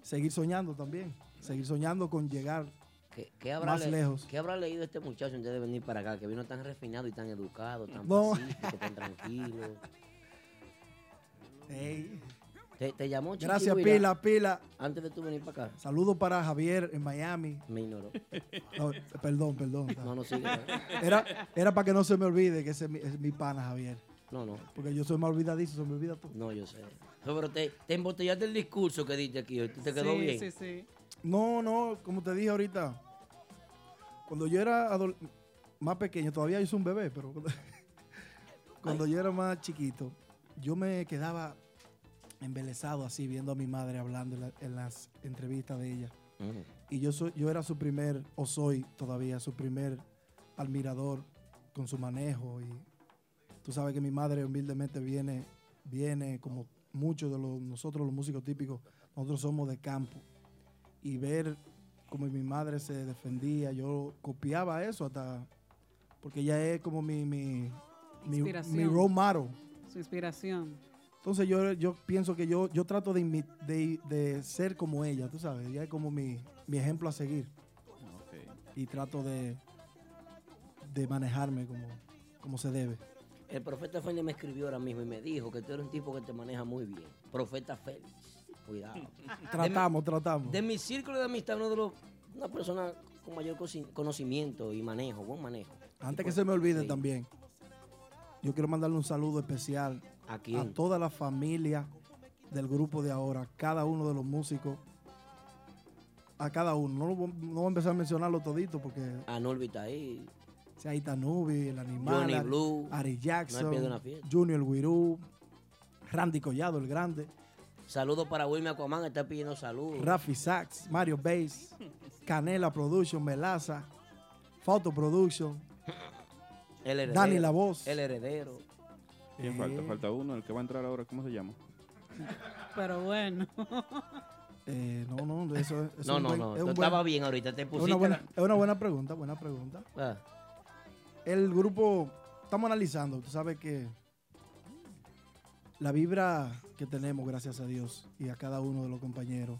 Speaker 16: seguir soñando también, seguir soñando con llegar
Speaker 3: ¿Qué, qué habrá
Speaker 16: más
Speaker 3: le-
Speaker 16: lejos.
Speaker 3: ¿Qué habrá leído este muchacho antes de venir para acá? Que vino tan refinado y tan educado, tan
Speaker 16: No.
Speaker 3: pacífico, tan tranquilo.
Speaker 16: Ey.
Speaker 3: Te, te llamó Chichi
Speaker 16: Gracias,
Speaker 3: Huila
Speaker 16: pila, pila.
Speaker 3: Antes de tú venir para acá.
Speaker 16: Saludos para Javier en Miami.
Speaker 3: Me ignoró.
Speaker 16: No, perdón, perdón.
Speaker 3: No, no, sigue. ¿eh?
Speaker 16: Era, era para que no se me olvide que ese es mi, es mi pana, Javier.
Speaker 3: No, no.
Speaker 16: Porque yo soy más olvidadizo, se me olvida todo.
Speaker 3: No, yo sé. No, Pero te, te embotellaste el discurso que diste aquí hoy. ¿Te quedó
Speaker 16: Sí,
Speaker 3: bien?
Speaker 16: sí, No, no, como te dije ahorita, cuando yo era adol- más pequeño, todavía yo soy un bebé, pero cuando, cuando yo era más chiquito, yo me quedaba embelesado así viendo a mi madre hablando en, la- en las entrevistas de ella.
Speaker 8: Mm.
Speaker 16: Y yo, soy, yo era su primer, o soy todavía, su primer admirador con su manejo. Y tú sabes que mi madre humildemente viene, viene como muchos de los, nosotros los músicos típicos, nosotros somos de campo. Y ver como mi madre se defendía, yo copiaba eso hasta, porque ella es como mi, mi, mi, mi
Speaker 4: Inspiración.
Speaker 16: role model.
Speaker 4: Su inspiración.
Speaker 16: Entonces yo, yo pienso que yo, yo trato de, imi- de, de ser como ella, tú sabes, ella es como mi, mi ejemplo a seguir. Y trato de, de manejarme como, como se debe.
Speaker 3: El profeta Félix me escribió ahora mismo y me dijo que tú eres un tipo que te maneja muy bien. Profeta Félix, cuidado.
Speaker 16: Tratamos, tratamos.
Speaker 3: De mi círculo de amistad, uno de los, una persona con mayor cosi- conocimiento y manejo, buen manejo.
Speaker 16: Antes que se me olvide también, yo quiero mandarle un saludo especial
Speaker 3: ¿A quién?
Speaker 16: toda la familia del grupo de ahora, cada uno de los músicos, a cada uno. No, lo voy- no voy a empezar a mencionarlo todito porque
Speaker 3: A Norby está ahí.
Speaker 16: si ahí está Nubi, el animal,
Speaker 3: Johnny
Speaker 16: Ari-
Speaker 3: Blue,
Speaker 16: Ari
Speaker 3: no
Speaker 16: Jackson,
Speaker 3: pierde una fiesta.
Speaker 16: Junior Guirú, Randy Collado, el grande,
Speaker 3: Saludos para Wilmy Aquaman, está pidiendo saludos.
Speaker 16: Rafi Sachs, Mario Bass, Canela Production, Melaza, Photo Production,
Speaker 3: El heredero.
Speaker 16: Dani Eh. La Voz.
Speaker 3: El heredero.
Speaker 2: ¿Quién falta? Falta uno, el que va a entrar ahora, ¿cómo se llama?
Speaker 4: Pero bueno.
Speaker 16: Eh, no, no, eso es. es
Speaker 3: No,
Speaker 16: un
Speaker 3: no,
Speaker 16: buen-
Speaker 3: no,
Speaker 16: es
Speaker 3: tú
Speaker 16: un
Speaker 3: estabas bien ahorita, te
Speaker 16: es
Speaker 3: pusiste
Speaker 16: Una buena,
Speaker 3: la- Ah.
Speaker 16: es una buena pregunta, buena pregunta. El grupo, estamos analizando, tú sabes que la vibra que tenemos, gracias a Dios y a cada uno de los compañeros,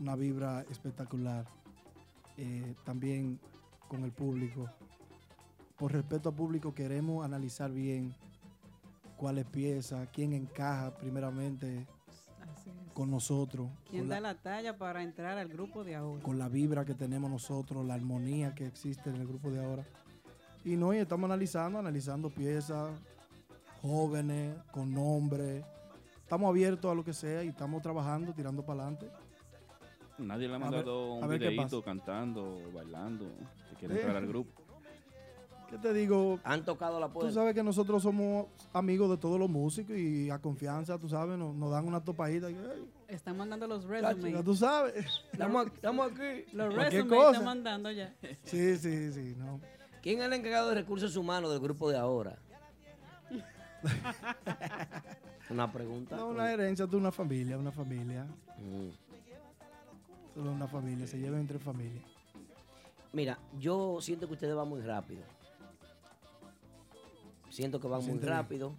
Speaker 16: una vibra espectacular. eh, también con el público. Por respeto al público, queremos analizar bien cuáles piezas, quién encaja primeramente
Speaker 4: Así es.
Speaker 16: con nosotros.
Speaker 4: ¿Quién
Speaker 16: con la-
Speaker 4: da la talla para entrar al grupo de ahora?
Speaker 16: con la vibra que tenemos nosotros, la armonía que existe en el grupo de ahora. Y no, y estamos analizando, analizando piezas jóvenes, con nombre. Estamos abiertos a lo que sea y estamos trabajando, tirando para adelante.
Speaker 2: Nadie le ha
Speaker 16: A ver-
Speaker 2: mandado
Speaker 16: a
Speaker 2: un
Speaker 16: ver qué
Speaker 2: videito cantando, bailando, que quiere
Speaker 16: Eh.
Speaker 2: entrar al grupo.
Speaker 16: ¿Qué te digo?
Speaker 3: Han tocado la puerta.
Speaker 16: Tú sabes que nosotros somos amigos de todos los músicos y a confianza, tú sabes, nos, nos dan una topadita. y, "Ey,
Speaker 4: Están mandando los
Speaker 16: ya
Speaker 4: resumes.
Speaker 16: tú sabes.
Speaker 3: Estamos, aquí- estamos aquí.
Speaker 4: Los
Speaker 16: Cualquier
Speaker 4: resumes
Speaker 16: cosa.
Speaker 4: están mandando ya.
Speaker 16: Sí, sí, sí, no.
Speaker 3: ¿Quién es el encargado de recursos humanos del grupo de ahora? Una pregunta.
Speaker 16: No, una herencia de una familia, una familia.
Speaker 3: Mm.
Speaker 16: Solo una familia, se lleva entre familias.
Speaker 3: Mira, yo siento que ustedes van muy rápido. Siento que van muy
Speaker 16: Siento bien.
Speaker 3: rápido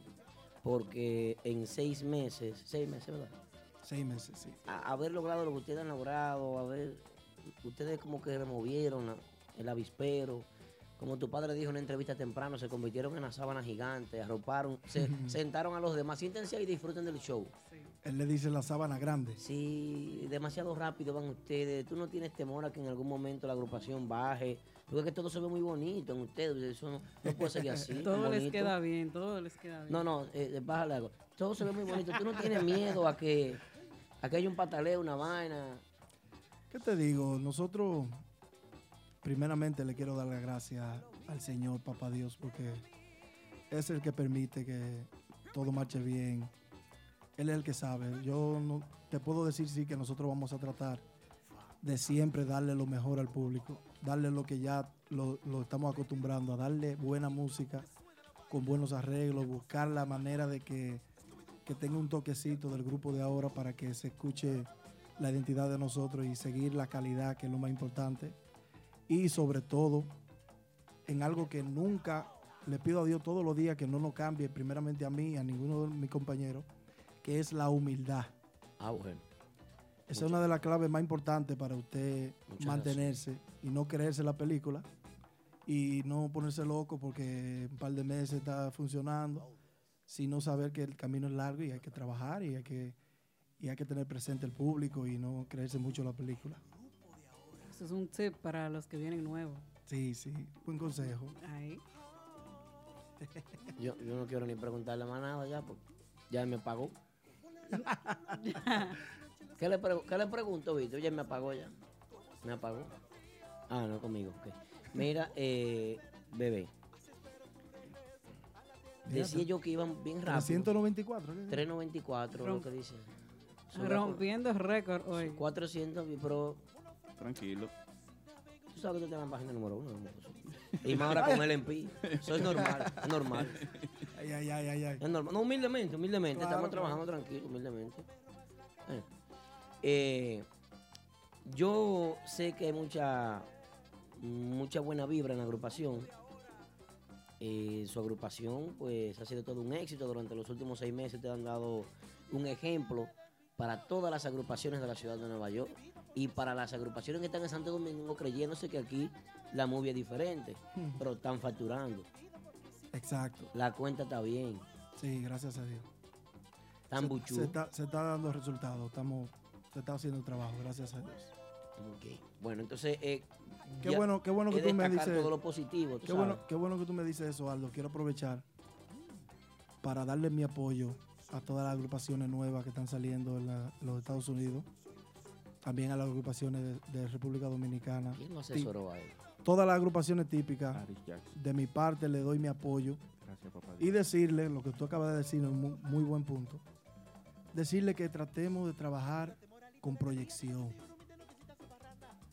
Speaker 3: porque en seis meses, seis meses, ¿verdad?
Speaker 16: Seis meses, sí.
Speaker 3: A- haber logrado lo que ustedes han logrado, haber, ustedes como que removieron la- el avispero. Como tu padre dijo en una entrevista temprano, se convirtieron en la sábana gigante, arroparon, se sentaron a los demás. Siéntense ahí y disfruten del show.
Speaker 16: Él le dice la sábana grande.
Speaker 3: Sí, demasiado rápido van ustedes. Tú no tienes temor a que en algún momento la agrupación baje. Porque es que todo se ve muy bonito en ustedes. Eso no, no puede seguir Pues así. tan
Speaker 4: Todo les
Speaker 3: bonito.
Speaker 4: queda bien, todo les queda bien.
Speaker 3: No, no, eh, bájale algo. Todo se ve muy bonito. Tú no tienes miedo a que, a que haya un pataleo, una vaina.
Speaker 16: ¿Qué te digo? Nosotros, primeramente, le quiero dar las gracias al Señor, Papá Dios, porque es el que permite que todo marche bien. Él es el que sabe. Yo no, te puedo decir, sí, que nosotros vamos a tratar de siempre darle lo mejor al público, darle lo que ya lo, lo estamos acostumbrando, a darle buena música con buenos arreglos, buscar la manera de que, que tenga un toquecito del grupo de ahora para que se escuche la identidad de nosotros y seguir la calidad, que es lo más importante. Y sobre todo, en algo que nunca le pido a Dios todos los días que no nos cambie, primeramente a mí, a ninguno de mis compañeros, que es la humildad.
Speaker 3: Ah, bueno.
Speaker 16: Esa es una de las claves más importantes para usted
Speaker 3: Muchas
Speaker 16: mantenerse y no creerse la película y no ponerse loco porque un par de meses está funcionando, sino saber que el camino es largo y hay que trabajar y hay que, y hay que tener presente el público y no creerse mucho la película.
Speaker 4: Eso es un tip para los que vienen nuevos.
Speaker 16: Sí, sí, buen consejo.
Speaker 4: Ahí.
Speaker 3: Yo, yo no quiero ni preguntarle más nada ya, porque ya me pagó. ¿Qué, le pregu- ¿Qué le pregunto, Víctor? Ya me apagó ya. Me apagó. Ah, no, conmigo. ok. Mira, eh, bebé.
Speaker 16: Mira,
Speaker 3: Decía yo que iban bien rápido.
Speaker 16: 394, ¿qué?
Speaker 3: 394, lo
Speaker 4: Romp-
Speaker 3: que dice.
Speaker 4: Rompiendo récord hoy.
Speaker 3: 400, pero
Speaker 2: Tranquilo.
Speaker 3: tú sabes que tú tienes la página número uno. ¿no? Y más ahora con el MP. Eso es normal, es normal.
Speaker 16: Ay, ay, ay, ay, ay.
Speaker 3: Es normal. No, humildemente, humildemente.
Speaker 16: Claro,
Speaker 3: Estamos
Speaker 16: claro.
Speaker 3: trabajando tranquilo, humildemente. Eh, eh, yo sé que hay mucha, mucha buena vibra en la agrupación. Eh, su agrupación pues ha sido todo un éxito. Durante los últimos seis meses te han dado un ejemplo para todas las agrupaciones de la ciudad de Nueva York y para las agrupaciones que están en Santo Domingo creyéndose que aquí la movie es diferente,
Speaker 16: Hmm.
Speaker 3: pero están facturando.
Speaker 16: Exacto.
Speaker 3: La cuenta está bien,
Speaker 16: Sí, gracias a Dios.
Speaker 3: Tan
Speaker 16: Se-
Speaker 3: buchú.
Speaker 16: se, está, se está dando resultados. Estamos, se está haciendo el trabajo, gracias a Dios.
Speaker 3: Ok. Bueno, entonces. eh,
Speaker 16: Qué
Speaker 3: ya
Speaker 16: bueno, qué bueno que
Speaker 3: es
Speaker 16: tú me
Speaker 3: destacar
Speaker 16: dices.
Speaker 3: todo lo positivo, tú
Speaker 16: qué,
Speaker 3: sabes.
Speaker 16: bueno, qué bueno que tú me dices eso, Aldo. Quiero aprovechar para darle mi apoyo a todas las agrupaciones nuevas que están saliendo en la- los Estados Unidos. También a las agrupaciones de, de República Dominicana.
Speaker 3: ¿Quién lo
Speaker 16: Ti-
Speaker 3: asesoró a él?
Speaker 16: Todas las agrupaciones típicas.
Speaker 2: Jackson.
Speaker 16: De mi parte le doy mi apoyo.
Speaker 2: Gracias, papá
Speaker 16: Y decirle, lo que tú acabas de decir, es un mu- muy buen punto. Decirle que tratemos de trabajar con proyección.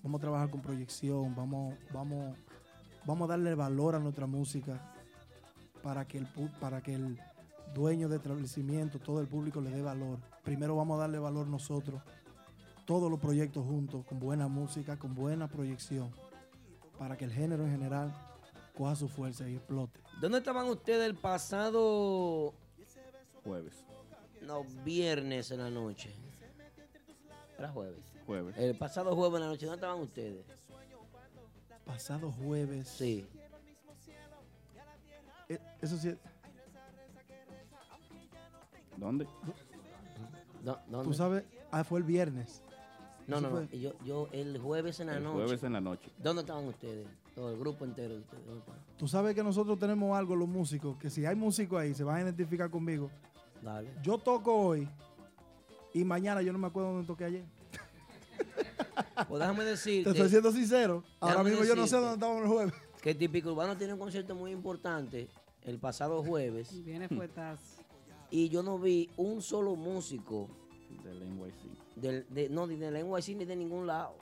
Speaker 16: Vamos a trabajar con proyección, vamos, vamos, vamos a darle valor a nuestra música para que el, pu- para que el dueño de establecimiento, todo el público le dé valor. Primero vamos a darle valor nosotros, todos los proyectos juntos, con buena música, con buena proyección, para que el género en general coja su fuerza y explote.
Speaker 3: ¿Dónde estaban ustedes el pasado
Speaker 2: jueves?
Speaker 3: No, viernes en la noche. Era jueves.
Speaker 2: Jueves.
Speaker 3: El pasado jueves en la noche, ¿dónde estaban ustedes?
Speaker 16: Pasado jueves. Eh,
Speaker 3: Sí.
Speaker 16: Eso sí.
Speaker 2: ¿Dónde?
Speaker 3: No, ¿dónde?
Speaker 16: Tú sabes, ah, fue el viernes.
Speaker 3: No,
Speaker 16: Eso
Speaker 3: no, no.
Speaker 16: fue-
Speaker 3: Yo, yo el jueves en la
Speaker 2: El
Speaker 3: noche.
Speaker 2: jueves en la noche.
Speaker 3: ¿Dónde estaban ustedes? Todo el grupo entero de ustedes. ¿dónde estaban?
Speaker 16: Tú sabes que nosotros tenemos algo, los músicos, que si hay músicos ahí, se van a identificar conmigo.
Speaker 3: Dale.
Speaker 16: Yo toco hoy y mañana yo no me acuerdo dónde toqué ayer.
Speaker 3: Pues déjame decirte.
Speaker 16: Te estoy siendo sincero. Ahora
Speaker 3: déjame
Speaker 16: mismo yo no sé
Speaker 3: decirte
Speaker 16: dónde estábamos el jueves.
Speaker 3: Que Típico Urbano tiene un concierto muy importante el pasado jueves.
Speaker 4: Viene fuetazo.
Speaker 3: Y yo no vi un solo músico
Speaker 2: Del NYC.
Speaker 3: del, de, no, ni del NYC ni de ningún lado.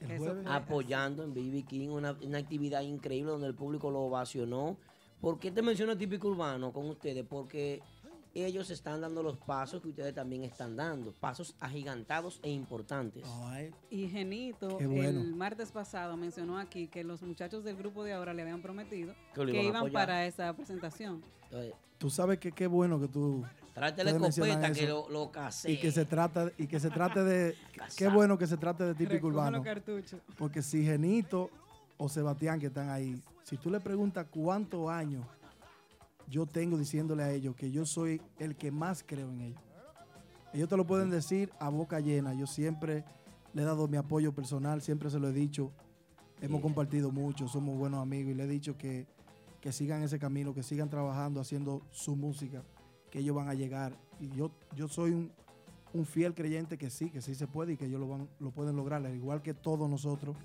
Speaker 16: Eso jueves? fue
Speaker 3: Apoyando en BB King, una, una actividad increíble donde el público lo ovacionó. ¿Por qué te menciono típico urbano con ustedes? Porque ellos están dando los pasos que ustedes también están dando, pasos agigantados e importantes.
Speaker 4: Y Genito,
Speaker 3: Qué bueno.
Speaker 4: el martes pasado mencionó aquí que los muchachos del grupo de ahora le habían prometido
Speaker 3: Que
Speaker 4: que,
Speaker 3: lo iban a
Speaker 4: iban
Speaker 3: apoyar.
Speaker 4: para esa presentación.
Speaker 3: Entonces,
Speaker 16: Tú sabes que qué bueno que tú.
Speaker 3: Trátele
Speaker 16: ustedes mencionan
Speaker 3: copeta, que
Speaker 16: eso.
Speaker 3: lo- lo casé.
Speaker 16: Y que se, trata, y que se trate de. qué bueno que se trate de típico
Speaker 4: Recoge
Speaker 16: urbano.
Speaker 4: los cartuchos.
Speaker 16: Porque si Genito o Sebastián que están ahí, si tú le preguntas cuántos años yo tengo diciéndole a ellos que yo soy el que más creo en ellos. Ellos te lo pueden decir a boca llena. Yo siempre le he dado mi apoyo personal, siempre se lo he dicho. Hemos compartido mucho, somos buenos amigos y le he dicho que, que sigan ese camino, que sigan trabajando, haciendo su música, que ellos van a llegar. Y yo, yo soy un, un fiel creyente que sí, que sí se puede y que ellos lo, van, lo pueden lograr, al igual que todos nosotros,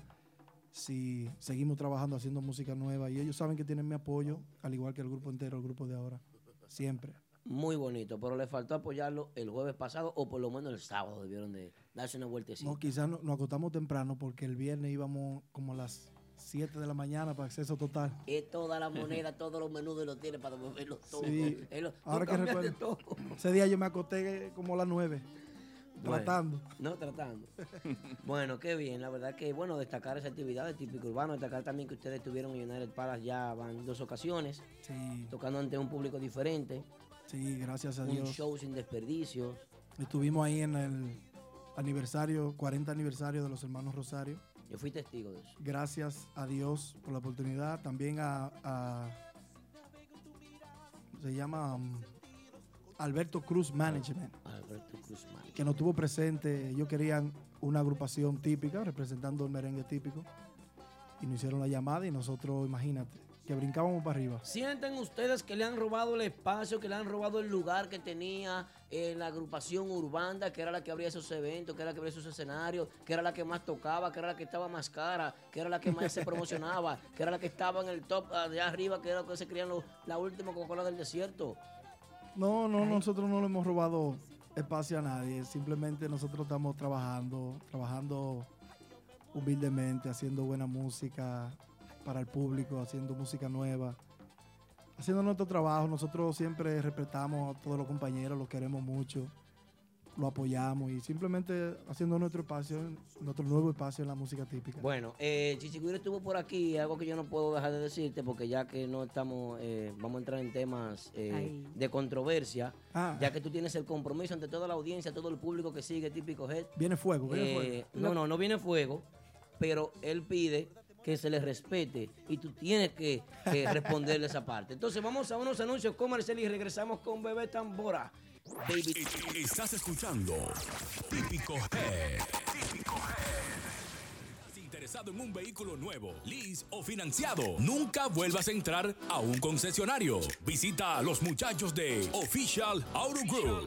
Speaker 16: si seguimos trabajando haciendo música nueva. Y ellos saben que tienen mi apoyo, al igual que el grupo entero, el grupo de ahora, siempre.
Speaker 3: Muy bonito, pero le faltó apoyarlo el jueves pasado o por lo menos el sábado debieron de darse una vueltecita.
Speaker 16: No, quizás no- nos acostamos temprano porque el viernes íbamos como a las 7 de la mañana para acceso total.
Speaker 3: Es toda la moneda, todos los menudos lo tiene para devolverlo todo.
Speaker 16: Sí.
Speaker 3: Él lo- tú
Speaker 16: Ahora que
Speaker 3: cambiaste
Speaker 16: recuerdo,
Speaker 3: todo.
Speaker 16: ese día yo me acosté como a las 9,
Speaker 3: Bueno,
Speaker 16: tratando.
Speaker 3: No, tratando. bueno, qué bien. La verdad que, bueno, destacar esa actividad de típico urbano. Destacar también que ustedes tuvieron en United Palace ya van dos ocasiones. Tocando ante un público diferente.
Speaker 16: Sí, gracias a
Speaker 3: un
Speaker 16: Dios.
Speaker 3: show sin desperdicios.
Speaker 16: Estuvimos ahí en el aniversario, 40 aniversario de los hermanos Rosario.
Speaker 3: Yo fui testigo de eso.
Speaker 16: Gracias a Dios por la oportunidad. También a, a- se llama um, Alberto Cruz Management,
Speaker 3: Alberto Guzmán.
Speaker 16: que nos tuvo presente. Ellos querían una agrupación típica, representando el merengue típico. Y nos hicieron la llamada y nosotros, imagínate, que brincábamos para arriba.
Speaker 3: ¿Sienten ustedes que le han robado el espacio, que le han robado el lugar que tenía eh, la agrupación Urbanda, que era la que abría esos eventos, que era la que abría esos escenarios, que era la que más tocaba, que era la que estaba más cara, que era la que más se promocionaba, que era la que estaba en el top allá arriba, que era la que se creían los- la última Coca-Cola del desierto?
Speaker 16: No, no, nosotros no le hemos robado espacio a nadie. Simplemente nosotros estamos trabajando, trabajando humildemente, haciendo buena música para el público, haciendo música nueva, haciendo nuestro trabajo. Nosotros siempre respetamos a todos los compañeros, los queremos mucho. lo apoyamos y simplemente haciendo nuestro espacio, nuestro nuevo espacio en la música típica.
Speaker 3: Bueno, eh, Chichiguiro estuvo por aquí, algo que yo no puedo dejar de decirte, porque ya que no estamos, eh, vamos a entrar en temas eh,
Speaker 16: Ay.
Speaker 3: de controversia,
Speaker 16: Ah.
Speaker 3: ya que tú tienes el compromiso ante toda la audiencia, todo el público que sigue Típico Head.
Speaker 16: Viene fuego, viene
Speaker 3: Eh,
Speaker 16: fuego.
Speaker 3: No, no, no viene fuego, pero él pide que se le respete y tú tienes que eh, responderle esa parte. Entonces vamos a unos anuncios comerciales y regresamos con Bebé Tambora. Baby.
Speaker 1: Estás escuchando Típico Head. Estás Interesado en un vehículo nuevo, lease o financiado, nunca vuelvas a entrar a un concesionario. Visita a los muchachos de Official Auto Group.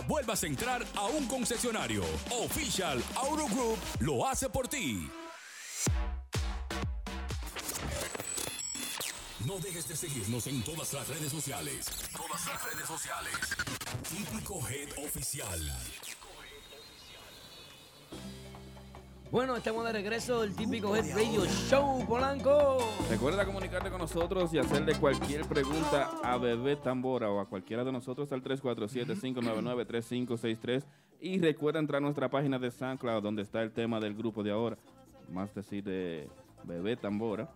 Speaker 1: vuelvas a entrar a un concesionario. Official Auto Group lo hace por ti. No dejes de seguirnos en todas las redes sociales. Todas las redes sociales. Típico Head Oficial.
Speaker 3: Bueno, estamos de regreso del Típico Head Radio Show, Polanco.
Speaker 2: Recuerda comunicarte con nosotros y hacerle cualquier pregunta a Bebé Tambora o a cualquiera de nosotros al 347-599-3563. Y recuerda entrar a nuestra página de SoundCloud donde está el tema del grupo de ahora. Más decir de Bebé Tambora.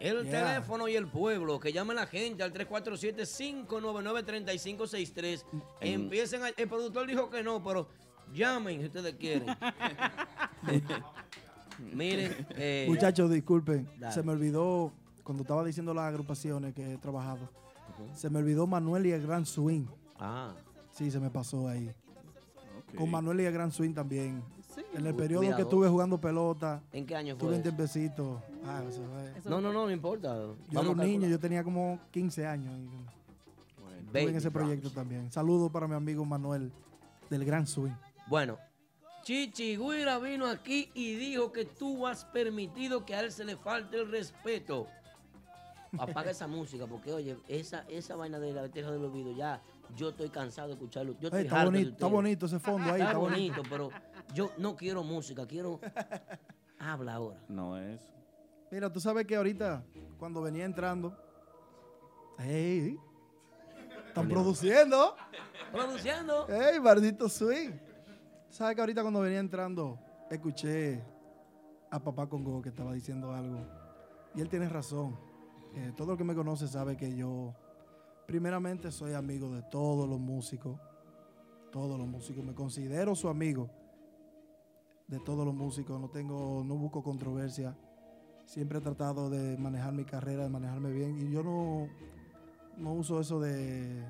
Speaker 3: El
Speaker 2: Yeah.
Speaker 3: teléfono y el pueblo, que llame la gente al 347-599-3563.
Speaker 2: En-
Speaker 3: Empiecen a- El productor dijo que no, pero llamen si ustedes quieren. Miren, eh,
Speaker 16: Muchachos, disculpen,
Speaker 3: Dale.
Speaker 16: se me olvidó cuando estaba diciendo las agrupaciones que he trabajado, se me olvidó Manuel y el Gran Swing.
Speaker 3: Ah.
Speaker 16: Sí, se me pasó ahí.
Speaker 2: Ok.
Speaker 16: Con Manuel y el Gran Swing también. En el
Speaker 3: Cu-
Speaker 16: periodo
Speaker 3: cuidado.
Speaker 16: que estuve jugando pelota.
Speaker 3: ¿En qué año
Speaker 16: Tuve
Speaker 3: fue
Speaker 16: un
Speaker 3: eso?
Speaker 16: tiempecito. Ah, eso fue-
Speaker 3: No, no, no, no importa.
Speaker 16: Yo era
Speaker 3: Vamos
Speaker 16: un
Speaker 3: a
Speaker 16: niño,
Speaker 3: calcular.
Speaker 16: yo tenía como 15 años. y estuve
Speaker 3: Baby
Speaker 16: en ese proyecto también. Saludos para mi amigo Manuel del Gran Swing.
Speaker 3: Bueno, Chichiguira vino aquí y dijo que tú has permitido que a él se le falte el respeto. Apaga esa música, porque oye, esa, esa vaina de la teja del olvido, ya yo estoy cansado de escucharlo. Yo estoy
Speaker 16: Ey, está,
Speaker 3: harto de
Speaker 16: bonito, está
Speaker 3: ustedes.
Speaker 16: bonito ese fondo ahí.
Speaker 3: Está,
Speaker 16: Está
Speaker 3: bonito, pero yo no quiero música, quiero. Habla ahora.
Speaker 2: No es.
Speaker 16: Mira, tú sabes que ahorita, cuando venía entrando, ¡ey! Están produciendo.
Speaker 3: Produciendo.
Speaker 16: ¡Ey, maldito swing! ¿Sabes que ahorita cuando venía entrando, escuché a Papá Congo que estaba diciendo algo? Y él tiene razón. Eh, todo el que me conoce sabe que yo, primeramente, soy amigo de todos los músicos. Todos los músicos. Me considero su amigo de todos los músicos. No tengo, no busco controversia. Siempre he tratado de manejar mi carrera, de manejarme bien. Y yo no, no uso eso de,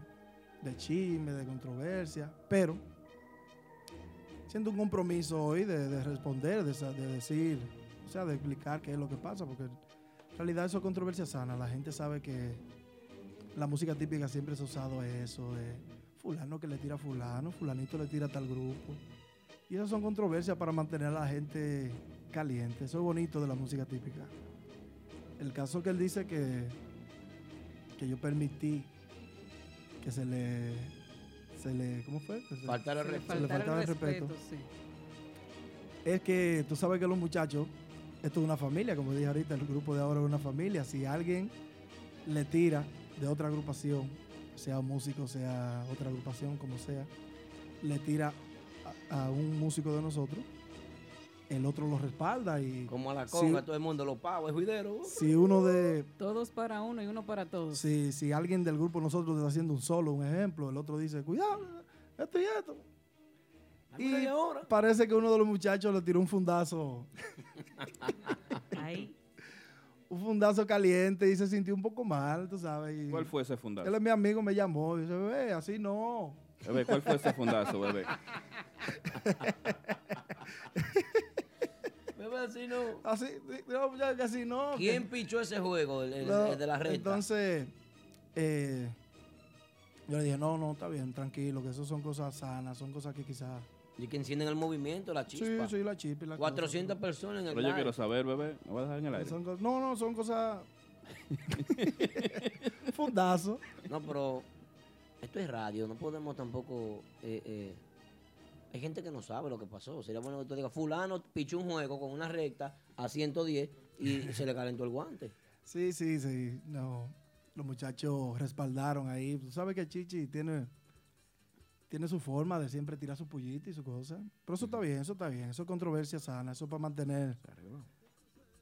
Speaker 16: de chisme, de controversia. Pero siento un compromiso hoy de, de responder, de, sa- de decir, o sea, de explicar qué es lo que pasa. Porque en realidad eso es controversia sana. La gente sabe que la música típica siempre se ha usado eso de fulano que le tira a fulano, fulanito le tira a tal grupo. Y esas son controversias para mantener a la gente caliente. Eso es bonito de la música típica. El caso que él dice que, que yo permití que se le... Se le ¿Cómo fue? Que se-
Speaker 3: Faltara el
Speaker 16: se le-
Speaker 3: respeto.
Speaker 16: se le faltara el respeto. Es que tú sabes que los muchachos, esto es una familia, como dije ahorita, el grupo de ahora es una familia. Si alguien le tira de otra agrupación, sea un músico, sea otra agrupación, como sea, le tira a, a un músico de nosotros, el otro lo respalda y...
Speaker 3: Como a la
Speaker 16: si-
Speaker 3: conga, todo el mundo lo pago, es Ah, juidero.
Speaker 16: si uno de,
Speaker 4: Todos para uno y uno para todos.
Speaker 16: si, si alguien del grupo de nosotros está haciendo un solo, un ejemplo, el otro dice, cuidado, esto y esto. Y parece que uno de los muchachos le tiró un fundazo. Un fundazo caliente y se sintió un poco mal, tú sabes. y
Speaker 2: ¿Cuál fue ese fundazo?
Speaker 16: Él es mi amigo, me llamó y dice, bebé, así no.
Speaker 2: Bebé, ¿cuál fue ese fundazo, bebé?
Speaker 3: Bebé, así no.
Speaker 16: Así, di- Ah, no, muchacho, que así no.
Speaker 3: ¿Quién
Speaker 16: que-
Speaker 3: pichó ese juego? El, el-
Speaker 16: No,
Speaker 3: el de la recta.
Speaker 16: Entonces, eh, Yo le dije, no, no, está bien, tranquilo, que eso son cosas sanas, son cosas que quizás...
Speaker 3: Y que encienden el movimiento, la chispa.
Speaker 16: sí, la chispa y la cosa.
Speaker 3: 400 personas en el
Speaker 2: Pero yo
Speaker 3: live.
Speaker 2: quiero saber, bebé. Me voy a dejar en el aire.
Speaker 16: Eh, Son co- no, no, son cosas... Fundazo.
Speaker 3: No, pero esto es radio, no podemos tampoco... eh, eh, hay gente que no sabe lo que pasó. Sería bueno que tú digas, fulano pichó un juego con una recta a 110 y se le calentó el guante.
Speaker 16: Sí, sí, sí. No, los muchachos respaldaron ahí. Tú sabes que Chichi tiene, tiene su forma de siempre tirar su pullita y su cosa. Pero eso está bien, eso está bien. Eso es controversia sana. Eso es para mantener,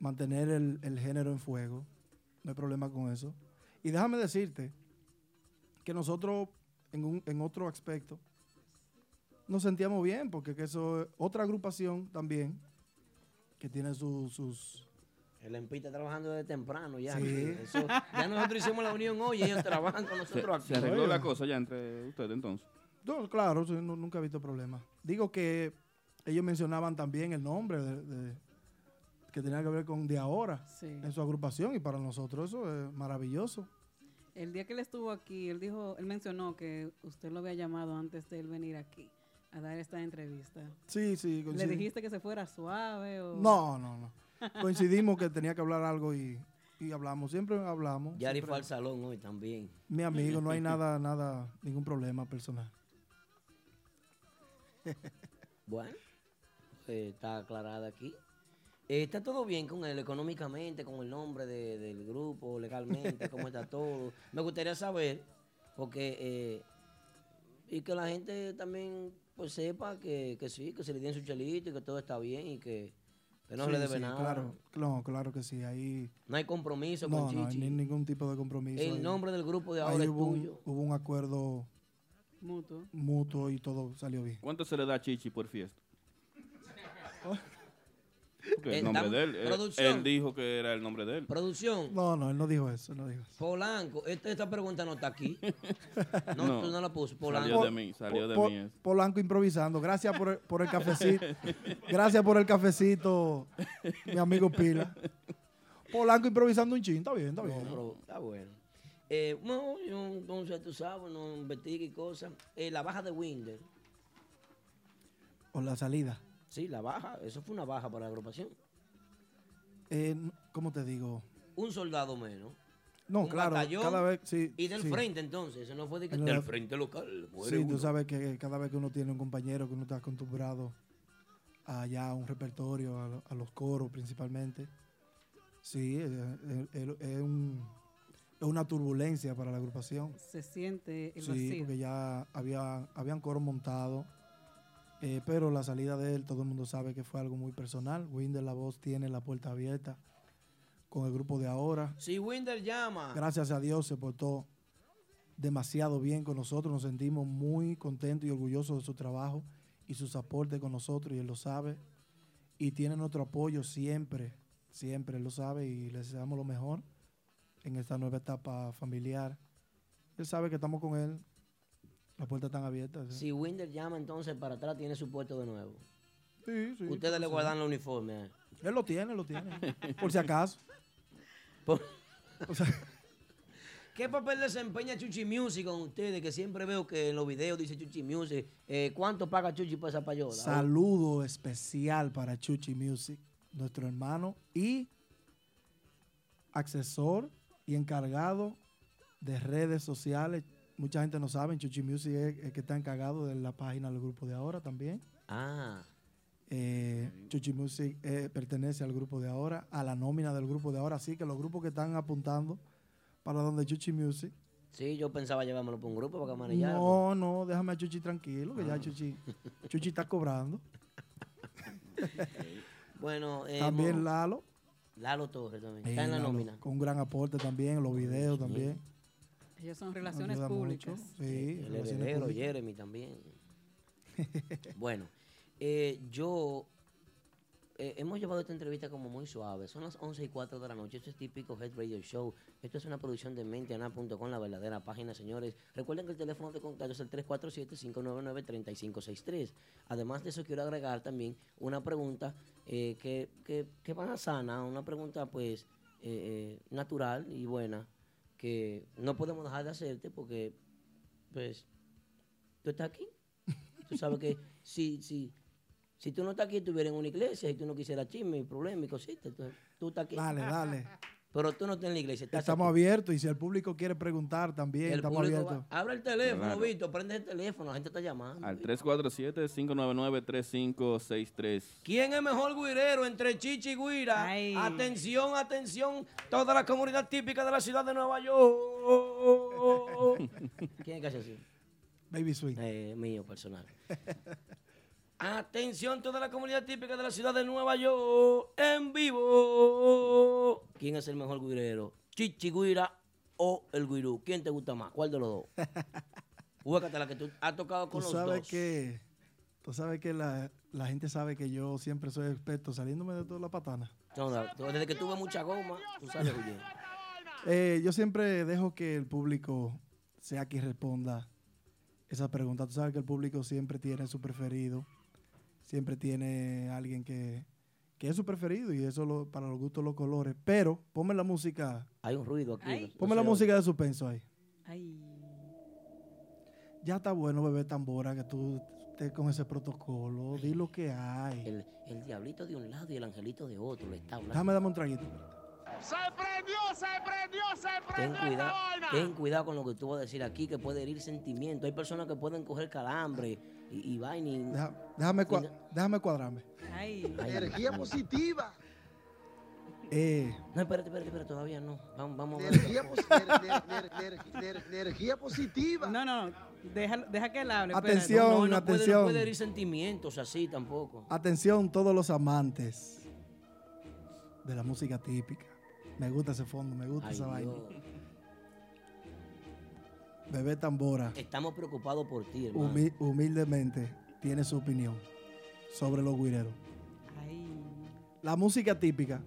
Speaker 16: mantener el, el género en fuego. No hay problema con eso. Y déjame decirte que nosotros, en, un- en otro aspecto, nos sentíamos bien porque que eso es otra agrupación también que tiene su- sus
Speaker 3: El EMPI está trabajando desde temprano ya.
Speaker 16: Sí.
Speaker 3: Eso- ya nosotros hicimos la unión hoy y ellos trabajan con nosotros
Speaker 2: Se,
Speaker 3: aquí.
Speaker 2: se arregló
Speaker 16: Oiga.
Speaker 2: la cosa ya entre ustedes entonces.
Speaker 16: No, claro, sí, no- nunca he visto problema. Digo que ellos mencionaban también el nombre de- de- que tenía que ver con de ahora en su agrupación y para nosotros eso es maravilloso.
Speaker 4: El día que él estuvo aquí, él dijo, él mencionó que usted lo había llamado antes de él venir aquí a dar esta entrevista.
Speaker 16: Sí, sí.
Speaker 4: ¿Le
Speaker 16: coincid-
Speaker 4: dijiste que se fuera suave o...?
Speaker 16: No, no, no. Coincidimos que tenía que hablar algo y, y hablamos. Siempre hablamos.
Speaker 3: Yari
Speaker 16: siempre-
Speaker 3: fue al salón hoy también.
Speaker 16: Mi amigo, no hay nada, nada, ningún problema personal.
Speaker 3: Bueno, eh, está aclarada aquí. Eh, ¿Está todo bien con él económicamente, con el nombre de- del grupo, legalmente? ¿Cómo está todo? Me gustaría saber, porque... eh, y que la gente también pues sepa que, que sí, que se le den su chelito y que todo está bien y que, que no se
Speaker 16: Sí,
Speaker 3: le debe
Speaker 16: sí,
Speaker 3: nada.
Speaker 16: Claro, no, claro que sí. Ahí
Speaker 3: No hay compromiso
Speaker 16: no,
Speaker 3: con
Speaker 16: no,
Speaker 3: Chichi.
Speaker 16: ni- ningún tipo de compromiso.
Speaker 3: El
Speaker 16: ahí.
Speaker 3: nombre del grupo de
Speaker 16: Ahí
Speaker 3: ahora es
Speaker 16: hubo un-
Speaker 3: tuyo.
Speaker 16: hubo un acuerdo
Speaker 4: Mutuo.
Speaker 16: mutuo y todo salió bien.
Speaker 2: ¿Cuánto se le da a Chichi por fiesta? Porque
Speaker 3: Eh,
Speaker 2: el nombre
Speaker 3: dam-
Speaker 2: de él, él.
Speaker 3: producción.
Speaker 2: él dijo que era el nombre de él.
Speaker 3: Producción.
Speaker 16: No, no, él no dijo eso, él no dijo eso.
Speaker 3: Polanco, esta, esta pregunta no está aquí. No,
Speaker 2: No.
Speaker 3: tú no la puso. Polanco.
Speaker 2: Salió de mí, salió de
Speaker 16: Po-
Speaker 2: mí. eso.
Speaker 16: Polanco improvisando. Gracias por el, por el cafecito. Gracias por el cafecito, mi amigo Pila. Polanco improvisando un chin, está bien, está
Speaker 3: No,
Speaker 16: bien.
Speaker 3: pero está bueno. Eh, no, yo, entonces tú sabes, no investigue y cosas. Eh, la baja de Winder,
Speaker 16: O la salida.
Speaker 3: sí, la baja, eso fue una baja para la agrupación.
Speaker 16: Eh, ¿Cómo te digo?
Speaker 3: Un soldado menos.
Speaker 16: No,
Speaker 3: un
Speaker 16: claro,
Speaker 3: batallón,
Speaker 16: cada vez, sí,
Speaker 3: Y del
Speaker 16: sí.
Speaker 3: frente, entonces, eso no fue de que
Speaker 16: En
Speaker 3: del
Speaker 16: la-
Speaker 3: frente local. muere
Speaker 16: Sí,
Speaker 3: uno.
Speaker 16: tú sabes que cada vez que uno tiene un compañero que uno está acostumbrado a ya un repertorio, a, lo- a los coros principalmente, sí, eh, eh, eh, es, un- es una turbulencia para la agrupación.
Speaker 4: Se siente el
Speaker 16: Sí,
Speaker 4: vacío.
Speaker 16: porque ya había, habían coros montados. eh, pero la salida de él, todo el mundo sabe que fue algo muy personal. Winder La Voz tiene la puerta abierta con el grupo de ahora.
Speaker 3: Si Winder llama,
Speaker 16: Gracias a Dios se portó demasiado bien con nosotros. Nos sentimos muy contentos y orgullosos de su trabajo y sus aportes con nosotros, y él lo sabe. Y tiene nuestro apoyo siempre, siempre, él lo sabe y le deseamos lo mejor en esta nueva etapa familiar. Él sabe que estamos con él, las puertas están abiertas. ¿eh? ¿sí?
Speaker 3: si Winder llama, entonces para atrás tiene su puesto de nuevo.
Speaker 16: Sí, sí,
Speaker 3: Ustedes le
Speaker 16: sí.
Speaker 3: guardan los uniformes. ¿eh?
Speaker 16: Él lo tiene, lo tiene, por si acaso.
Speaker 3: ¿Qué papel desempeña Chuchi Music con ustedes? Que siempre veo que en los videos dice Chuchi Music. eh, ¿Cuánto paga Chuchi por esa payola?
Speaker 16: Saludo especial para Chuchi Music, nuestro hermano y accesor y encargado de redes sociales. Mucha gente no sabe, Chuchi Music es el que está encargado de la página del grupo de ahora también.
Speaker 3: Ah.
Speaker 16: Eh, Chuchi Music eh, pertenece al grupo de ahora, a la nómina del grupo de ahora. Así que los grupos que están apuntando para donde Chuchi Music.
Speaker 3: Sí, yo pensaba llevármelo para un grupo para que manejar.
Speaker 16: No, no, déjame a Chuchi tranquilo, que
Speaker 3: Ah.
Speaker 16: ya Chuchi, Chuchi está cobrando.
Speaker 3: Bueno, eh,
Speaker 16: También
Speaker 3: mo-
Speaker 16: Lalo.
Speaker 3: Lalo Torres también.
Speaker 16: Sí,
Speaker 3: Está en la
Speaker 16: Lalo,
Speaker 3: nómina.
Speaker 16: Con un gran aporte también, los videos también.
Speaker 4: Ellos son relaciones
Speaker 16: Ayuda mucho.
Speaker 4: públicas.
Speaker 16: Sí,
Speaker 3: El
Speaker 16: relaciones
Speaker 3: heredero,
Speaker 16: públicas.
Speaker 3: Jeremy también. bueno, eh, yo. eh, hemos llevado esta entrevista como muy suave. Son las 11 y 4 de la noche. Esto es típico Head Radio Show. Esto es una producción de Menteana.com, la verdadera página, señores. Recuerden que el teléfono de contacto es el 347-599-3563. Además de eso, quiero agregar también una pregunta eh, que, que, que va sana, una pregunta pues eh, eh, natural y buena que no podemos dejar de hacerte porque pues, tú estás aquí. Tú sabes que si, si, si tú no estás aquí, estuvieras en una iglesia y tú no quisieras chisme y problemas y cositas. Entonces, tú estás aquí.
Speaker 16: Dale, dale.
Speaker 3: Pero tú no estás en la iglesia. Estás
Speaker 16: Estamos
Speaker 3: aquí.
Speaker 16: abiertos y si el público quiere preguntar también,
Speaker 3: El
Speaker 16: estamos
Speaker 3: público
Speaker 16: abiertos.
Speaker 3: va- abre el teléfono,
Speaker 2: Claro.
Speaker 3: Vito, prende el teléfono, la gente está llamando.
Speaker 2: Al 347-599-3563.
Speaker 3: ¿Quién es mejor guirero entre Chichi y Guira? Atención, atención, toda la comunidad típica de la ciudad de Nueva York. ¿Quién es que hace así?
Speaker 16: Baby Swing.
Speaker 3: eh, mío, personal. Atención, toda la comunidad típica de la ciudad de Nueva York, en vivo. ¿Quién es el mejor guirero? ¿Chichi Guira o el guirú? ¿Quién te gusta más? ¿Cuál de los dos? Juégate la que tú has tocado con
Speaker 16: Tú
Speaker 3: los
Speaker 16: sabes
Speaker 3: dos.
Speaker 16: que, tú sabes que la, la gente sabe que yo siempre soy experto saliéndome de toda la patana.
Speaker 3: No, no, Desde que tuve mucha goma, tú sabes, huyendo.
Speaker 16: Eh, yo siempre dejo que el público sea quien responda esa pregunta. Tú sabes que el público siempre tiene su preferido, siempre tiene alguien que, que es su preferido y eso lo- para los gustos, los colores. Pero ponme la música.
Speaker 3: Hay un ruido aquí.
Speaker 4: Ay.
Speaker 16: Ponme la música de suspenso ahí.
Speaker 4: Ay.
Speaker 16: Ya está bueno, bebé tambora, que tú estés con ese protocolo. Di lo que hay.
Speaker 3: El, el diablito de un lado y el angelito de otro le está hablando.
Speaker 16: Déjame darme un traguito.
Speaker 7: Se prendió, se prendió, se
Speaker 3: Ten
Speaker 7: prendió
Speaker 3: cuidado,
Speaker 7: esta vaina.
Speaker 3: ten cuidado con lo que tú vas a decir aquí, que puede herir sentimiento. Hay personas que pueden coger calambre y, y vaina. y-
Speaker 16: Deja- déjame, cua- déjame cuadrarme.
Speaker 17: Energía positiva.
Speaker 16: Eh,
Speaker 3: No, espérate, espérate, espérate, todavía no. Vamos, vamos.
Speaker 17: Energía, posi- ener- ener- ener- ener- energía positiva.
Speaker 4: No, no, deja, deja que él hable. espérate.
Speaker 16: Atención,
Speaker 3: no, no puede-
Speaker 16: atención.
Speaker 3: no puede herir sentimientos así tampoco.
Speaker 16: Atención todos los amantes de la música típica. Me gusta ese fondo, me gusta
Speaker 3: Ay,
Speaker 16: esa vaina.
Speaker 3: Dios.
Speaker 16: Bebé Tambora,
Speaker 3: Estamos preocupados por ti, hermano.
Speaker 16: humi- humildemente, tiene su opinión sobre los guireros. La música típica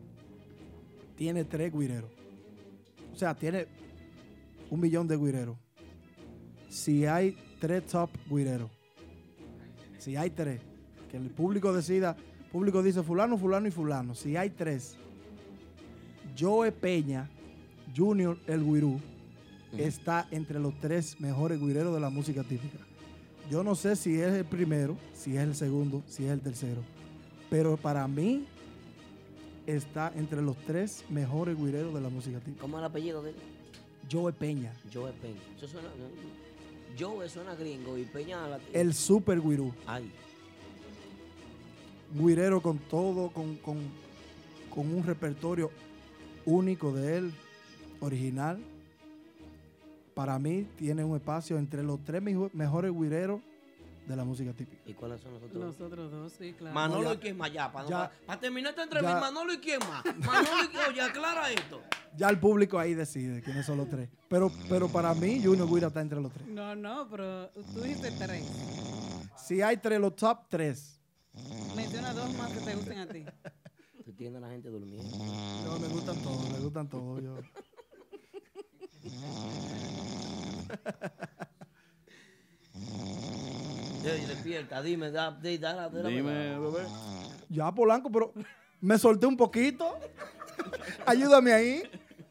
Speaker 16: tiene tres guireros. O sea, tiene un millón de guireros. Si hay tres top guireros, si hay tres, que el público decida, el público dice fulano, fulano y fulano. Si hay tres, Joe Peña, Junior el Guirú, está entre los tres mejores guireros de la música típica. Yo no sé si es el primero, si es el segundo, si es el tercero. Pero para mí está entre los tres mejores guireros de la música típica.
Speaker 3: ¿Cómo es el apellido de él?
Speaker 16: Joe Peña,
Speaker 3: Joe Peña. Eso suena. Joe suena gringo y Peña. lat-
Speaker 16: el super guirú.
Speaker 3: Ay.
Speaker 16: Guirero con todo, con, con- con un repertorio único de él, original. Para mí tiene un espacio entre los tres mejo- mejores guireros de la música típica.
Speaker 3: ¿Y cuáles son los otros?
Speaker 4: Los otros dos, sí, claro.
Speaker 3: Manolo
Speaker 16: No, ya-
Speaker 3: y quién más, ya. Para
Speaker 16: ya-
Speaker 3: terminar esta entrevista,
Speaker 16: ya-
Speaker 3: Manolo y quién más. Manolo y quién Oye, aclara esto.
Speaker 16: Ya el público ahí decide quiénes son los tres. Pero, pero para mí, Junior Guira está entre los tres.
Speaker 4: No, no, pero tú dijiste tres.
Speaker 16: Si hay tres, los top tres.
Speaker 4: Menciona dos más que te gusten a ti.
Speaker 3: Tú tienes a la gente durmiendo.
Speaker 16: No, me gustan todos, me gustan todos. Yo.
Speaker 3: Ey, despierta, dime, da, de- da, la- de la
Speaker 2: Dime, bebé.
Speaker 16: Ya, Polanco, pero me solté un poquito. Ayúdame ahí.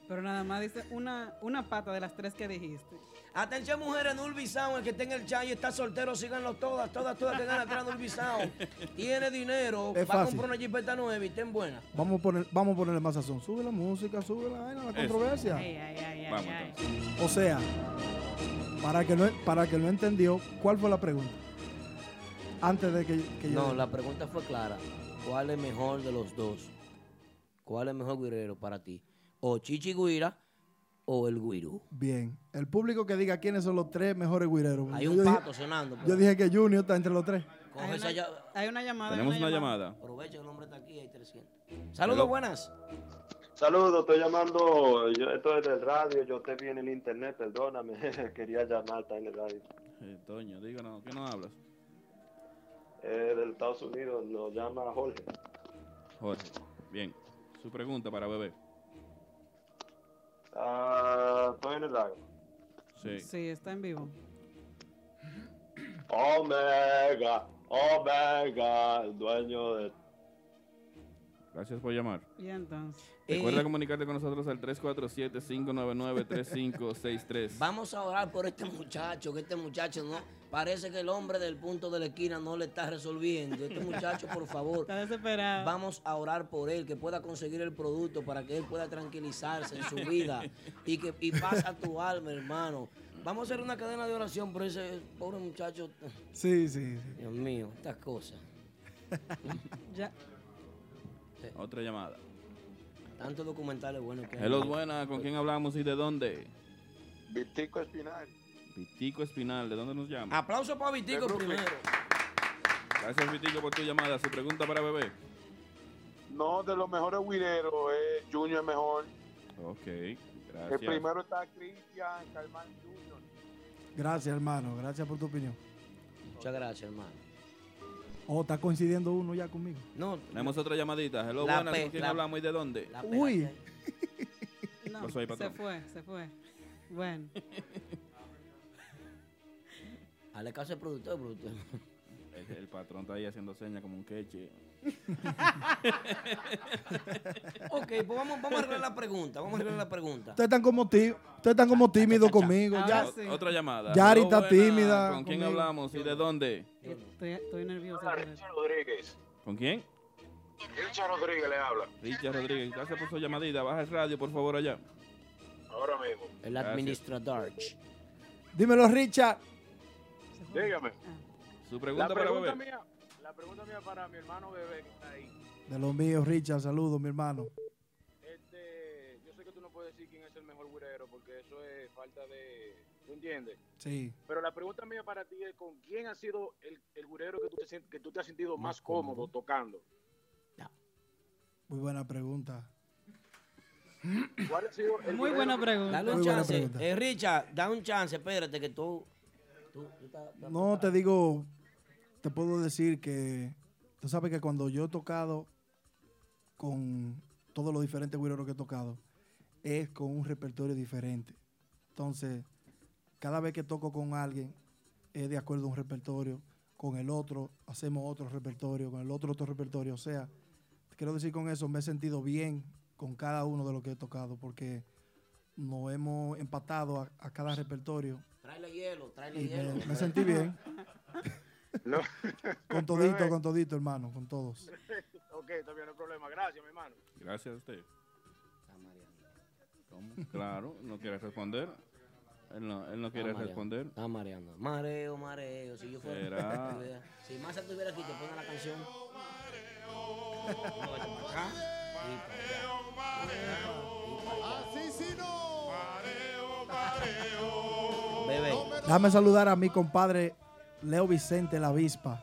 Speaker 4: Pero nada más dice una, una pata de las tres que dijiste.
Speaker 3: Atención, mujeres, Nulby Sound, el que está en el chat y está soltero, síganlo todas, todas, todas que ganan acá Nulby Sound. Tiene dinero,
Speaker 16: Es
Speaker 3: va a
Speaker 16: fácil.
Speaker 3: comprar una jipeta nueva y estén buena.
Speaker 16: Vamos a, poner, vamos a ponerle más sazón. Sube la música, sube la vaina, la
Speaker 3: Eso.
Speaker 16: controversia.
Speaker 3: Ay, ay, ay, ay, Vamos, ay.
Speaker 16: O sea, para el que no, para el que no entendió, ¿cuál fue la pregunta? Antes de que, que yo...
Speaker 3: No, la pregunta fue clara. ¿Cuál es mejor de los dos? ¿Cuál es mejor guirero para ti? ¿O Chichi Guira o el Guirú?
Speaker 16: Bien. El público que diga quiénes son los tres mejores guireros.
Speaker 3: Hay
Speaker 16: Yo
Speaker 3: un
Speaker 16: dije-
Speaker 3: pato sonando. pero-
Speaker 16: Yo dije que Junior está entre los tres.
Speaker 3: Coge esa llave.
Speaker 4: Hay una llamada.
Speaker 2: Tenemos una llamada.
Speaker 3: Aprovecha, el hombre está aquí, hay 300.
Speaker 2: Hello.
Speaker 3: Saludos, buenas.
Speaker 18: Saludos, estoy llamando, yo, esto es del radio, yo te vi en el internet, perdóname, quería llamarte en el radio.
Speaker 2: Eh, Toño, digo, no, ¿qué no hablas?
Speaker 18: Eh, del Estados Unidos, nos llama Jorge.
Speaker 2: Jorge. Bien. Su pregunta para bebé.
Speaker 18: Ah, estoy en el radio.
Speaker 2: Sí.
Speaker 4: Sí, está en vivo.
Speaker 18: Omega, Omega, el dueño de...
Speaker 2: Gracias por llamar.
Speaker 4: Y entonces.
Speaker 2: Recuerda
Speaker 4: Eh,
Speaker 2: comunicarte con nosotros al 347-599-3563.
Speaker 3: Vamos a orar por este muchacho, que este muchacho no. Parece que el hombre del punto de la esquina no le está resolviendo. Este muchacho, por favor.
Speaker 4: Está desesperado.
Speaker 3: Vamos a orar por él, que pueda conseguir el producto para que él pueda tranquilizarse en su vida y que y paz a tu alma, hermano. Vamos a hacer una cadena de oración por ese pobre muchacho.
Speaker 16: Sí, sí,
Speaker 3: Dios mío, estas cosas.
Speaker 4: Ya.
Speaker 2: Otra llamada.
Speaker 3: Tantos documentales buenos que hay.
Speaker 2: Hello, buena. ¿Con quién hablamos y de dónde?
Speaker 18: Vitico Espinal.
Speaker 2: Vitico Espinal, ¿de dónde nos llama?
Speaker 3: Aplauso para Vitico primero.
Speaker 2: Gracias, Vitico, por tu llamada. Su pregunta para bebé.
Speaker 18: No, de los mejores guireros, eh, Junior es mejor.
Speaker 2: Ok,
Speaker 18: El
Speaker 2: gracias.
Speaker 18: primero está Cristian Calmán Junior.
Speaker 16: Gracias, hermano. Gracias por tu opinión.
Speaker 3: Muchas gracias, hermano.
Speaker 16: Oh, está coincidiendo uno ya conmigo.
Speaker 3: No.
Speaker 2: Tenemos otra llamadita. Hello,
Speaker 16: La
Speaker 2: buenas.
Speaker 16: P,
Speaker 2: ¿Con quién
Speaker 16: la-
Speaker 2: hablamos y de dónde?
Speaker 16: Uy.
Speaker 4: No,
Speaker 2: Pasó ahí,
Speaker 4: se
Speaker 2: patrón.
Speaker 4: fue, se fue. Bueno.
Speaker 3: Hazle caso al productor, productor.
Speaker 2: El, el patrón está ahí haciendo señas como un queche.
Speaker 3: ok, pues vamos, vamos a arreglar la pregunta. Vamos a arreglar la pregunta.
Speaker 16: Ustedes están como, tí- ustedes están como tímidos conmigo. Ya,
Speaker 2: O- Otra llamada.
Speaker 16: Yari
Speaker 2: Hello,
Speaker 16: está
Speaker 2: buena.
Speaker 16: tímida.
Speaker 2: ¿Con quién
Speaker 16: conmigo.
Speaker 2: hablamos y de dónde?
Speaker 4: Estoy, estoy nervioso.
Speaker 19: Rodríguez.
Speaker 2: ¿Con quién?
Speaker 19: Richard Rodríguez le habla.
Speaker 2: Richard Rodríguez. Gracias por su llamadita. Baja el radio, por favor, allá.
Speaker 19: Ahora mismo.
Speaker 3: El administrador.
Speaker 16: Dímelo, Richard.
Speaker 19: Dígame.
Speaker 2: Su pregunta,
Speaker 19: La pregunta
Speaker 2: para bebé.
Speaker 19: mía, la pregunta mía para mi hermano bebé que está ahí.
Speaker 16: De los míos, Richard. Saludos, mi hermano.
Speaker 19: Este, yo sé que tú no puedes decir quién es el mejor güirero porque eso es falta de, ¿tú entiendes?
Speaker 16: Sí.
Speaker 19: Pero la pregunta mía para ti es con quién ha sido el, el güirero que tú te sien- que tú te has sentido más cómodo tocando.
Speaker 16: Muy buena pregunta.
Speaker 19: ¿Cuál ha sido el
Speaker 4: Muy
Speaker 19: güirero
Speaker 4: buena
Speaker 19: que-
Speaker 4: pregunta.
Speaker 3: Dale un
Speaker 16: Muy buena
Speaker 3: chance.
Speaker 16: pregunta.
Speaker 3: Eh, Richard, da un chance. Espérate que tú... tú- tú estás-
Speaker 16: No te digo, te puedo decir que tú sabes que cuando yo he tocado con todos los diferentes güireros que he tocado, es con un repertorio diferente. Entonces, cada vez que toco con alguien, es de acuerdo a un repertorio, con el otro hacemos otro repertorio, con el otro otro repertorio. O sea, quiero decir con eso, me he sentido bien con cada uno de los que he tocado, porque nos hemos empatado a- a cada repertorio
Speaker 3: Tráele hielo, tráele
Speaker 16: y
Speaker 3: hielo.
Speaker 16: me, me sentí bien. con todito, con todito, hermano, con todos.
Speaker 19: ok, está bien, no hay problema. Gracias, mi hermano.
Speaker 2: Gracias a usted. Claro, no quiere responder. Él no, él no quiere
Speaker 3: mareando,
Speaker 2: responder.
Speaker 3: Está mareando. Mareo, mareo. Si yo fuera.
Speaker 2: Será.
Speaker 3: estuviera- Si Massa estuviera aquí, te pone la canción. No, vete para acá. Y para allá. Bebé.
Speaker 16: Déjame saludar a mi compadre Leo Vicente La Avispa.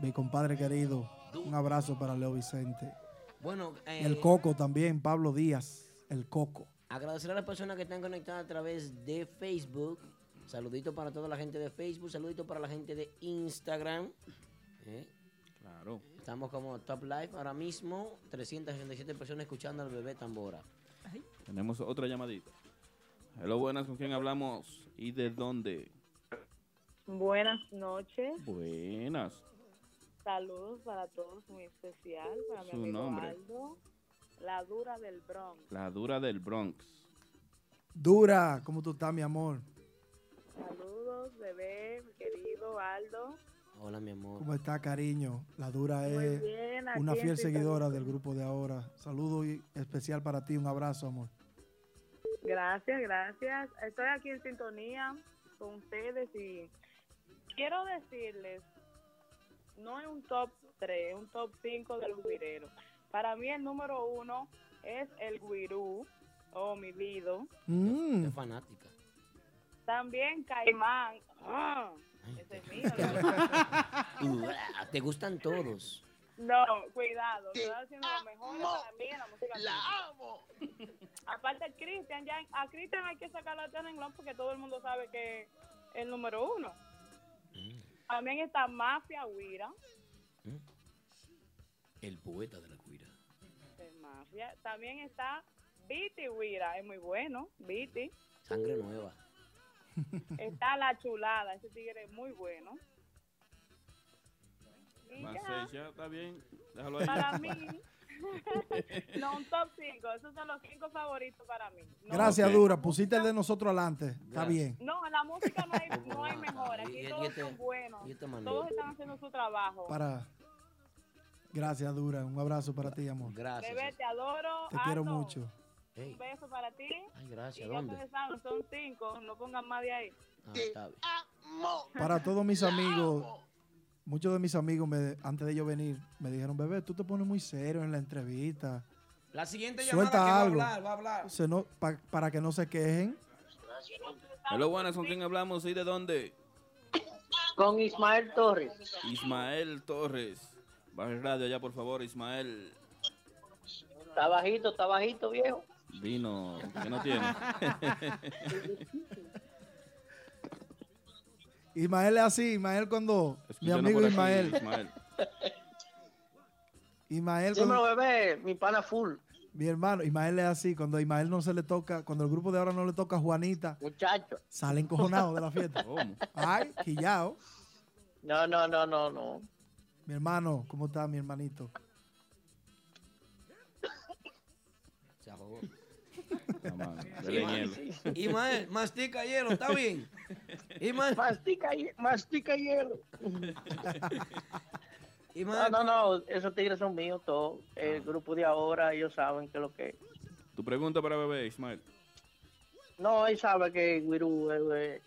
Speaker 16: Mi compadre querido. Un abrazo para Leo Vicente.
Speaker 3: Bueno, eh,
Speaker 16: Y el Coco también, Pablo Díaz, el Coco.
Speaker 3: Agradecer a las personas que están conectadas a través de Facebook. Saludito para toda la gente de Facebook. Saludito para la gente de Instagram. ¿eh?
Speaker 2: Claro.
Speaker 3: Estamos como Top Live ahora mismo. 367 personas escuchando al bebé Tambora.
Speaker 2: Tenemos otra llamadita. Hello, buenas. ¿Con quién hablamos y de dónde?
Speaker 20: Buenas noches,
Speaker 2: Buenas.
Speaker 20: saludos para todos, muy especial para mi
Speaker 2: Su
Speaker 20: amigo
Speaker 2: nombre.
Speaker 20: Aldo, la dura del Bronx.
Speaker 2: La dura del Bronx.
Speaker 16: Dura, ¿cómo tú estás, mi amor?
Speaker 20: Saludos, bebé, mi querido Aldo.
Speaker 3: Hola, mi amor.
Speaker 16: ¿Cómo está, cariño? La Dura
Speaker 20: Muy
Speaker 16: es
Speaker 20: bien, aquí
Speaker 16: una fiel
Speaker 20: estoy
Speaker 16: seguidora
Speaker 20: saludando.
Speaker 16: del grupo de ahora. Saludo y especial para ti, un abrazo, amor.
Speaker 20: Gracias, gracias. Estoy aquí en sintonía con ustedes y quiero decirles, no es un top 3, es un top 5 de los guireros. Para mí el número uno es el guirú, oh mi vida.
Speaker 16: Mm.
Speaker 3: Qué fanática.
Speaker 20: También Caimán. ¡Ah! Ese es mío.
Speaker 3: Uah, "Ah, Te gustan todos.
Speaker 20: No, cuidado. Estoy haciendo lo mejor para mí en la música. ¡La amo! Aparte, Cristian, ya a Cristian hay que sacar la renglón porque todo el mundo sabe que es el número uno. También está Mafia Huira.
Speaker 3: ¿Mm? El poeta de la cuira.
Speaker 20: el Mafia. También está Viti Huira. Es muy bueno, Viti.
Speaker 3: Sangre nueva.
Speaker 20: Está La Chulada. Ese tigre es muy bueno. Y ya.
Speaker 2: seis, ya está bien. Déjalo ahí.
Speaker 20: Para mí, no, un top 5. Esos son los 5 favoritos para mí. No,
Speaker 16: Gracias, Dura. Pusiste el de nosotros adelante. Está bien.
Speaker 20: No, en la música no hay, no hay mejor. Aquí
Speaker 3: Ah, y
Speaker 20: todos
Speaker 3: este-
Speaker 20: son buenos.
Speaker 3: y este manual.
Speaker 20: Todos están haciendo su trabajo.
Speaker 16: Para. Gracias, Dura. Un abrazo para ti, amor.
Speaker 20: Bebé, te adoro.
Speaker 16: Te quiero
Speaker 20: Aldo,
Speaker 16: mucho.
Speaker 20: Un beso para ti.
Speaker 3: Ay, gracias. Ah,
Speaker 20: Y ya ustedes saben, son 5. No pongan más de ahí.
Speaker 16: Para todos mis amigos, muchos de mis amigos me- antes de yo venir me dijeron, bebé, tú te pones muy serio en la entrevista.
Speaker 3: La siguiente llamada que
Speaker 16: Suelta algo.
Speaker 3: va a hablar, va a hablar.
Speaker 16: Se no- pa- para que no se quejen.
Speaker 2: Hello, buenas, ¿con quién hablamos y de dónde?
Speaker 21: Con Ismael Torres.
Speaker 2: Ismael Torres. Baja el radio allá, por favor, Ismael.
Speaker 21: Está bajito, está bajito, viejo.
Speaker 2: Vino, que no tiene.
Speaker 16: Ismael es así, Ismael cuando... mi amigo
Speaker 2: por aquí,
Speaker 16: Ismael.
Speaker 2: Ismael.
Speaker 16: Ismael
Speaker 21: Dímelo,
Speaker 16: cuando-
Speaker 21: bebé, mi pana full.
Speaker 16: mi hermano, Ismael es así. Cuando a Ismael no se le toca, cuando el grupo de ahora no le toca a Juanita,
Speaker 21: Muchacho.
Speaker 16: sale encojonado de la fiesta. Ay, quillao.
Speaker 21: No, no, no, no, no.
Speaker 16: Mi hermano, ¿cómo está mi hermanito?
Speaker 3: Se ahogó.
Speaker 2: dele hielo.
Speaker 3: Ismael, mastica hielo, ¿está bien? Ismael.
Speaker 21: Mastica, hie- mastica hielo. No, no, no, esos tigres son míos, todos. El
Speaker 3: Ah.
Speaker 21: grupo de ahora, ellos saben que lo que es.
Speaker 2: Tu pregunta para bebé, Ismael.
Speaker 21: No, él sabe que Guirú. eh, eh.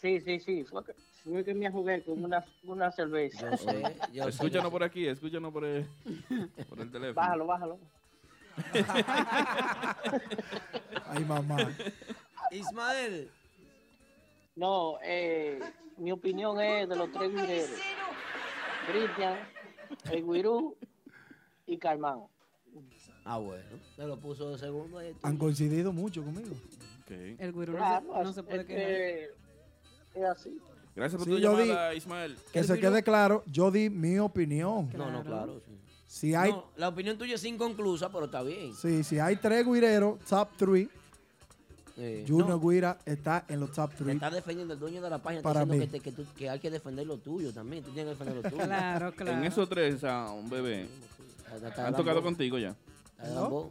Speaker 21: Sí, sí, sí. Fue que, fue que me jugué con una, una cerveza.
Speaker 2: escúchanos por aquí, escúchanos por el, por el teléfono.
Speaker 21: Bájalo, bájalo.
Speaker 16: Ay, mamá.
Speaker 21: Ismael. No, eh, mi opinión es de los tres guireros. Cristian, el Guirú y Carmán.
Speaker 3: Ah, bueno. Se lo puso de segundo ahí.
Speaker 16: Han coincidido mucho conmigo.
Speaker 4: El güiro no, se,
Speaker 21: Claro,
Speaker 4: no se puede
Speaker 21: es
Speaker 4: quejar.
Speaker 21: que es así.
Speaker 2: Gracias por
Speaker 16: Sí,
Speaker 2: tu
Speaker 16: yo
Speaker 2: llamada,
Speaker 16: di-
Speaker 2: Ismael.
Speaker 16: Que se quede claro, yo di mi opinión.
Speaker 3: No, no, claro. sí.
Speaker 16: Si hay,
Speaker 3: No, la opinión tuya es inconclusa, pero está bien.
Speaker 16: sí, si hay tres guireros, top 3,
Speaker 3: Eh,
Speaker 16: Junior
Speaker 3: no,
Speaker 16: Guira está en los top 3.
Speaker 3: Estás defendiendo el dueño de la página.
Speaker 16: Para
Speaker 3: Para
Speaker 16: mí.
Speaker 3: Que, te- que, tú- que hay que defender lo tuyo también. Tú tienes que defender lo tuyo.
Speaker 2: En esos tres, a un bebé. Han tocado contigo ya.
Speaker 3: Adán Bo,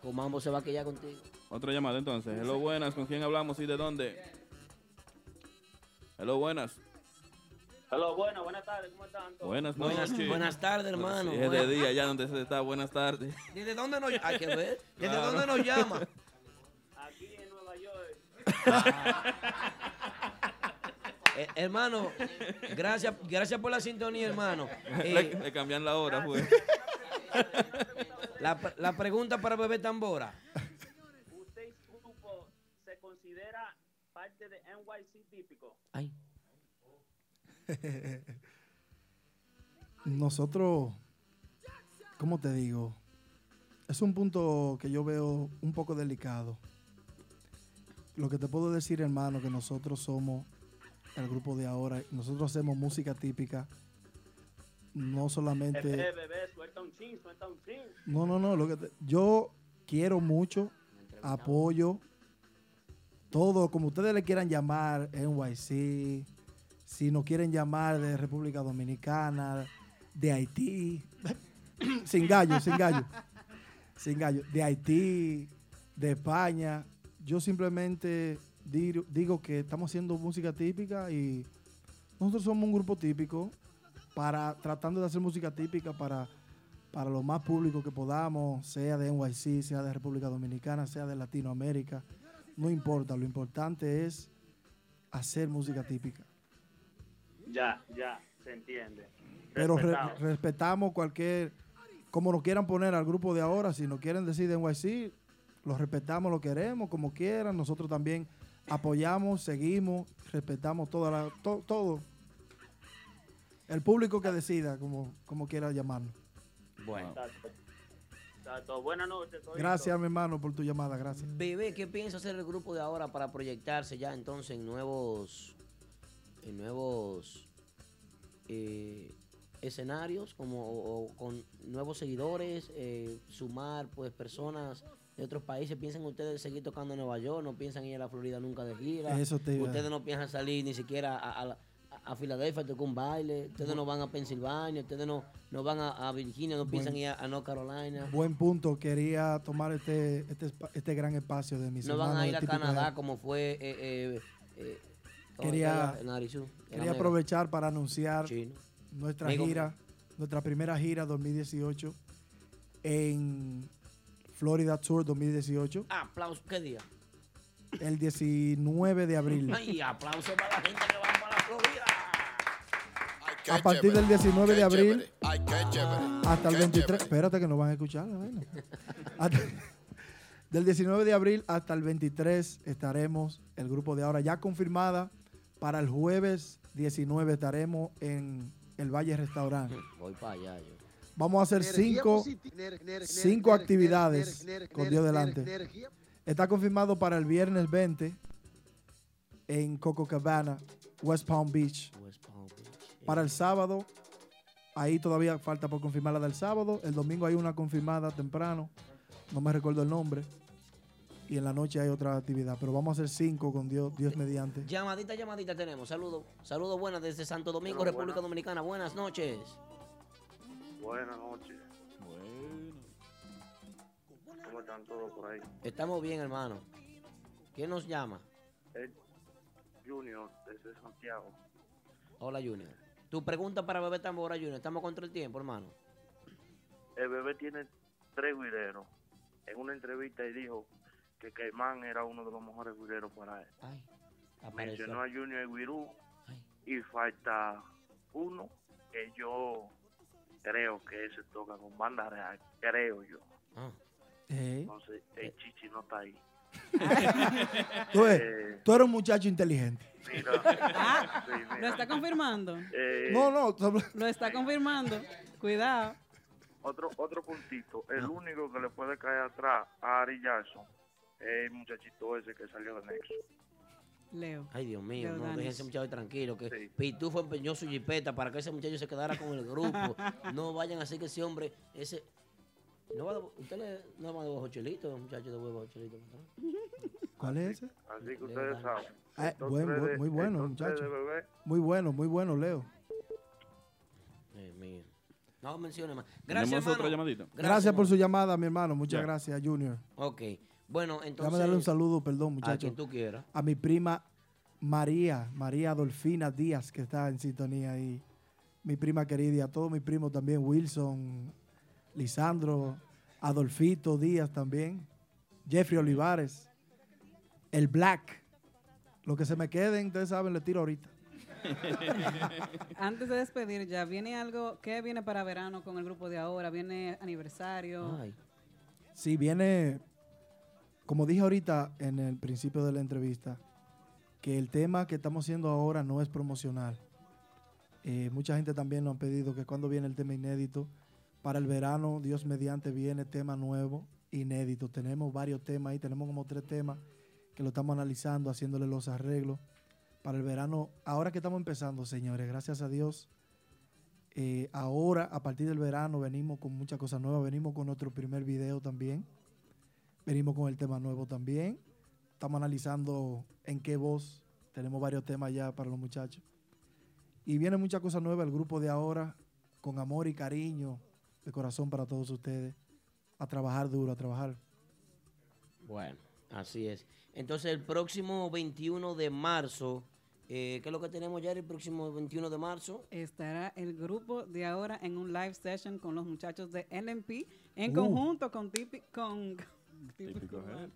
Speaker 3: Con Mambo se va a quedar contigo.
Speaker 2: Otra llamada entonces. Hello, buenas. ¿Con quién hablamos y de dónde? Hello, buenas.
Speaker 22: Hola, buenas, buenas tardes, ¿cómo están? todos?
Speaker 2: Buenas
Speaker 3: Buenas-
Speaker 2: noches.
Speaker 3: buenas tardes, hermano.
Speaker 2: Sí, es de
Speaker 3: Buenas-
Speaker 2: día ya donde se está. Buenas tardes.
Speaker 3: ¿Desde dónde nos Hay que ver. ¿Desde
Speaker 2: Claro.
Speaker 3: dónde nos llama?
Speaker 22: Aquí en Nueva York.
Speaker 3: Eh, hermano, gracias, gracias por la sintonía, hermano. Eh,
Speaker 2: le, le cambian la hora, pues.
Speaker 3: la, la pregunta para Bebé Tambora.
Speaker 22: ¿Usted grupo se considera parte de NYC típico?
Speaker 16: Nosotros, ¿cómo te digo? Es un punto que yo veo un poco delicado. Lo que te puedo decir, hermano, que nosotros somos el grupo de ahora. Nosotros hacemos música típica. No
Speaker 22: Bebé,
Speaker 8: Este
Speaker 16: solamente...
Speaker 22: bebé, suelta un chin, suelta un chin.
Speaker 16: No, no, no. Lo que te- yo quiero mucho, apoyo, todo, como ustedes le quieran llamar, NYC, si nos quieren llamar de República Dominicana, de Haití, sin gallo, sin gallo, sin gallo, de Haití, de España. Yo simplemente dir- digo que estamos haciendo música típica y nosotros somos un grupo típico para tratando de hacer música típica para para lo más público que podamos, sea de NYC, sea de República Dominicana, sea de Latinoamérica, no importa, lo importante es hacer música típica.
Speaker 22: Ya, ya, se entiende.
Speaker 16: Pero re-
Speaker 22: Respetado.
Speaker 16: respetamos cualquier, como lo quieran poner al grupo de ahora, si no quieren decir de NYC, lo respetamos, lo queremos, como quieran, nosotros también apoyamos, seguimos, respetamos toda la, to- todo. El público que decida, como, como quiera llamarlo.
Speaker 3: Bueno.
Speaker 22: Exacto. Exacto. Buenas noches. todito.
Speaker 16: Gracias, mi hermano, por tu llamada, gracias.
Speaker 3: Bebé, ¿qué piensa hacer el grupo de ahora para proyectarse ya entonces en nuevos, en nuevos eh, escenarios, como o- o con nuevos seguidores, eh, sumar pues personas de otros países? ¿Piensan ustedes seguir tocando en Nueva York? ¿No piensan ir a la Florida nunca de gira?
Speaker 16: Eso te iba a-
Speaker 3: ¿Ustedes no piensan salir ni siquiera a, a la- a- a Filadelfia, tocó un baile. Ustedes no van a Pensilvania, ustedes no, no van a, a Virginia, no piensan ir a, a North Carolina.
Speaker 16: Buen punto. Quería tomar este, este, espa- este gran espacio de mis
Speaker 3: no van
Speaker 16: hermanos
Speaker 3: a ir
Speaker 16: de
Speaker 3: a
Speaker 16: Típico
Speaker 3: Canadá
Speaker 16: Head.
Speaker 3: como fue. eh, eh, eh,
Speaker 16: Quería,
Speaker 3: en Arizú, en
Speaker 16: quería
Speaker 3: América.
Speaker 16: aprovechar para anunciar nuestra
Speaker 3: Amigo.
Speaker 16: gira, nuestra primera gira 2018 en Florida Tour 2018,
Speaker 3: Aplausos, ¿qué día?
Speaker 16: el 19 de abril.
Speaker 3: Ay, aplausos para la gente que va para la Florida.
Speaker 16: A partir del 19 de abril
Speaker 11: Ay, qué chévere.
Speaker 16: hasta el
Speaker 11: qué
Speaker 16: 23, espérate que no van a escuchar, la vaina. Hasta- del 19 de abril hasta el 23 estaremos el grupo de ahora ya confirmada para el jueves 19 estaremos en el Valle Restaurante.
Speaker 3: Voy para allá yo.
Speaker 16: Vamos a hacer
Speaker 17: Energía
Speaker 16: cinco,
Speaker 17: positiva. Ener- ener-
Speaker 16: cinco
Speaker 17: ener-
Speaker 16: actividades
Speaker 17: ener- ener-
Speaker 16: con Dios
Speaker 17: ener-
Speaker 16: delante.
Speaker 17: energía.
Speaker 16: Está confirmado para el viernes 20 en Coco Cabana, West Palm Beach.
Speaker 3: Pues,
Speaker 16: Para el sábado, ahí todavía falta por confirmar la del sábado. El domingo hay una confirmada temprano, no me recuerdo el nombre. Y en la noche hay otra actividad, pero vamos a hacer cinco con Dios, Dios mediante.
Speaker 3: Llamadita, llamadita tenemos. Saludos. Saludos buenas desde Santo Domingo,
Speaker 16: Bueno,
Speaker 3: República Dominicana. Buenas noches.
Speaker 18: Buenas noches. ¿Cómo están todos por ahí?
Speaker 3: Estamos bien, hermano. ¿Quién nos llama?
Speaker 18: El Junior, desde Santiago.
Speaker 3: Hola, Junior. Tu pregunta para Bebé Tambora, Junior. Estamos contra el tiempo, hermano.
Speaker 18: El bebé tiene tres guireros. En una entrevista y dijo que Caimán era uno de los mejores guireros para él.
Speaker 3: apareció.
Speaker 18: Mencionó a Junior y Guirú y falta uno que yo creo que ese toca con banda real, creo yo.
Speaker 3: Ah.
Speaker 18: Entonces
Speaker 3: Eh.
Speaker 18: el chichi no está ahí.
Speaker 16: Tú, ves,
Speaker 18: Eh, Ah.
Speaker 16: tú eres un muchacho inteligente.
Speaker 18: mira, sí, mira.
Speaker 4: Ah, ¿Lo está confirmando?
Speaker 18: Eh,
Speaker 16: No, no, tú-
Speaker 4: Lo está confirmando. Cuidado.
Speaker 18: Otro, otro puntito. El único que le puede caer atrás a Ari Jackson es el muchachito ese que salió de Nexo.
Speaker 4: Leo.
Speaker 3: Ay, Dios mío,
Speaker 4: Leo
Speaker 3: no,
Speaker 4: Danis.
Speaker 3: dejen ese muchacho tranquilo, que Pitufo empeñó su jipeta para que ese muchacho se quedara con el grupo. no vayan a hacer que ese hombre, ese... No va de, usted le, no va de bajo chelito, muchacho de bajo chelito.
Speaker 16: ¿Cuál es ese?
Speaker 18: Así que ustedes saben.
Speaker 16: Ah,
Speaker 18: Estos
Speaker 16: buen-
Speaker 18: tres
Speaker 16: buen-
Speaker 18: de-
Speaker 16: muy bueno,
Speaker 18: estos tres
Speaker 16: muchacho.
Speaker 18: de bebé.
Speaker 16: Muy bueno, muy bueno, Leo.
Speaker 3: Dios mío. No mencione más. Gracias,
Speaker 2: Tenemos
Speaker 3: hermano.
Speaker 2: otra llamadita.
Speaker 16: Gracias, por su llamada, mi hermano. Muchas
Speaker 3: Ya.
Speaker 16: gracias, Junior.
Speaker 3: Ok, bueno, entonces...
Speaker 16: Déjame darle un saludo, perdón,
Speaker 3: A
Speaker 16: muchachos.
Speaker 3: quien tú quieras.
Speaker 16: A mi prima María, María Adolfina Díaz, que está en sintonía ahí. Mi prima querida, y a todos mis primos también, Wilson, Lisandro, Adolfito Díaz también, Jeffrey Olivares, el Black. Lo que se me queden, ustedes saben, le tiro ahorita.
Speaker 4: Antes de despedir ya, ¿viene algo? ¿Qué viene para verano con el grupo de ahora? ¿Viene aniversario?
Speaker 16: Sí, viene, como dije ahorita en el principio de la entrevista, que el tema que estamos haciendo ahora no es promocional. Eh, mucha gente también nos han pedido que cuando viene el tema inédito, para el verano, Dios mediante, viene tema nuevo, inédito. Tenemos varios temas ahí, tenemos como tres temas que lo estamos analizando, haciéndole los arreglos. Para el verano, ahora que estamos empezando, señores, gracias a Dios, eh, ahora, a partir del verano, venimos con muchas cosas nuevas. Venimos con nuestro primer video también. Venimos con el tema nuevo también. Estamos analizando en qué voz. Tenemos varios temas ya para los muchachos. Y vienen muchas cosas nuevas. El grupo de ahora, con amor y cariño, de corazón para todos ustedes. A trabajar duro, a trabajar.
Speaker 3: Bueno, así es. Entonces, el próximo 21 de marzo, eh, ¿qué es lo que tenemos ya el próximo 21 de marzo?
Speaker 4: Estará el grupo de ahora en un live session con los muchachos de LMP en
Speaker 3: Uh.
Speaker 4: conjunto con Tipi, con,
Speaker 2: Típico Head.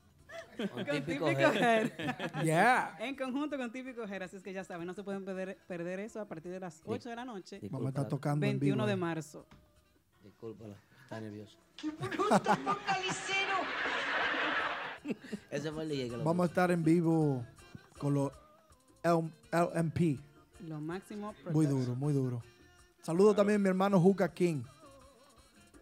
Speaker 4: con
Speaker 2: Típico
Speaker 4: Típico
Speaker 2: Head.
Speaker 4: Head.
Speaker 2: Yeah.
Speaker 4: En conjunto con Típico Head, así es que ya saben, no se pueden perder, perder eso a partir de las 8 de la noche.
Speaker 3: Vamos a disculpa. estar tocando en
Speaker 4: 21
Speaker 3: vivo
Speaker 4: de
Speaker 3: ahí.
Speaker 4: marzo.
Speaker 3: Discúlpala, está nervioso.
Speaker 5: Calicero.
Speaker 3: Ese fue el DJ que lo
Speaker 16: Vamos a estar en vivo con los Elm- LMP.
Speaker 4: Lo máximo.
Speaker 16: Muy
Speaker 4: production.
Speaker 16: duro, muy duro. Saludo también a mi hermano Juca King,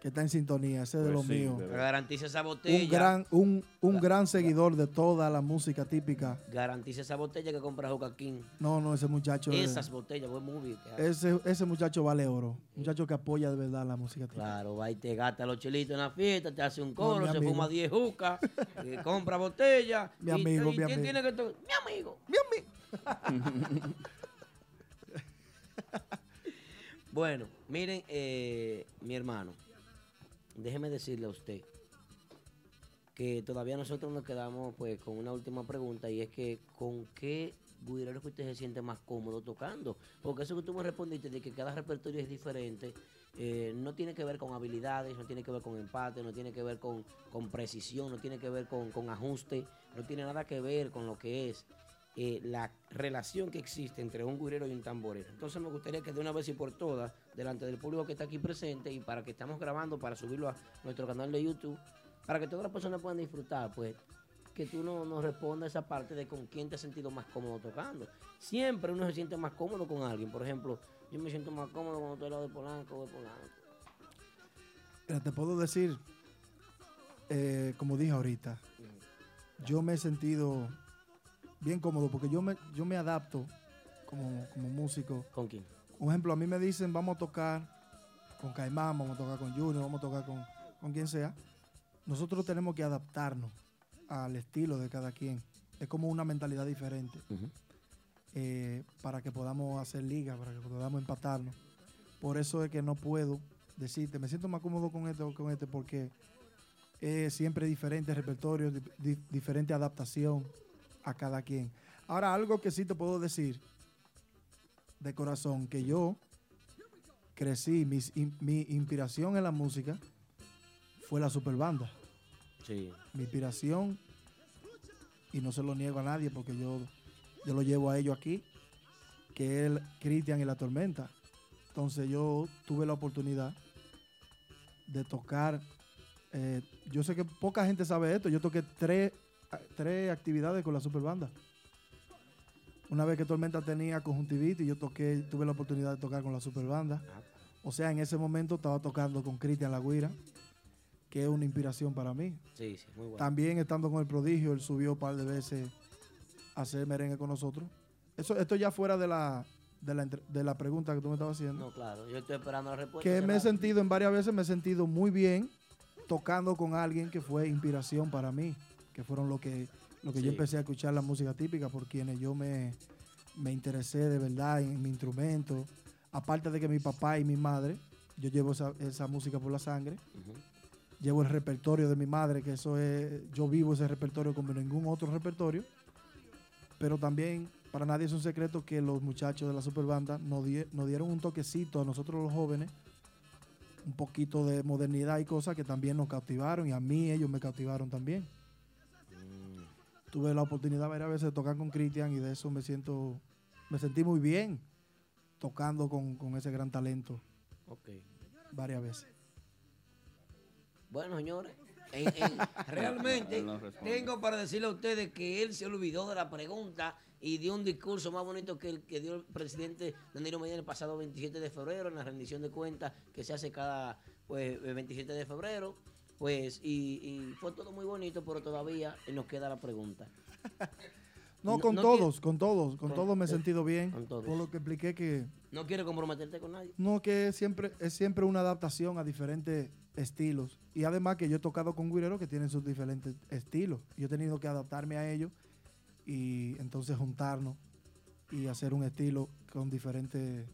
Speaker 16: que está en sintonía, ese es de
Speaker 3: Pues
Speaker 16: los
Speaker 3: sí,
Speaker 16: míos.
Speaker 3: de verdad. Garantiza esa botella.
Speaker 16: Un gran, un, un gran seguidor de toda la música típica.
Speaker 3: Garantiza esa botella que compra Joca King.
Speaker 16: No, no, ese muchacho. es-
Speaker 3: Esas botellas, buen movie. que hace.
Speaker 16: ese, ese muchacho vale oro. Muchacho que apoya de verdad la música típica.
Speaker 3: Claro, va y te gasta los chelitos en la fiesta, te hace un
Speaker 16: mi
Speaker 3: coro, se
Speaker 16: amigo.
Speaker 3: fuma 10 jucas, eh, compra botella.
Speaker 16: Mi
Speaker 3: y-
Speaker 16: amigo, mi
Speaker 3: y ti-
Speaker 16: amigo.
Speaker 3: tiene que to- Mi amigo.
Speaker 16: Mi amigo.
Speaker 3: Bueno, miren, eh, mi hermano, déjeme decirle a usted que todavía nosotros nos quedamos pues con una última pregunta y es que ¿con qué guirero que usted se siente más cómodo tocando? Porque eso que tú me respondiste de que cada repertorio es diferente, eh, no tiene que ver con habilidades, no tiene que ver con empate, no tiene que ver con, con precisión, no tiene que ver con, con ajuste, no tiene nada que ver con lo que es eh, la relación que existe entre un guirero y un tamborero. Entonces me gustaría que de una vez y por todas, delante del público que está aquí presente y para que estamos grabando, para subirlo a nuestro canal de YouTube, para que todas las personas puedan disfrutar, pues que tú no- nos respondas esa parte de con quién te has sentido más cómodo tocando. Siempre uno se siente más cómodo con alguien. Por ejemplo, yo me siento más cómodo cuando estoy al lado de Polanco o de Polanco.
Speaker 16: Mira, te puedo decir, eh, como dije ahorita, yo me he sentido bien cómodo porque yo me, yo me adapto como, como músico.
Speaker 3: ¿Con quién?
Speaker 16: Por ejemplo, a mí me dicen, vamos a tocar con Caimán, vamos a tocar con Junior, vamos a tocar con, con quien sea. Nosotros tenemos que adaptarnos al estilo de cada quien. Es como una mentalidad diferente eh, para que podamos hacer liga, para que podamos empatarnos. Por eso es que no puedo decirte, me siento más cómodo con este o con este, porque es siempre diferente repertorio, di- di- diferente adaptación a cada quien. Ahora, algo que sí te puedo decir de corazón, que yo crecí, mis in- mi inspiración en la música fue la superbanda.
Speaker 3: Sí.
Speaker 16: Mi inspiración, y no se lo niego a nadie porque yo, yo lo llevo a ellos aquí, que es Cristian y la Tormenta. Entonces yo tuve la oportunidad de tocar, eh, yo sé que poca gente sabe esto, yo toqué tres, tres actividades con la superbanda. Una vez que Tormenta tenía conjuntivitis, yo toqué, tuve la oportunidad de tocar con la superbanda. O sea, en ese momento estaba tocando con Cristian Lagüira, que es una inspiración para mí.
Speaker 3: Sí, sí, muy bueno.
Speaker 16: También estando con el prodigio, él subió un par de veces a hacer merengue con nosotros. Eso, esto ya fuera de la, de la, entre- de la pregunta que tú me estabas haciendo.
Speaker 3: No, claro, yo estoy esperando la respuesta.
Speaker 16: que
Speaker 3: se
Speaker 16: me he
Speaker 3: la-
Speaker 16: sentido en varias veces, me he sentido muy bien tocando con alguien que fue inspiración para mí, que fueron lo que, lo que
Speaker 3: Sí.
Speaker 16: yo empecé a escuchar la música típica, por quienes yo me, me interesé de verdad en mi instrumento. Aparte de que mi papá y mi madre, yo llevo esa, esa música por la sangre, llevo el repertorio de mi madre, que eso es, yo vivo ese repertorio como ningún otro repertorio, pero también para nadie es un secreto que los muchachos de la superbanda nos, die- nos dieron un toquecito a nosotros los jóvenes, un poquito de modernidad y cosas que también nos cautivaron y a mí ellos me cautivaron también. Tuve la oportunidad varias veces de tocar con Cristian y de eso me siento, me sentí muy bien tocando con, con ese gran talento
Speaker 3: Ok.
Speaker 16: varias veces.
Speaker 3: Bueno, señores, en- en- realmente
Speaker 16: Él no responde.
Speaker 3: tengo para decirle a ustedes que él se olvidó de la pregunta y dio un discurso más bonito que el que dio el presidente Danilo Medina el pasado 27 de febrero en la rendición de cuentas que se hace cada pues, eh, 27 de febrero. Pues, y, y fue todo muy bonito, pero todavía nos queda la pregunta.
Speaker 16: No,
Speaker 3: No-
Speaker 16: con
Speaker 3: no
Speaker 16: todos, con todos, con
Speaker 3: Con-
Speaker 16: todos me he
Speaker 3: eh,
Speaker 16: sentido bien.
Speaker 3: con todos.
Speaker 16: Por lo que expliqué que
Speaker 3: No quiere comprometerte con nadie.
Speaker 16: No, que es siempre, es siempre una adaptación a diferentes estilos. Y además que yo he tocado con guireros que tienen sus diferentes estilos. Yo he tenido que adaptarme a ellos y entonces juntarnos y hacer un estilo con diferentes,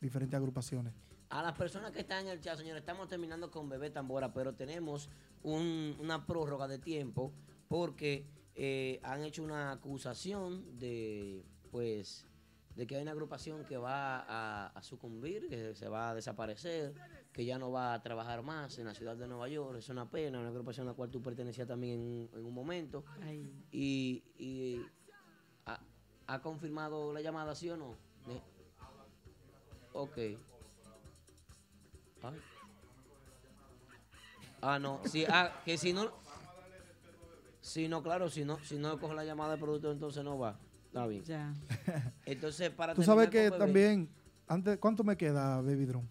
Speaker 16: diferentes agrupaciones.
Speaker 3: A las personas que están en el chat, señores, estamos terminando con Bebé Tambora, pero tenemos un- una prórroga de tiempo porque eh, han hecho una acusación de, pues, de que hay una agrupación que va a, a sucumbir, que se va a desaparecer, que ya no va a trabajar más en la ciudad de Nueva York. Es una pena, una agrupación a la cual tú pertenecías también en, un- en un momento. Y, y ha, ha confirmado la llamada, ¿sí o no? Ne- Ok. Ay. Ah, no, sí, ah, que si no... Si no, claro, si no, si no coge la llamada de producto, entonces no va. Está bien.
Speaker 4: Ya.
Speaker 3: Entonces, para
Speaker 16: Tú sabes que
Speaker 3: terminar con Bebé-
Speaker 16: también, antes, ¿cuánto me queda, Baby Drum?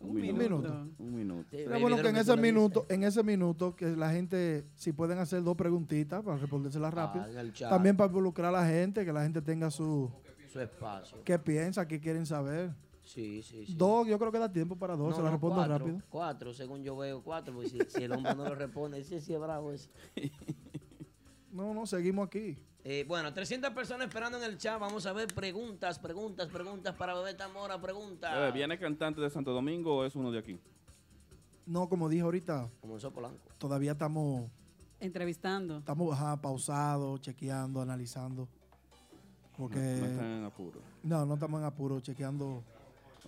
Speaker 2: Un Un minuto.
Speaker 16: Sería bueno que en ese minuto, en ese minuto, que la gente, si pueden hacer dos preguntitas para respondérselas rápido,
Speaker 3: en el chat.
Speaker 16: también para involucrar a la gente, que la gente tenga su,
Speaker 3: Su espacio.
Speaker 16: qué piensa, qué quieren saber.
Speaker 3: Sí, sí, sí.
Speaker 16: Dos, yo creo que da tiempo para dos,
Speaker 3: No,
Speaker 16: se la
Speaker 3: no,
Speaker 16: respondo
Speaker 3: cuatro,
Speaker 16: rápido.
Speaker 3: Cuatro, según yo veo, cuatro. Porque si, si el hombre no lo responde, ese sí es bravo. Ese.
Speaker 16: No, no, seguimos aquí.
Speaker 3: Eh, bueno, 300 personas esperando en el chat. Vamos a ver preguntas, preguntas, preguntas para Bebé Tamora, preguntas.
Speaker 2: Eh, ¿Viene cantante de Santo Domingo o es uno de aquí?
Speaker 16: No, como dije ahorita,
Speaker 3: Comenzó Polanco.
Speaker 16: todavía estamos,
Speaker 4: Entrevistando.
Speaker 16: estamos ajá, pausados, chequeando, analizando. Porque
Speaker 2: No, no están en apuro.
Speaker 16: No, no estamos en apuro, chequeando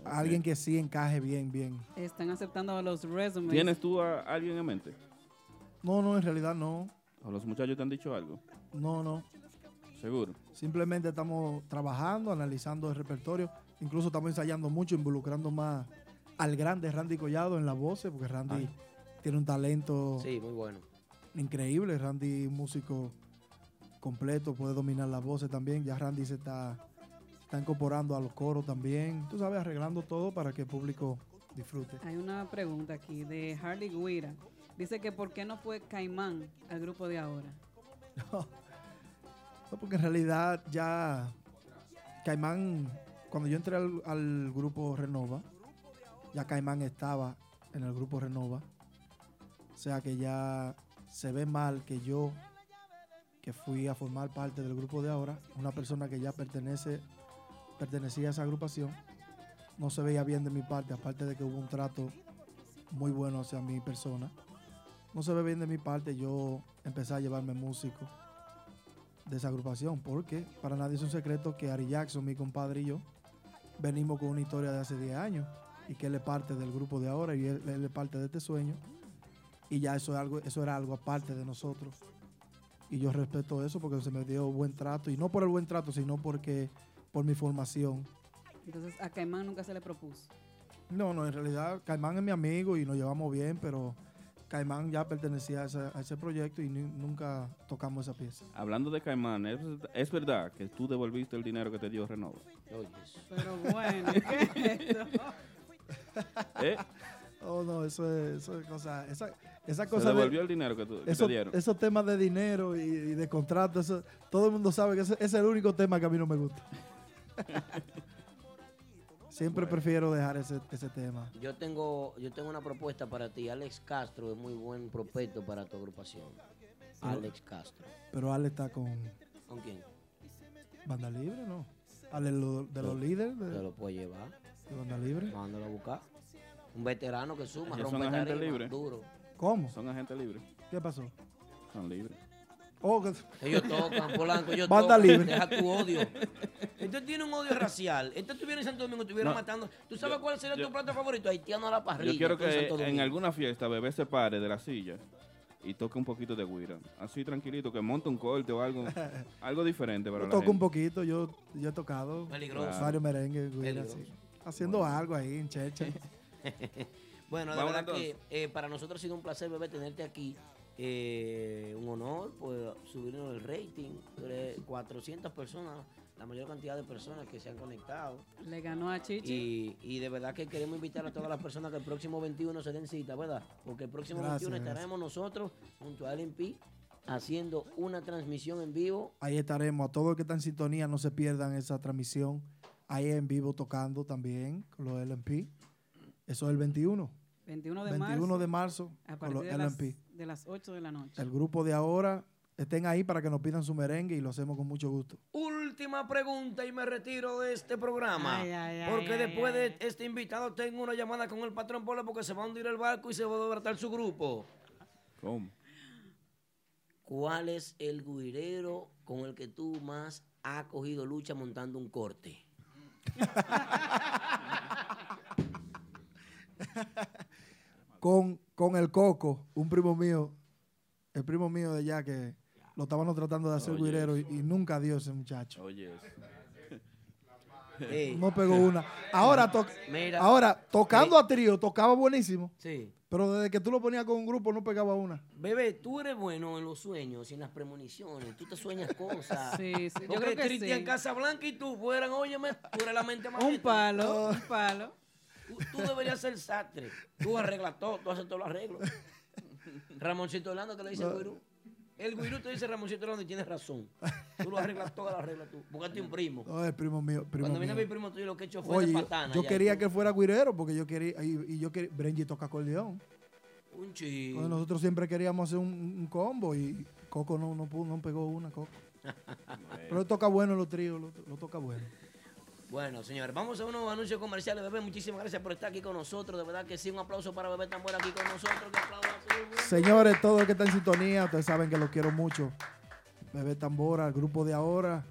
Speaker 2: Ok.
Speaker 16: a alguien que sí encaje bien, bien.
Speaker 4: Están aceptando los resumes.
Speaker 2: ¿Tienes tú a alguien en mente?
Speaker 16: No, no, en realidad no.
Speaker 2: ¿O los muchachos te han dicho algo?
Speaker 16: No, no.
Speaker 2: Seguro.
Speaker 16: Simplemente estamos trabajando, analizando el repertorio. Incluso estamos ensayando mucho, involucrando más al grande Randy Collado en las voces, porque Randy tiene un talento
Speaker 3: Sí, muy bueno.
Speaker 16: increíble. Randy, un músico completo, puede dominar las voces también. Ya Randy se está, está incorporando a los coros también. Tú sabes, arreglando todo para que el público disfrute.
Speaker 4: Hay una pregunta aquí de Harley Guira. Dice que ¿por qué no fue Caimán al grupo de ahora?
Speaker 16: No, porque en realidad ya Caimán, cuando yo entré al, al grupo Renova, ya Caimán estaba en el grupo Renova. O sea que ya se ve mal que yo, que fui a formar parte del grupo de ahora, una persona que ya pertenece, pertenecía a esa agrupación, no se veía bien de mi parte, aparte de que hubo un trato muy bueno hacia mi persona. No se ve bien de mi parte, yo empecé a llevarme músicos de esa agrupación, porque para nadie es un secreto que Ari Jackson, mi compadre y yo, venimos con una historia de hace 10 años y que él es parte del grupo de ahora y él, él es parte de este sueño. Y ya eso, es algo, eso era algo aparte de nosotros. Y yo respeto eso porque se me dio buen trato, y no por el buen trato, sino porque por mi formación.
Speaker 4: Entonces a Caimán nunca se le propuso.
Speaker 16: No, no, en realidad Caimán es mi amigo y nos llevamos bien, pero Caimán ya pertenecía a, esa- a ese proyecto y ni- nunca tocamos esa pieza.
Speaker 2: Hablando de Caimán, ¿es, es verdad que tú devolviste el dinero que te dio Renova?
Speaker 4: Pero bueno, ¿qué es esto?
Speaker 2: ¿Eh?
Speaker 16: Oh, no, eso es, eso es cosa. Esa, esa
Speaker 2: Se
Speaker 16: cosa de-
Speaker 2: devolvió el dinero que tú- que te
Speaker 16: eso-
Speaker 2: dieron.
Speaker 16: Esos temas de dinero y, y de contrato, eso, todo el mundo sabe que ese, ese es el único tema que a mí no me gusta. Siempre prefiero dejar ese, ese tema.
Speaker 3: Yo tengo, yo tengo una propuesta para ti. Alex Castro es muy buen prospecto para tu agrupación.
Speaker 16: Pero-
Speaker 3: Alex Castro.
Speaker 16: Pero Ale está con
Speaker 3: ¿Con quién?
Speaker 16: Banda Libre, ¿no? Ale lo- Ah, de los
Speaker 3: Pero-
Speaker 16: líderes de,
Speaker 3: Te lo puedo llevar.
Speaker 16: de Banda Libre.
Speaker 3: Mándalo a buscar. Un veterano que suma,
Speaker 2: Ellos son
Speaker 3: rompe
Speaker 2: agentes
Speaker 3: tarima,
Speaker 2: libres.
Speaker 3: duro.
Speaker 16: ¿Cómo?
Speaker 2: Son agentes libres.
Speaker 16: ¿Qué pasó?
Speaker 2: Son libres.
Speaker 16: Oh, que-
Speaker 3: Ellos tocan, Polanco, ellos
Speaker 16: Banda
Speaker 3: tocan.
Speaker 16: Libre.
Speaker 3: Deja tu odio. Esto tiene un odio racial. Esto estuviera en Santo Domingo, estuviera
Speaker 2: No,
Speaker 3: matando. ¿Tú sabes cuál sería tu plato favorito? Haitiano a la parrilla.
Speaker 2: Yo quiero
Speaker 3: tú en
Speaker 2: que
Speaker 3: Santo
Speaker 2: en
Speaker 3: Domingo.
Speaker 2: alguna fiesta bebé se pare de la silla y toque un poquito de guira. Así tranquilito, que monte un corte o algo, algo diferente para
Speaker 16: Yo
Speaker 2: la
Speaker 16: toco un
Speaker 2: gente.
Speaker 16: poquito, yo, yo he tocado
Speaker 3: Peligroso.
Speaker 16: varios merengues, güey,
Speaker 3: Peligroso.
Speaker 16: así. haciendo algo ahí en Cheche.
Speaker 3: Bueno, de
Speaker 16: Vamos
Speaker 3: verdad
Speaker 16: entonces.
Speaker 3: que eh, para nosotros ha sido un placer, bebé, tenerte aquí. Eh, un honor, pues, subirnos el rating. Tú eres 400 personas, la mayor cantidad de personas que se han conectado.
Speaker 4: Le ganó a Chichi.
Speaker 3: Y, y de verdad que queremos invitar a todas las personas que el próximo 21 se den cita, ¿verdad? Porque el próximo
Speaker 16: Gracias,
Speaker 3: 21
Speaker 16: gracias.
Speaker 3: estaremos nosotros junto a LMP haciendo una transmisión en vivo.
Speaker 16: Ahí estaremos. A todos los que están en sintonía, no se pierdan esa transmisión. Ahí en vivo tocando también con los LMP. Eso es el 21.
Speaker 4: 21 de
Speaker 16: 21
Speaker 4: marzo.
Speaker 16: de marzo
Speaker 4: A
Speaker 16: con
Speaker 4: partir
Speaker 16: los
Speaker 4: de las,
Speaker 16: LMP.
Speaker 4: de las 8 de la noche.
Speaker 16: El grupo de ahora, estén ahí para que nos pidan su merengue y lo hacemos con mucho gusto.
Speaker 3: Última pregunta y me retiro de este programa.
Speaker 4: Ay, ay, ay,
Speaker 3: porque
Speaker 4: ay,
Speaker 3: después de este invitado tengo una llamada con el patrón Polo porque se va a hundir el barco y se va a desbaratar su grupo.
Speaker 2: ¿Cómo?
Speaker 3: ¿Cuál es el guirero con el que tú más has cogido lucha montando un corte?
Speaker 16: Con, con el Coco, un primo mío, el primo mío de allá que lo estábamos tratando de hacer
Speaker 2: Oye.
Speaker 16: guirero y, y nunca dio ese muchacho.
Speaker 2: Oye, eso.
Speaker 3: Ey.
Speaker 16: No pegó una. Ahora, to-
Speaker 3: Mira.
Speaker 16: ahora tocando a trío, tocaba buenísimo.
Speaker 3: Sí.
Speaker 16: Pero desde que tú lo ponías con un grupo, no pegaba una.
Speaker 3: Bebé, tú eres bueno en los sueños y en las premoniciones. Tú te sueñas cosas.
Speaker 4: Sí, sí, yo
Speaker 3: Porque
Speaker 4: creo que
Speaker 3: Cristian
Speaker 4: sí.
Speaker 3: Casablanca y tú fueran, óyeme, tú eres la mente más.
Speaker 4: Un palo, un palo.
Speaker 3: Tú, tú deberías ser sastre. Tú arreglas todo, tú haces todos los arreglos. Ramoncito Orlando, que le dice el
Speaker 16: No.
Speaker 3: guirú. El guirú te dice Ramoncito Orlando y tienes razón. Tú lo arreglas todo, lo arreglas tú. Búscate un primo.
Speaker 16: No, el primo mío. primo
Speaker 3: Cuando viene
Speaker 16: mío.
Speaker 3: mi primo tuyo, lo que he hecho fue
Speaker 16: Oye,
Speaker 3: de
Speaker 16: yo-
Speaker 3: patana.
Speaker 16: yo
Speaker 3: ya.
Speaker 16: quería que fuera guirero porque yo quería. Y, y yo quería. Brenji toca acordeón.
Speaker 3: Un chi.
Speaker 16: Entonces nosotros siempre queríamos hacer un, un combo y Coco no, no, pudo, no pegó una, Coco. Pero lo toca bueno los tríos, lo, lo toca bueno.
Speaker 3: Bueno, señores, vamos a unos anuncios comerciales, bebé. Muchísimas gracias por estar aquí con nosotros. De verdad que sí, un aplauso para bebé tan bueno aquí con nosotros. Que aplaudan a todo el mundo.
Speaker 16: Señores, todo el que está en sintonía, ustedes saben que los quiero mucho. Bebé Tambora, el grupo de ahora.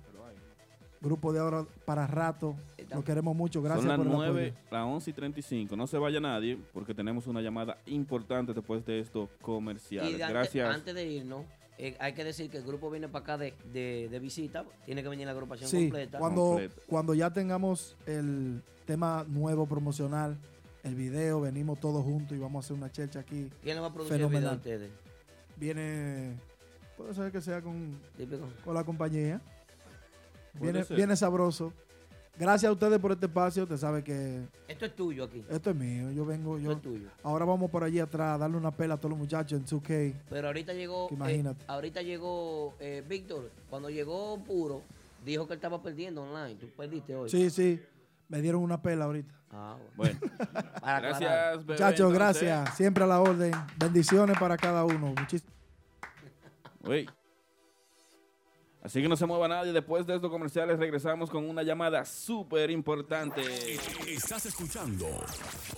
Speaker 16: Grupo de ahora para rato. Los queremos mucho. Gracias
Speaker 2: Son las
Speaker 16: por el
Speaker 2: 9,
Speaker 16: apoyo.
Speaker 2: las 11 y 35. No se vaya nadie porque tenemos una llamada importante después de esto comercial.
Speaker 3: Y de ante-
Speaker 2: Gracias.
Speaker 3: Antes, de irnos, eh, hay que decir que el grupo viene para acá de, de- de visita. Tiene que venir la agrupación
Speaker 16: Sí,
Speaker 3: completa.
Speaker 16: cuando, cuando ya tengamos el tema nuevo promocional, el video, venimos todos juntos y vamos a hacer una checha aquí.
Speaker 3: ¿Quién le va a producir
Speaker 16: fenomenal.
Speaker 3: el video a ustedes?
Speaker 16: Viene, puede ser que sea con,
Speaker 3: Típico.
Speaker 16: con la compañía.
Speaker 3: Puede
Speaker 16: Viene,
Speaker 3: ser.
Speaker 16: viene sabroso. Gracias a ustedes por este espacio. Usted sabe que
Speaker 3: Esto es tuyo aquí.
Speaker 16: esto es mío. Yo vengo, yo.
Speaker 3: es tuyo.
Speaker 16: Ahora vamos por allí atrás a darle una pela a todos los muchachos en 2K.
Speaker 3: Pero ahorita llegó.
Speaker 16: Que imagínate.
Speaker 3: eh, ahorita llegó eh, Víctor. Cuando llegó Puro, dijo que él estaba perdiendo online. Tú perdiste hoy.
Speaker 16: Sí, sí. Me dieron una pela ahorita.
Speaker 3: Ah,
Speaker 2: bueno.
Speaker 3: Para
Speaker 2: Gracias,
Speaker 3: aclarar.
Speaker 2: bebé,
Speaker 16: Muchachos,
Speaker 2: entonces.
Speaker 16: gracias. Siempre a la orden. Bendiciones para cada uno. Muchis-
Speaker 2: Uy. Así que no se mueva nadie. Después de estos comerciales regresamos con una llamada súper importante.
Speaker 1: Estás escuchando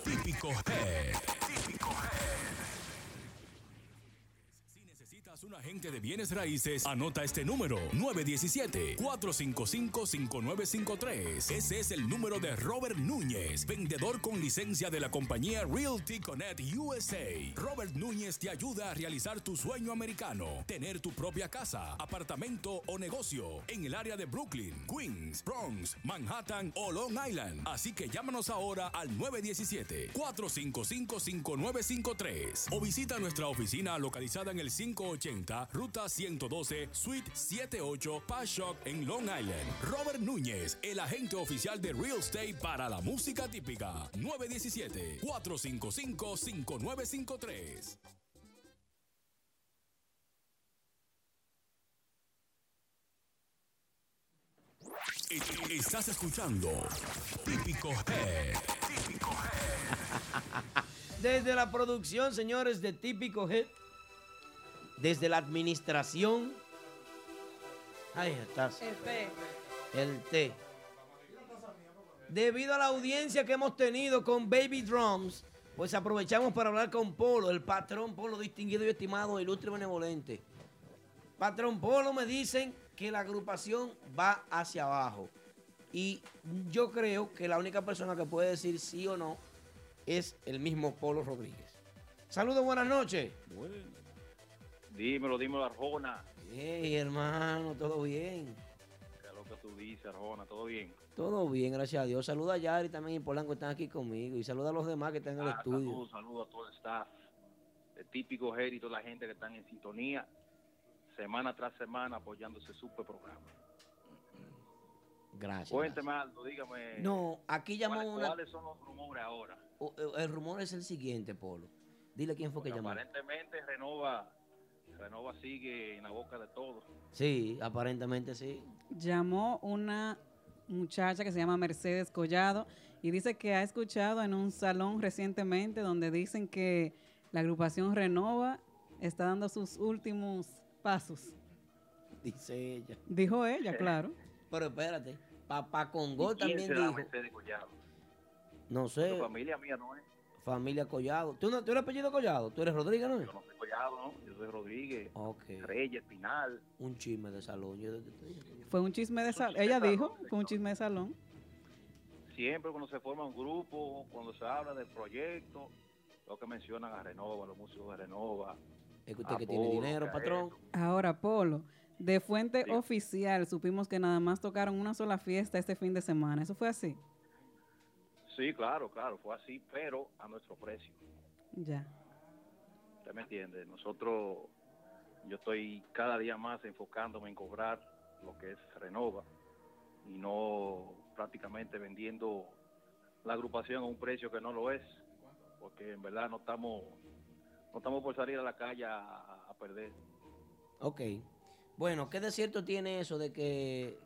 Speaker 1: Típico Head. Necesitas un agente de bienes raíces. Anota este número: 917-455-5953. Ese es el número de Robert Núñez, vendedor con licencia de la compañía Realty Connect USA. Robert Núñez te ayuda a realizar tu sueño americano: tener tu propia casa, apartamento o negocio en el área de Brooklyn, Queens, Bronx, Manhattan o Long Island. Así que llámanos ahora al 917-455-5953 o visita nuestra oficina localizada en el 580 Ruta 112 Suite 78 Pashock en Long Island. Robert Núñez, el agente oficial de Real Estate para la música típica. 917-455-5953. E- Estás escuchando Típico Head.
Speaker 3: Desde la producción, señores, de Típico Hit. Desde la administración. Ahí estás. El té. Debido a la audiencia que hemos tenido con Baby Drums, pues aprovechamos para hablar con Polo, el patrón Polo distinguido y estimado, ilustre y benevolente. Patrón Polo me dicen que la agrupación va hacia abajo. Y yo creo que la única persona que puede decir sí o no es el mismo Polo Rodríguez. Saludos, buenas noches.
Speaker 6: Dímelo, dímelo, Arjona.
Speaker 3: Hey, hermano, todo bien.
Speaker 6: Que lo que tú dices, Arjona, todo bien.
Speaker 3: Todo bien, gracias a Dios. Saluda a Yari también y Polanco están aquí conmigo. Y saluda a los demás que están en el
Speaker 6: Ah,
Speaker 3: estudio.
Speaker 6: Saludos, saludos a todo el staff, el típico Jerry y toda la gente que están en sintonía, semana tras semana apoyando ese super programa.
Speaker 3: Gracias.
Speaker 6: Cuénteme algo, dígame.
Speaker 3: No, aquí llamó
Speaker 6: ¿cuáles,
Speaker 3: una-
Speaker 6: ¿Cuáles son los rumores ahora?
Speaker 3: O- o- eh, El rumor es el siguiente, Polo. Dile quién fue que llamó.
Speaker 6: Aparentemente Renova, Renova sigue en la boca de todos.
Speaker 3: Sí, aparentemente sí.
Speaker 4: Llamó una muchacha que se llama Mercedes Collado y dice que ha escuchado en un salón recientemente donde dicen que la agrupación Renova está dando sus últimos pasos.
Speaker 3: Dice ella.
Speaker 4: Dijo ella, claro.
Speaker 3: Pero espérate, Papá Congo
Speaker 6: Eh. ¿Y quién
Speaker 3: también
Speaker 6: será
Speaker 3: dijo.
Speaker 6: Mercedes Collado?
Speaker 3: No sé,
Speaker 6: Su familia mía no es.
Speaker 3: familia Collado. ¿Tú, no, ¿Tú eres apellido Collado? ¿Tú eres Rodríguez, no? es?
Speaker 6: Yo no soy Collado, ¿no? Yo soy Rodríguez, Reyes, Pinal.
Speaker 3: Un chisme de salón. yo-
Speaker 4: Fue un chisme de salón. Ella dijo, fue un chisme de salón.
Speaker 6: Siempre cuando se forma un grupo, cuando se habla del proyecto, lo que mencionan a Renova, los músicos de Renova.
Speaker 3: Es
Speaker 6: usted
Speaker 3: que tiene dinero, patrón.
Speaker 4: Ahora, Polo, de fuente oficial supimos que nada más tocaron una sola fiesta este fin de semana. ¿Eso fue así?
Speaker 6: Sí, claro, claro, fue así, pero a nuestro precio.
Speaker 4: Ya.
Speaker 6: ¿Usted me entiende? Nosotros, yo estoy cada día más enfocándome en cobrar lo que es Renova y no prácticamente vendiendo la agrupación a un precio que no lo es, porque en verdad no estamos, no estamos por salir a la calle a- a perder.
Speaker 3: Ok. Bueno, ¿qué de cierto tiene eso de que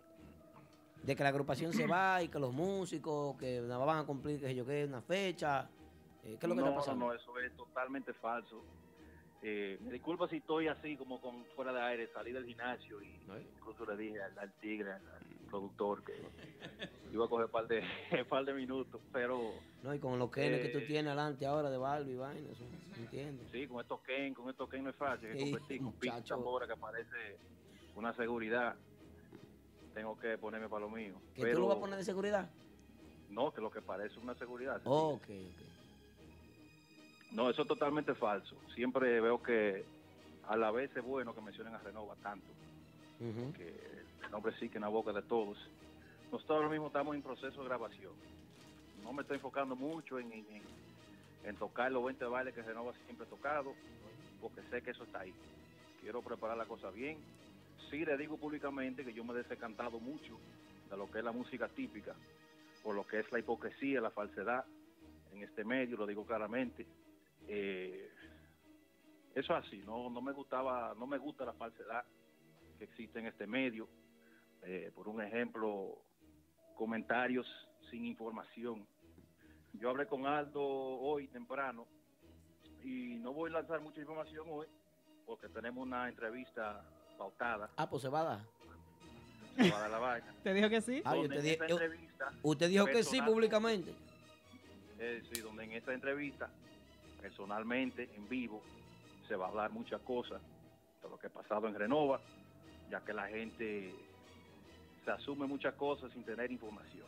Speaker 3: de que la agrupación se va y que los músicos que no van a cumplir que yo qué una fecha? Eh, ¿Qué es lo que
Speaker 6: no,
Speaker 3: está pasando?
Speaker 6: No, no, eso es totalmente falso. Eh, me disculpa si estoy así como con fuera de aire, salí del gimnasio y incluso le dije al, al tigre, al, al productor, que iba a coger un par de, par de minutos, pero
Speaker 3: No, y con los kenes que
Speaker 6: Eh.
Speaker 3: tú tienes adelante ahora de Barbie y vaina, eso, ¿entiendes?
Speaker 6: sí, con estos Ken, con estos Ken no es fácil, hay que
Speaker 3: Sí,
Speaker 6: competir con pinche
Speaker 3: muchacho.
Speaker 6: tambora que aparece una seguridad, tengo que ponerme para lo mío.
Speaker 3: ¿Que
Speaker 6: pero
Speaker 3: tú lo vas a poner de seguridad?
Speaker 6: No, que lo que parece una seguridad.
Speaker 3: Oh, ok,
Speaker 6: No, eso es totalmente falso. Siempre veo que a la vez es bueno que mencionen a Renova tanto. que el nombre sí que en la boca de todos. Nosotros ahora mismo estamos en proceso de grabación. No me estoy enfocando mucho en, en, en- en tocar los 20 bailes que Renova siempre ha tocado, porque sé que eso está ahí. Quiero preparar la cosa bien. Sí le digo públicamente que yo me he desencantado mucho de lo que es la música típica, por lo que es la hipocresía, la falsedad en este medio, lo digo claramente. Eh, eso es así, no, no me gustaba, no me gusta la falsedad que existe en este medio. Eh, por un ejemplo, comentarios sin información. Yo hablé con Aldo hoy temprano y no voy a lanzar mucha información hoy porque tenemos una entrevista pautada
Speaker 3: Ah, pues se va a dar.
Speaker 6: para la vaina.
Speaker 4: ¿Te dijo que sí?
Speaker 3: Ah, yo
Speaker 6: Donde
Speaker 3: te
Speaker 6: en
Speaker 3: di-
Speaker 6: esta
Speaker 3: yo-
Speaker 6: entrevista,
Speaker 3: usted dijo que sí
Speaker 6: personal-
Speaker 3: públicamente.
Speaker 6: eh, sí, donde en esta entrevista, personalmente, en vivo, se va a hablar muchas cosas de lo que ha pasado en Renova, ya que la gente se asume muchas cosas sin tener información.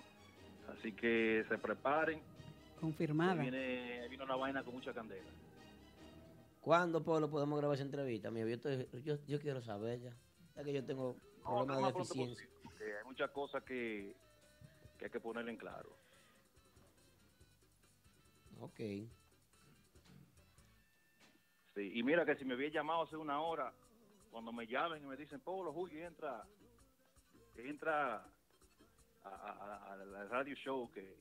Speaker 6: Así que se preparen, ahí
Speaker 4: Confirmada.
Speaker 6: pues viene, ahí viene una vaina con mucha candela.
Speaker 3: ¿Cuándo, Pablo, podemos grabar esa entrevista? Amigo, yo, estoy- yo, yo quiero saber ya. Ya que yo tengo
Speaker 6: No,
Speaker 3: problemas
Speaker 6: lo
Speaker 3: de
Speaker 6: más pronto
Speaker 3: deficiencia.
Speaker 6: posible, porque hay muchas cosas que, que hay que poner en claro.
Speaker 3: Ok.
Speaker 6: Sí, y mira que si me había llamado hace una hora, cuando me llamen y me dicen, Pablo Julio, entra, entra a- a- a- al radio show que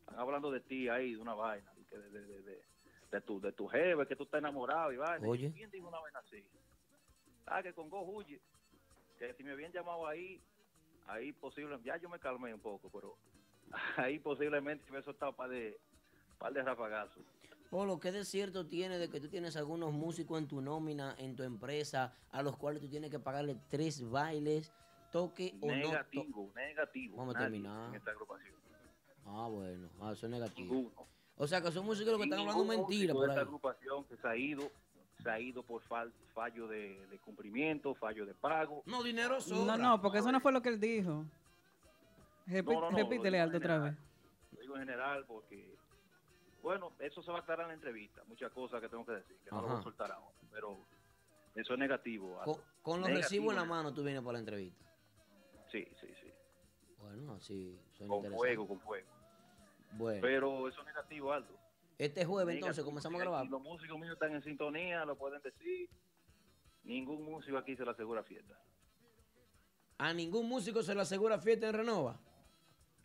Speaker 6: están hablando de ti ahí, de una vaina, y que de, de, de- de- de tu, de tu jefe, que tú estás enamorado y vaina.
Speaker 3: Oye.
Speaker 6: ¿Quién dijo una vaina así? Ah, que con Go Huye, que si me habían llamado ahí, ahí posiblemente, ya yo me calmé un poco, pero ahí posiblemente me he soltado para de, par de rafagazos.
Speaker 3: Polo, ¿qué desierto tiene de que tú tienes algunos músicos en tu nómina, en tu empresa, a los cuales tú tienes que pagarle tres bailes, toque o no? to-
Speaker 6: Negativo, negativo.
Speaker 3: Vamos a
Speaker 6: nadie
Speaker 3: terminar.
Speaker 6: En esta agrupación.
Speaker 3: Ah, bueno, ah, eso es negativo.
Speaker 6: Ninguno.
Speaker 3: O sea, que son músicos los que están hablando
Speaker 6: Ningún
Speaker 3: mentira
Speaker 6: músico
Speaker 3: por
Speaker 6: de esta
Speaker 3: ahí.
Speaker 6: agrupación que se ha ido, se ha ido por fal- fallo de, de cumplimiento, fallo de pago.
Speaker 3: No, dinero
Speaker 4: No, no, porque eso no fue lo que él dijo. Repi-
Speaker 6: No, no, no, lo
Speaker 4: repítele
Speaker 6: dijo
Speaker 4: alto
Speaker 6: en
Speaker 4: otra vez.
Speaker 6: general. Lo digo en general porque, bueno, eso se va a aclarar en la entrevista. Muchas cosas que tengo que decir, que no lo voy
Speaker 3: Ajá.
Speaker 6: a soltar ahora. Pero eso es negativo.
Speaker 3: Con,
Speaker 6: Aldo.
Speaker 3: con los
Speaker 6: Negativo,
Speaker 3: recibos en la
Speaker 6: negativo.
Speaker 3: mano tú vienes para la entrevista.
Speaker 6: Sí, sí, sí.
Speaker 3: Bueno, así suena
Speaker 6: Con
Speaker 3: interesante.
Speaker 6: fuego, con fuego.
Speaker 3: Bueno.
Speaker 6: Pero eso es negativo, Aldo.
Speaker 3: Este jueves
Speaker 6: Negativo,
Speaker 3: entonces comenzamos a
Speaker 6: porque
Speaker 3: grabar.
Speaker 6: aquí Los músicos míos están en sintonía, lo pueden decir. Ningún músico aquí se le asegura fiesta.
Speaker 3: A ningún músico se le asegura fiesta en Renova.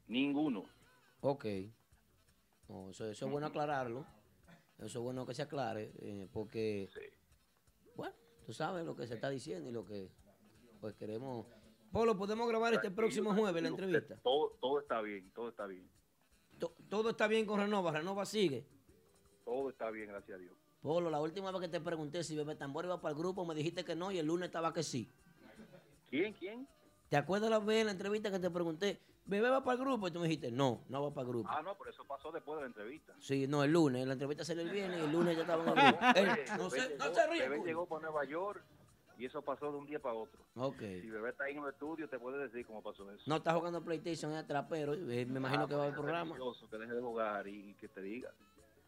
Speaker 6: Ninguno.
Speaker 3: Ok. No, eso, eso es bueno
Speaker 6: Ujú.
Speaker 3: aclararlo. Eso es bueno que se aclare, eh, porque, bueno, tú sabes lo que se está diciendo y lo que, pues queremos. Polo, podemos grabar este
Speaker 6: Tranquilo,
Speaker 3: próximo jueves la
Speaker 6: tranquilo,
Speaker 3: entrevista.
Speaker 6: usted- Todo, todo está bien, todo está bien.
Speaker 3: To- Todo está bien con Renova, Renova sigue.
Speaker 6: Todo está bien, gracias a Dios.
Speaker 3: Polo, la última vez que te pregunté si Bebé Tambor iba para el grupo, me dijiste que no y el lunes estaba que sí.
Speaker 6: ¿Quién? ¿Quién?
Speaker 3: ¿Te acuerdas la vez en la entrevista que te pregunté, Bebé va para el grupo? Y tú me dijiste, no, no va para el grupo.
Speaker 6: Ah, no, pero eso pasó después de la entrevista.
Speaker 3: Sí, no, el lunes. La entrevista salió el viernes y el lunes ya estaba en el grupo. Eh, no
Speaker 6: Bebé
Speaker 3: se, no
Speaker 6: llegó-
Speaker 3: se ríe, pues.
Speaker 6: Bebé
Speaker 3: coño.
Speaker 6: llegó para Nueva York y eso pasó de un día para otro.
Speaker 3: Ok.
Speaker 6: Si Bebé está ahí en el estudio, te puede decir cómo pasó eso.
Speaker 3: No está jugando PlayStation, es trapero. eh, Me imagino
Speaker 6: Ah,
Speaker 3: que va al
Speaker 6: pues,
Speaker 3: programa.
Speaker 6: nervioso, que deje de jugar y, y que te diga.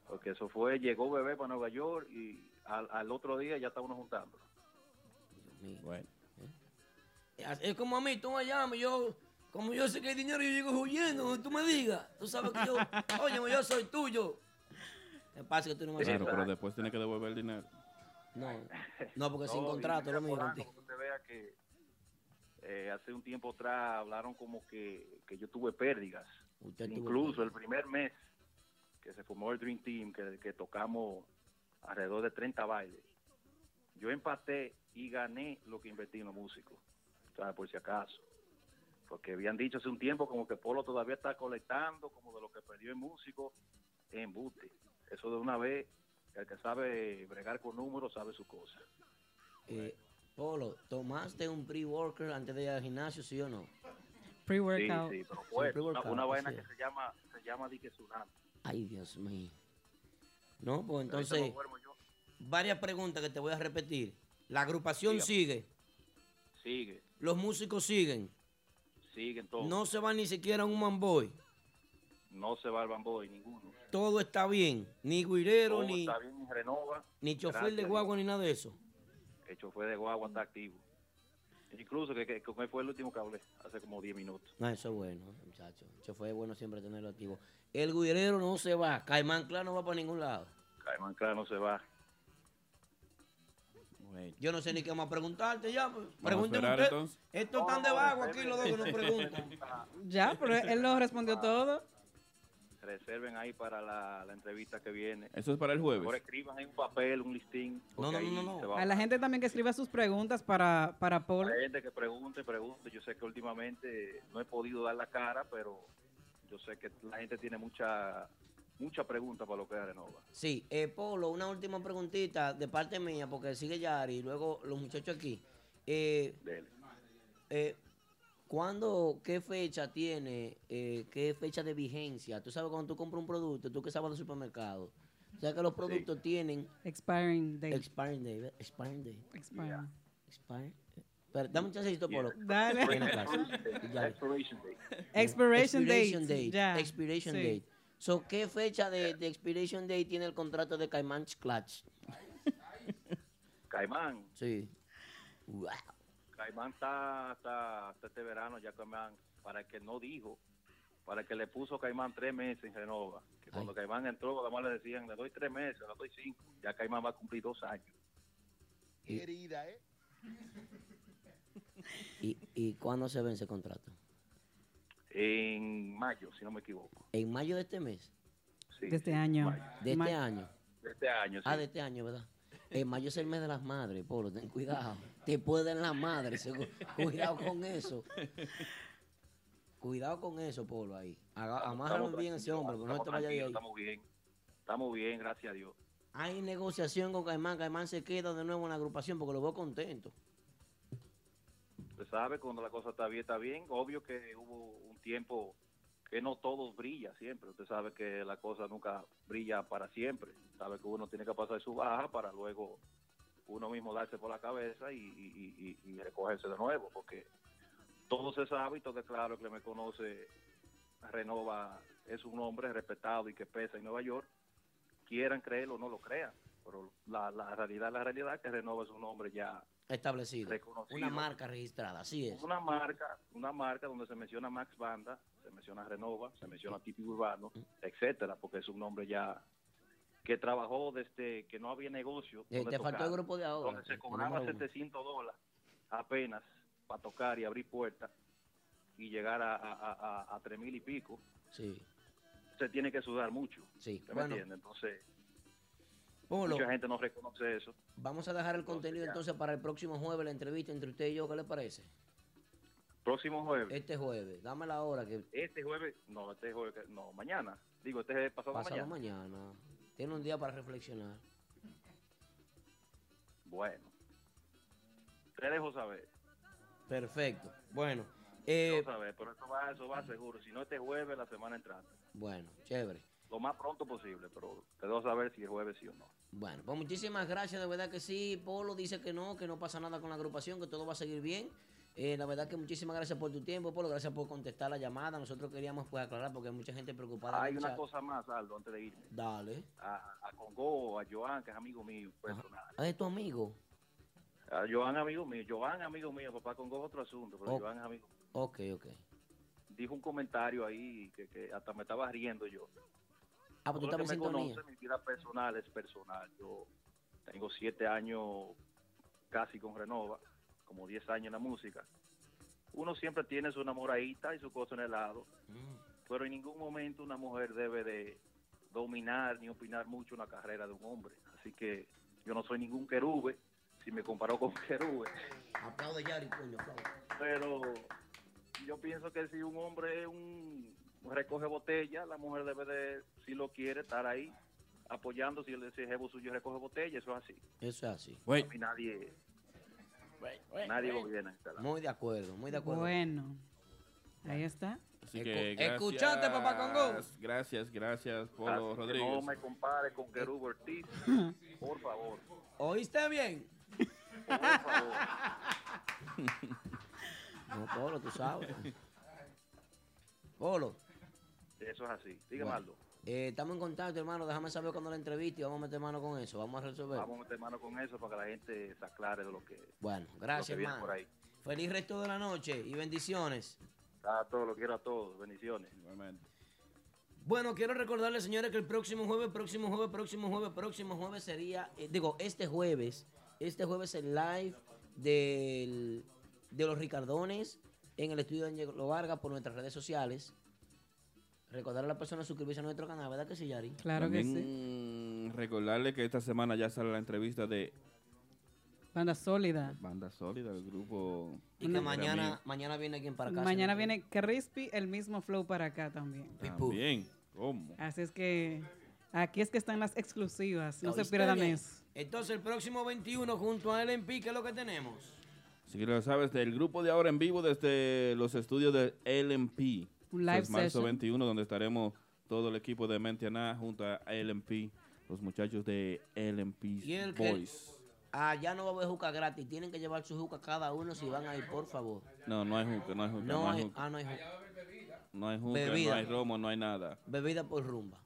Speaker 6: Porque eso fue, llegó Bebé para Nueva York y al, al otro día ya estábamos juntando.
Speaker 2: Bueno.
Speaker 3: Eh, Es como a mí, tú me llamas, yo, como yo sé que hay dinero, yo llego huyendo, donde tú me digas. Tú sabes que yo, oye, yo soy tuyo. ¿Qué pasa que tú no me
Speaker 2: Claro,
Speaker 3: aceptas.
Speaker 2: pero después tiene que devolver el dinero.
Speaker 3: No, no, porque sin
Speaker 6: No, y
Speaker 3: contrato,
Speaker 6: mira,
Speaker 3: lo mío.
Speaker 6: Polanco, que usted vea que eh, hace un tiempo atrás hablaron como que, que yo tuve pérdigas.
Speaker 3: Usted tuvo
Speaker 6: Incluso el primer mes que se formó el Dream Team, que, que tocamos alrededor de 30 bailes, yo empaté y gané lo que invertí en los músicos, o sea, por si acaso. Porque habían dicho hace un tiempo como que Polo todavía está colectando como de lo que perdió en músicos en Bute. Eso de una vez El que sabe bregar con números sabe su cosa.
Speaker 3: Eh, Polo, ¿tomaste un pre-worker antes de ir al gimnasio, sí o no?
Speaker 4: Pre-workout.
Speaker 6: Sí, sí, pero fue una, una vaina que se llama, se llama dique tsunami.
Speaker 3: Ay, Dios mío. No, pues
Speaker 6: Pero ahorita
Speaker 3: entonces,
Speaker 6: no duermo yo.
Speaker 3: varias preguntas que te voy a repetir. La agrupación
Speaker 6: Dígame.
Speaker 3: sigue,
Speaker 6: Sigue,
Speaker 3: los músicos siguen,
Speaker 6: sigue entonces.
Speaker 3: no se va ni siquiera un manboy,
Speaker 6: No se va al bamboy ninguno.
Speaker 3: todo está bien, ni guirero,
Speaker 6: Todo
Speaker 3: ni,
Speaker 6: está bien y renova.
Speaker 3: ni chofer de
Speaker 6: Gracias.
Speaker 3: guagua, ni nada de eso.
Speaker 6: El chofer de guagua está activo. Incluso que, que, que fue el último que hablé, hace como 10 minutos.
Speaker 3: No, eso es bueno, muchachos. Chofer es bueno siempre tenerlo activo. El guirero no se va, Caimán Claro no va para ningún lado.
Speaker 6: Caimán Claro no se va.
Speaker 3: Yo no sé ni qué más preguntarte ya. pues.
Speaker 2: a
Speaker 3: Pregúnteme
Speaker 2: esperar,
Speaker 3: usted.
Speaker 2: entonces.
Speaker 3: Estos están de vago aquí los dos que nos preguntan.
Speaker 4: Ya, pero él lo respondió todo.
Speaker 6: Ah, Reserven ahí para la, la entrevista que viene.
Speaker 2: Eso es para el jueves.
Speaker 6: Mejor escriban ahí un papel, un listín. No, no, no, no.
Speaker 4: A la gente también que escriba sus preguntas para, para Paul.
Speaker 6: Hay gente que pregunte, pregunte. Yo sé que últimamente no he podido dar la cara, pero yo sé que la gente tiene mucha mucha pregunta para lo que es Renova.
Speaker 3: Sí, eh, Polo, una última preguntita de parte mía, porque sigue Yari y luego los muchachos aquí. Eh, eh, ¿Cuándo, qué fecha tiene, eh, qué fecha de vigencia? Tú sabes, cuando tú compras un producto, tú que sabes del supermercado, o sea que los productos tienen
Speaker 4: Expiring Day.
Speaker 3: expiring day, ¿verdad? expiring day.
Speaker 4: Expiring.
Speaker 3: Expiring. Pero dame un chancecito, Polo.
Speaker 4: Dale.
Speaker 3: Ven acá. Ya.
Speaker 6: Expiration Day.
Speaker 4: Expiration date,
Speaker 3: Expiration date.
Speaker 4: ya.
Speaker 3: Expiration
Speaker 4: Sí.
Speaker 3: date. So, ¿qué fecha de, de expiration date tiene el contrato de Caimán Clutch?
Speaker 6: Caimán.
Speaker 3: Sí. Wow.
Speaker 6: Caimán está hasta, hasta este verano, ya Caimán, para el que no dijo, para el que le puso Caimán tres meses en Renova. Que cuando Caimán entró, además le decían, le doy tres meses, le doy cinco. Ya Caimán va a cumplir dos años.
Speaker 3: Y-
Speaker 17: Herida, ¿eh?
Speaker 3: ¿Y, y cuándo se vence el contrato?
Speaker 6: En mayo, si no me equivoco.
Speaker 3: ¿En mayo de este mes?
Speaker 6: Sí,
Speaker 4: De este año.
Speaker 3: De este
Speaker 4: Ma-
Speaker 3: año.
Speaker 6: De este año, sí.
Speaker 3: Ah, de este año, ¿verdad? En mayo es el mes de las madres, Polo, ten cuidado. Te pueden las madres, seguro. cuidado con eso. Cuidado con eso, Polo, ahí. Aga- Amárralo
Speaker 6: Estamos
Speaker 3: bien a ese
Speaker 6: tranquilos,
Speaker 3: hombre, porque no
Speaker 6: estamos
Speaker 3: te vaya de
Speaker 6: tranquilos,
Speaker 3: ahí.
Speaker 6: Estamos bien, estamos bien, gracias a Dios.
Speaker 3: Hay negociación con Caimán. Caimán se queda de nuevo en la agrupación porque lo veo contento.
Speaker 6: Usted sabe, cuando la cosa está bien, está bien. Obvio que hubo un tiempo que no todos brilla siempre. Usted sabe que la cosa nunca brilla para siempre. Sabe que uno tiene que pasar su baja para luego uno mismo darse por la cabeza y, y- y- y- y recogerse de nuevo, porque todos esos hábitos, de claro, que me conoce, Renova es un hombre respetado y que pesa en Nueva York, quieran creerlo o no lo crean, pero la, la realidad, la realidad es que Renova es un hombre ya
Speaker 3: Establecido.
Speaker 6: Reconocido.
Speaker 3: Una marca registrada, así es.
Speaker 6: una marca, una marca donde se menciona Max Banda, se menciona Renova, se menciona Típico Urbano,
Speaker 3: Mm.
Speaker 6: etcétera, porque es un hombre ya que trabajó desde que no había negocio.
Speaker 3: Eh,
Speaker 6: donde
Speaker 3: te faltó
Speaker 6: tocar,
Speaker 3: el grupo de ahora.
Speaker 6: Donde se
Speaker 3: el
Speaker 6: cobraba
Speaker 3: número uno.
Speaker 6: 700 dólares apenas para tocar y abrir puertas y llegar a, a, a, a- a 3 mil y pico.
Speaker 3: Sí.
Speaker 6: Se tiene que sudar mucho.
Speaker 3: Sí,
Speaker 6: ¿usted me
Speaker 3: bueno.
Speaker 6: entiende? Entonces,
Speaker 3: Polo.
Speaker 6: mucha gente no reconoce eso.
Speaker 3: Vamos a dejar el contenido entonces para el próximo jueves, la entrevista entre usted y yo, ¿qué le parece?
Speaker 6: Próximo jueves.
Speaker 3: Este jueves, dame la hora que
Speaker 6: Este jueves, no, este jueves, que- no, mañana. Digo, este es pasado,
Speaker 3: pasado
Speaker 6: mañana.
Speaker 3: mañana. Tiene un día para reflexionar.
Speaker 6: Bueno, te dejo saber.
Speaker 3: Perfecto. Bueno, eh,
Speaker 6: Dejo saber, pero eso va, eso va seguro. Si no este jueves, la semana entrante.
Speaker 3: bueno, chévere.
Speaker 6: Lo más pronto posible, pero te dejo saber si es jueves sí o no.
Speaker 3: Bueno, pues muchísimas gracias, de verdad que sí. Polo dice que no, que no pasa nada con la agrupación, que todo va a seguir bien. Eh, la verdad que muchísimas gracias por tu tiempo, Polo, gracias por contestar la llamada. Nosotros queríamos pues aclarar porque hay mucha gente preocupada.
Speaker 6: Hay
Speaker 3: mucha-
Speaker 6: una cosa más, Aldo, antes de irme.
Speaker 3: Dale.
Speaker 6: A, a Congo, a Joan, que es amigo mío personal.
Speaker 3: Ah, ¿Es tu amigo?
Speaker 6: A Joan, amigo mío. Joan, amigo mío. Papá Congo es otro asunto, pero
Speaker 3: Oh.
Speaker 6: Joan es amigo.
Speaker 3: Ok, ok.
Speaker 6: Dijo un comentario ahí que, que hasta me estaba riendo yo.
Speaker 3: Ah, pues tú
Speaker 6: Todo el
Speaker 3: estabas
Speaker 6: que
Speaker 3: en
Speaker 6: me
Speaker 3: sintonía.
Speaker 6: conoce, mi vida personal es personal. Yo tengo siete años casi con Renova, como diez años en la música. Uno siempre tiene su enamoradita y su cosa en el lado, pero en ningún momento una mujer debe de dominar ni opinar mucho una carrera de un hombre. Así que yo no soy ningún querube, si me comparo con querube.
Speaker 3: Aplaude, Yari, coño, aplaude.
Speaker 6: Pero yo pienso que si un hombre es un recoge botella, la mujer debe de, si lo quiere, estar ahí apoyando si el ese jevo suyo recoge botella, eso es así.
Speaker 3: Eso es así.
Speaker 6: A mí nadie, nadie gobierna. esta lado.
Speaker 3: Muy de acuerdo, muy de acuerdo.
Speaker 4: Bueno, ahí está.
Speaker 2: Así que
Speaker 3: Escu- escuchaste, papá Congo.
Speaker 2: Gracias, gracias, Polo
Speaker 6: Así que
Speaker 2: Rodríguez.
Speaker 6: No me compare con Kerubo Ortiz, por favor.
Speaker 3: ¿Oíste bien?
Speaker 6: Por favor.
Speaker 3: No, Polo, tú sabes. Polo.
Speaker 6: Eso es así. Dígame
Speaker 3: Bueno.
Speaker 6: Aldo.
Speaker 3: Eh, estamos en contacto, hermano. Déjame saber cuando la entrevista y vamos a meter mano con eso. Vamos a resolver.
Speaker 6: Vamos a meter mano con eso para que la gente se aclare de lo que,
Speaker 3: Bueno,
Speaker 6: lo que
Speaker 3: gracias,
Speaker 6: viene
Speaker 3: hermano.
Speaker 6: por ahí.
Speaker 3: Feliz resto de la noche y bendiciones.
Speaker 6: A todos, ah, lo quiero a todos. Bendiciones.
Speaker 3: Bueno, quiero recordarles, señores, que el próximo jueves, próximo jueves, próximo jueves, próximo jueves sería, eh, digo, este jueves, este jueves el live del- de los Ricardones en el estudio de Angelo Vargas por nuestras redes sociales. Recordar a la persona suscribirse a nuestro canal, ¿verdad que sí, Yari?
Speaker 2: También, Recordarle que esta semana ya sale la entrevista de
Speaker 4: Banda sólida.
Speaker 2: Banda Sólida, el grupo.
Speaker 3: Y que mañana, mañana viene quien para acá.
Speaker 4: Mañana viene Crispy, el mismo flow para acá también.
Speaker 2: Bien, ¿cómo?
Speaker 4: Así es que aquí es que están las exclusivas. No se
Speaker 3: ¿Oíste
Speaker 4: pierdan
Speaker 3: bien?
Speaker 4: eso.
Speaker 3: Entonces, el próximo 21 junto a LMP, ¿qué es lo que tenemos?
Speaker 2: Si lo sabes, del grupo de ahora en vivo desde los estudios de LMP.
Speaker 3: Un live
Speaker 2: es marzo
Speaker 3: session.
Speaker 2: 21, donde estaremos todo el equipo de Mentiana junto a LMP, los muchachos de
Speaker 3: Y el
Speaker 2: LMP
Speaker 3: que-
Speaker 2: Boys.
Speaker 3: Allá no va a haber juca gratis. Tienen que llevar su juca cada uno si van a ir, por favor.
Speaker 2: No, no hay juca, no hay juca, no,
Speaker 3: No
Speaker 2: hay
Speaker 3: hay,
Speaker 2: juca.
Speaker 3: ah, no hay juca.
Speaker 2: No hay juca,
Speaker 3: Bebida.
Speaker 2: no hay romo, no hay nada.
Speaker 3: Bebida por rumba.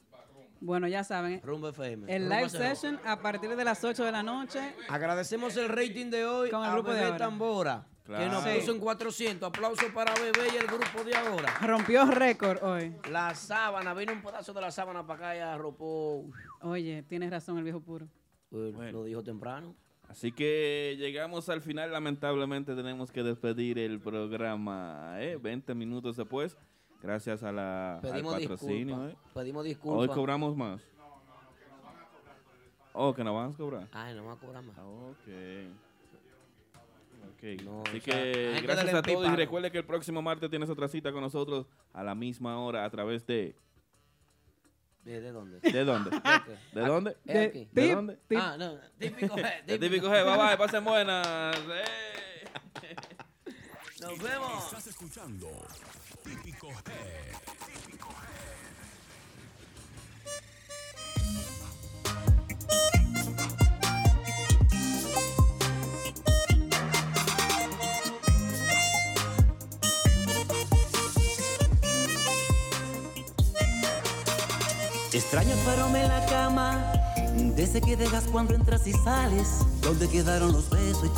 Speaker 4: Bueno, ya saben, eh.
Speaker 3: Rumba FM.
Speaker 4: el
Speaker 3: Rumba
Speaker 4: live
Speaker 3: se-
Speaker 4: session a partir de las 8 de la noche.
Speaker 3: Agradecemos el rating de hoy
Speaker 4: Con el
Speaker 3: a
Speaker 4: grupo de
Speaker 3: Bebé
Speaker 4: ahora.
Speaker 3: Tambora, que nos
Speaker 4: Claro.
Speaker 3: puso en 400. Aplausos para Bebé y el grupo de ahora.
Speaker 4: Rompió récord hoy.
Speaker 3: La sábana, vino un pedazo de la sábana para acá y arropó.
Speaker 4: Oye, tienes razón, el viejo puro.
Speaker 3: Lo dijo temprano.
Speaker 2: Así que llegamos al final, lamentablemente tenemos que despedir el programa, ¿eh? 20 minutos después, gracias a la, al
Speaker 3: Pedimos
Speaker 2: patrocinio.
Speaker 3: disculpas.
Speaker 2: ¿eh?
Speaker 3: Pedimos
Speaker 2: Hoy
Speaker 3: disculpas.
Speaker 2: cobramos más. Oh, que nos van a cobrar.
Speaker 3: Ay, no me acuerdo más.
Speaker 2: Ok. Ok,
Speaker 3: o
Speaker 2: Así
Speaker 3: sea,
Speaker 2: que
Speaker 3: hay que
Speaker 2: gracias
Speaker 3: darle
Speaker 2: a todos y
Speaker 3: pipa.
Speaker 2: recuerde que el próximo martes tienes otra cita con nosotros a la misma hora a través de...
Speaker 3: ¿De, de dónde?
Speaker 2: ¿De dónde? ¿De dónde?
Speaker 3: Es aquí.
Speaker 2: ¿De dónde?
Speaker 3: eh, Ah, no, no, típico G.
Speaker 2: De típico G, bye bye, pasen buenas. eh.
Speaker 3: Nos vemos.
Speaker 1: Estás escuchando Típico G. Típico G.
Speaker 9: Extraño farome en la cama, desde que dejas cuando entras y sales, donde quedaron los besos y tu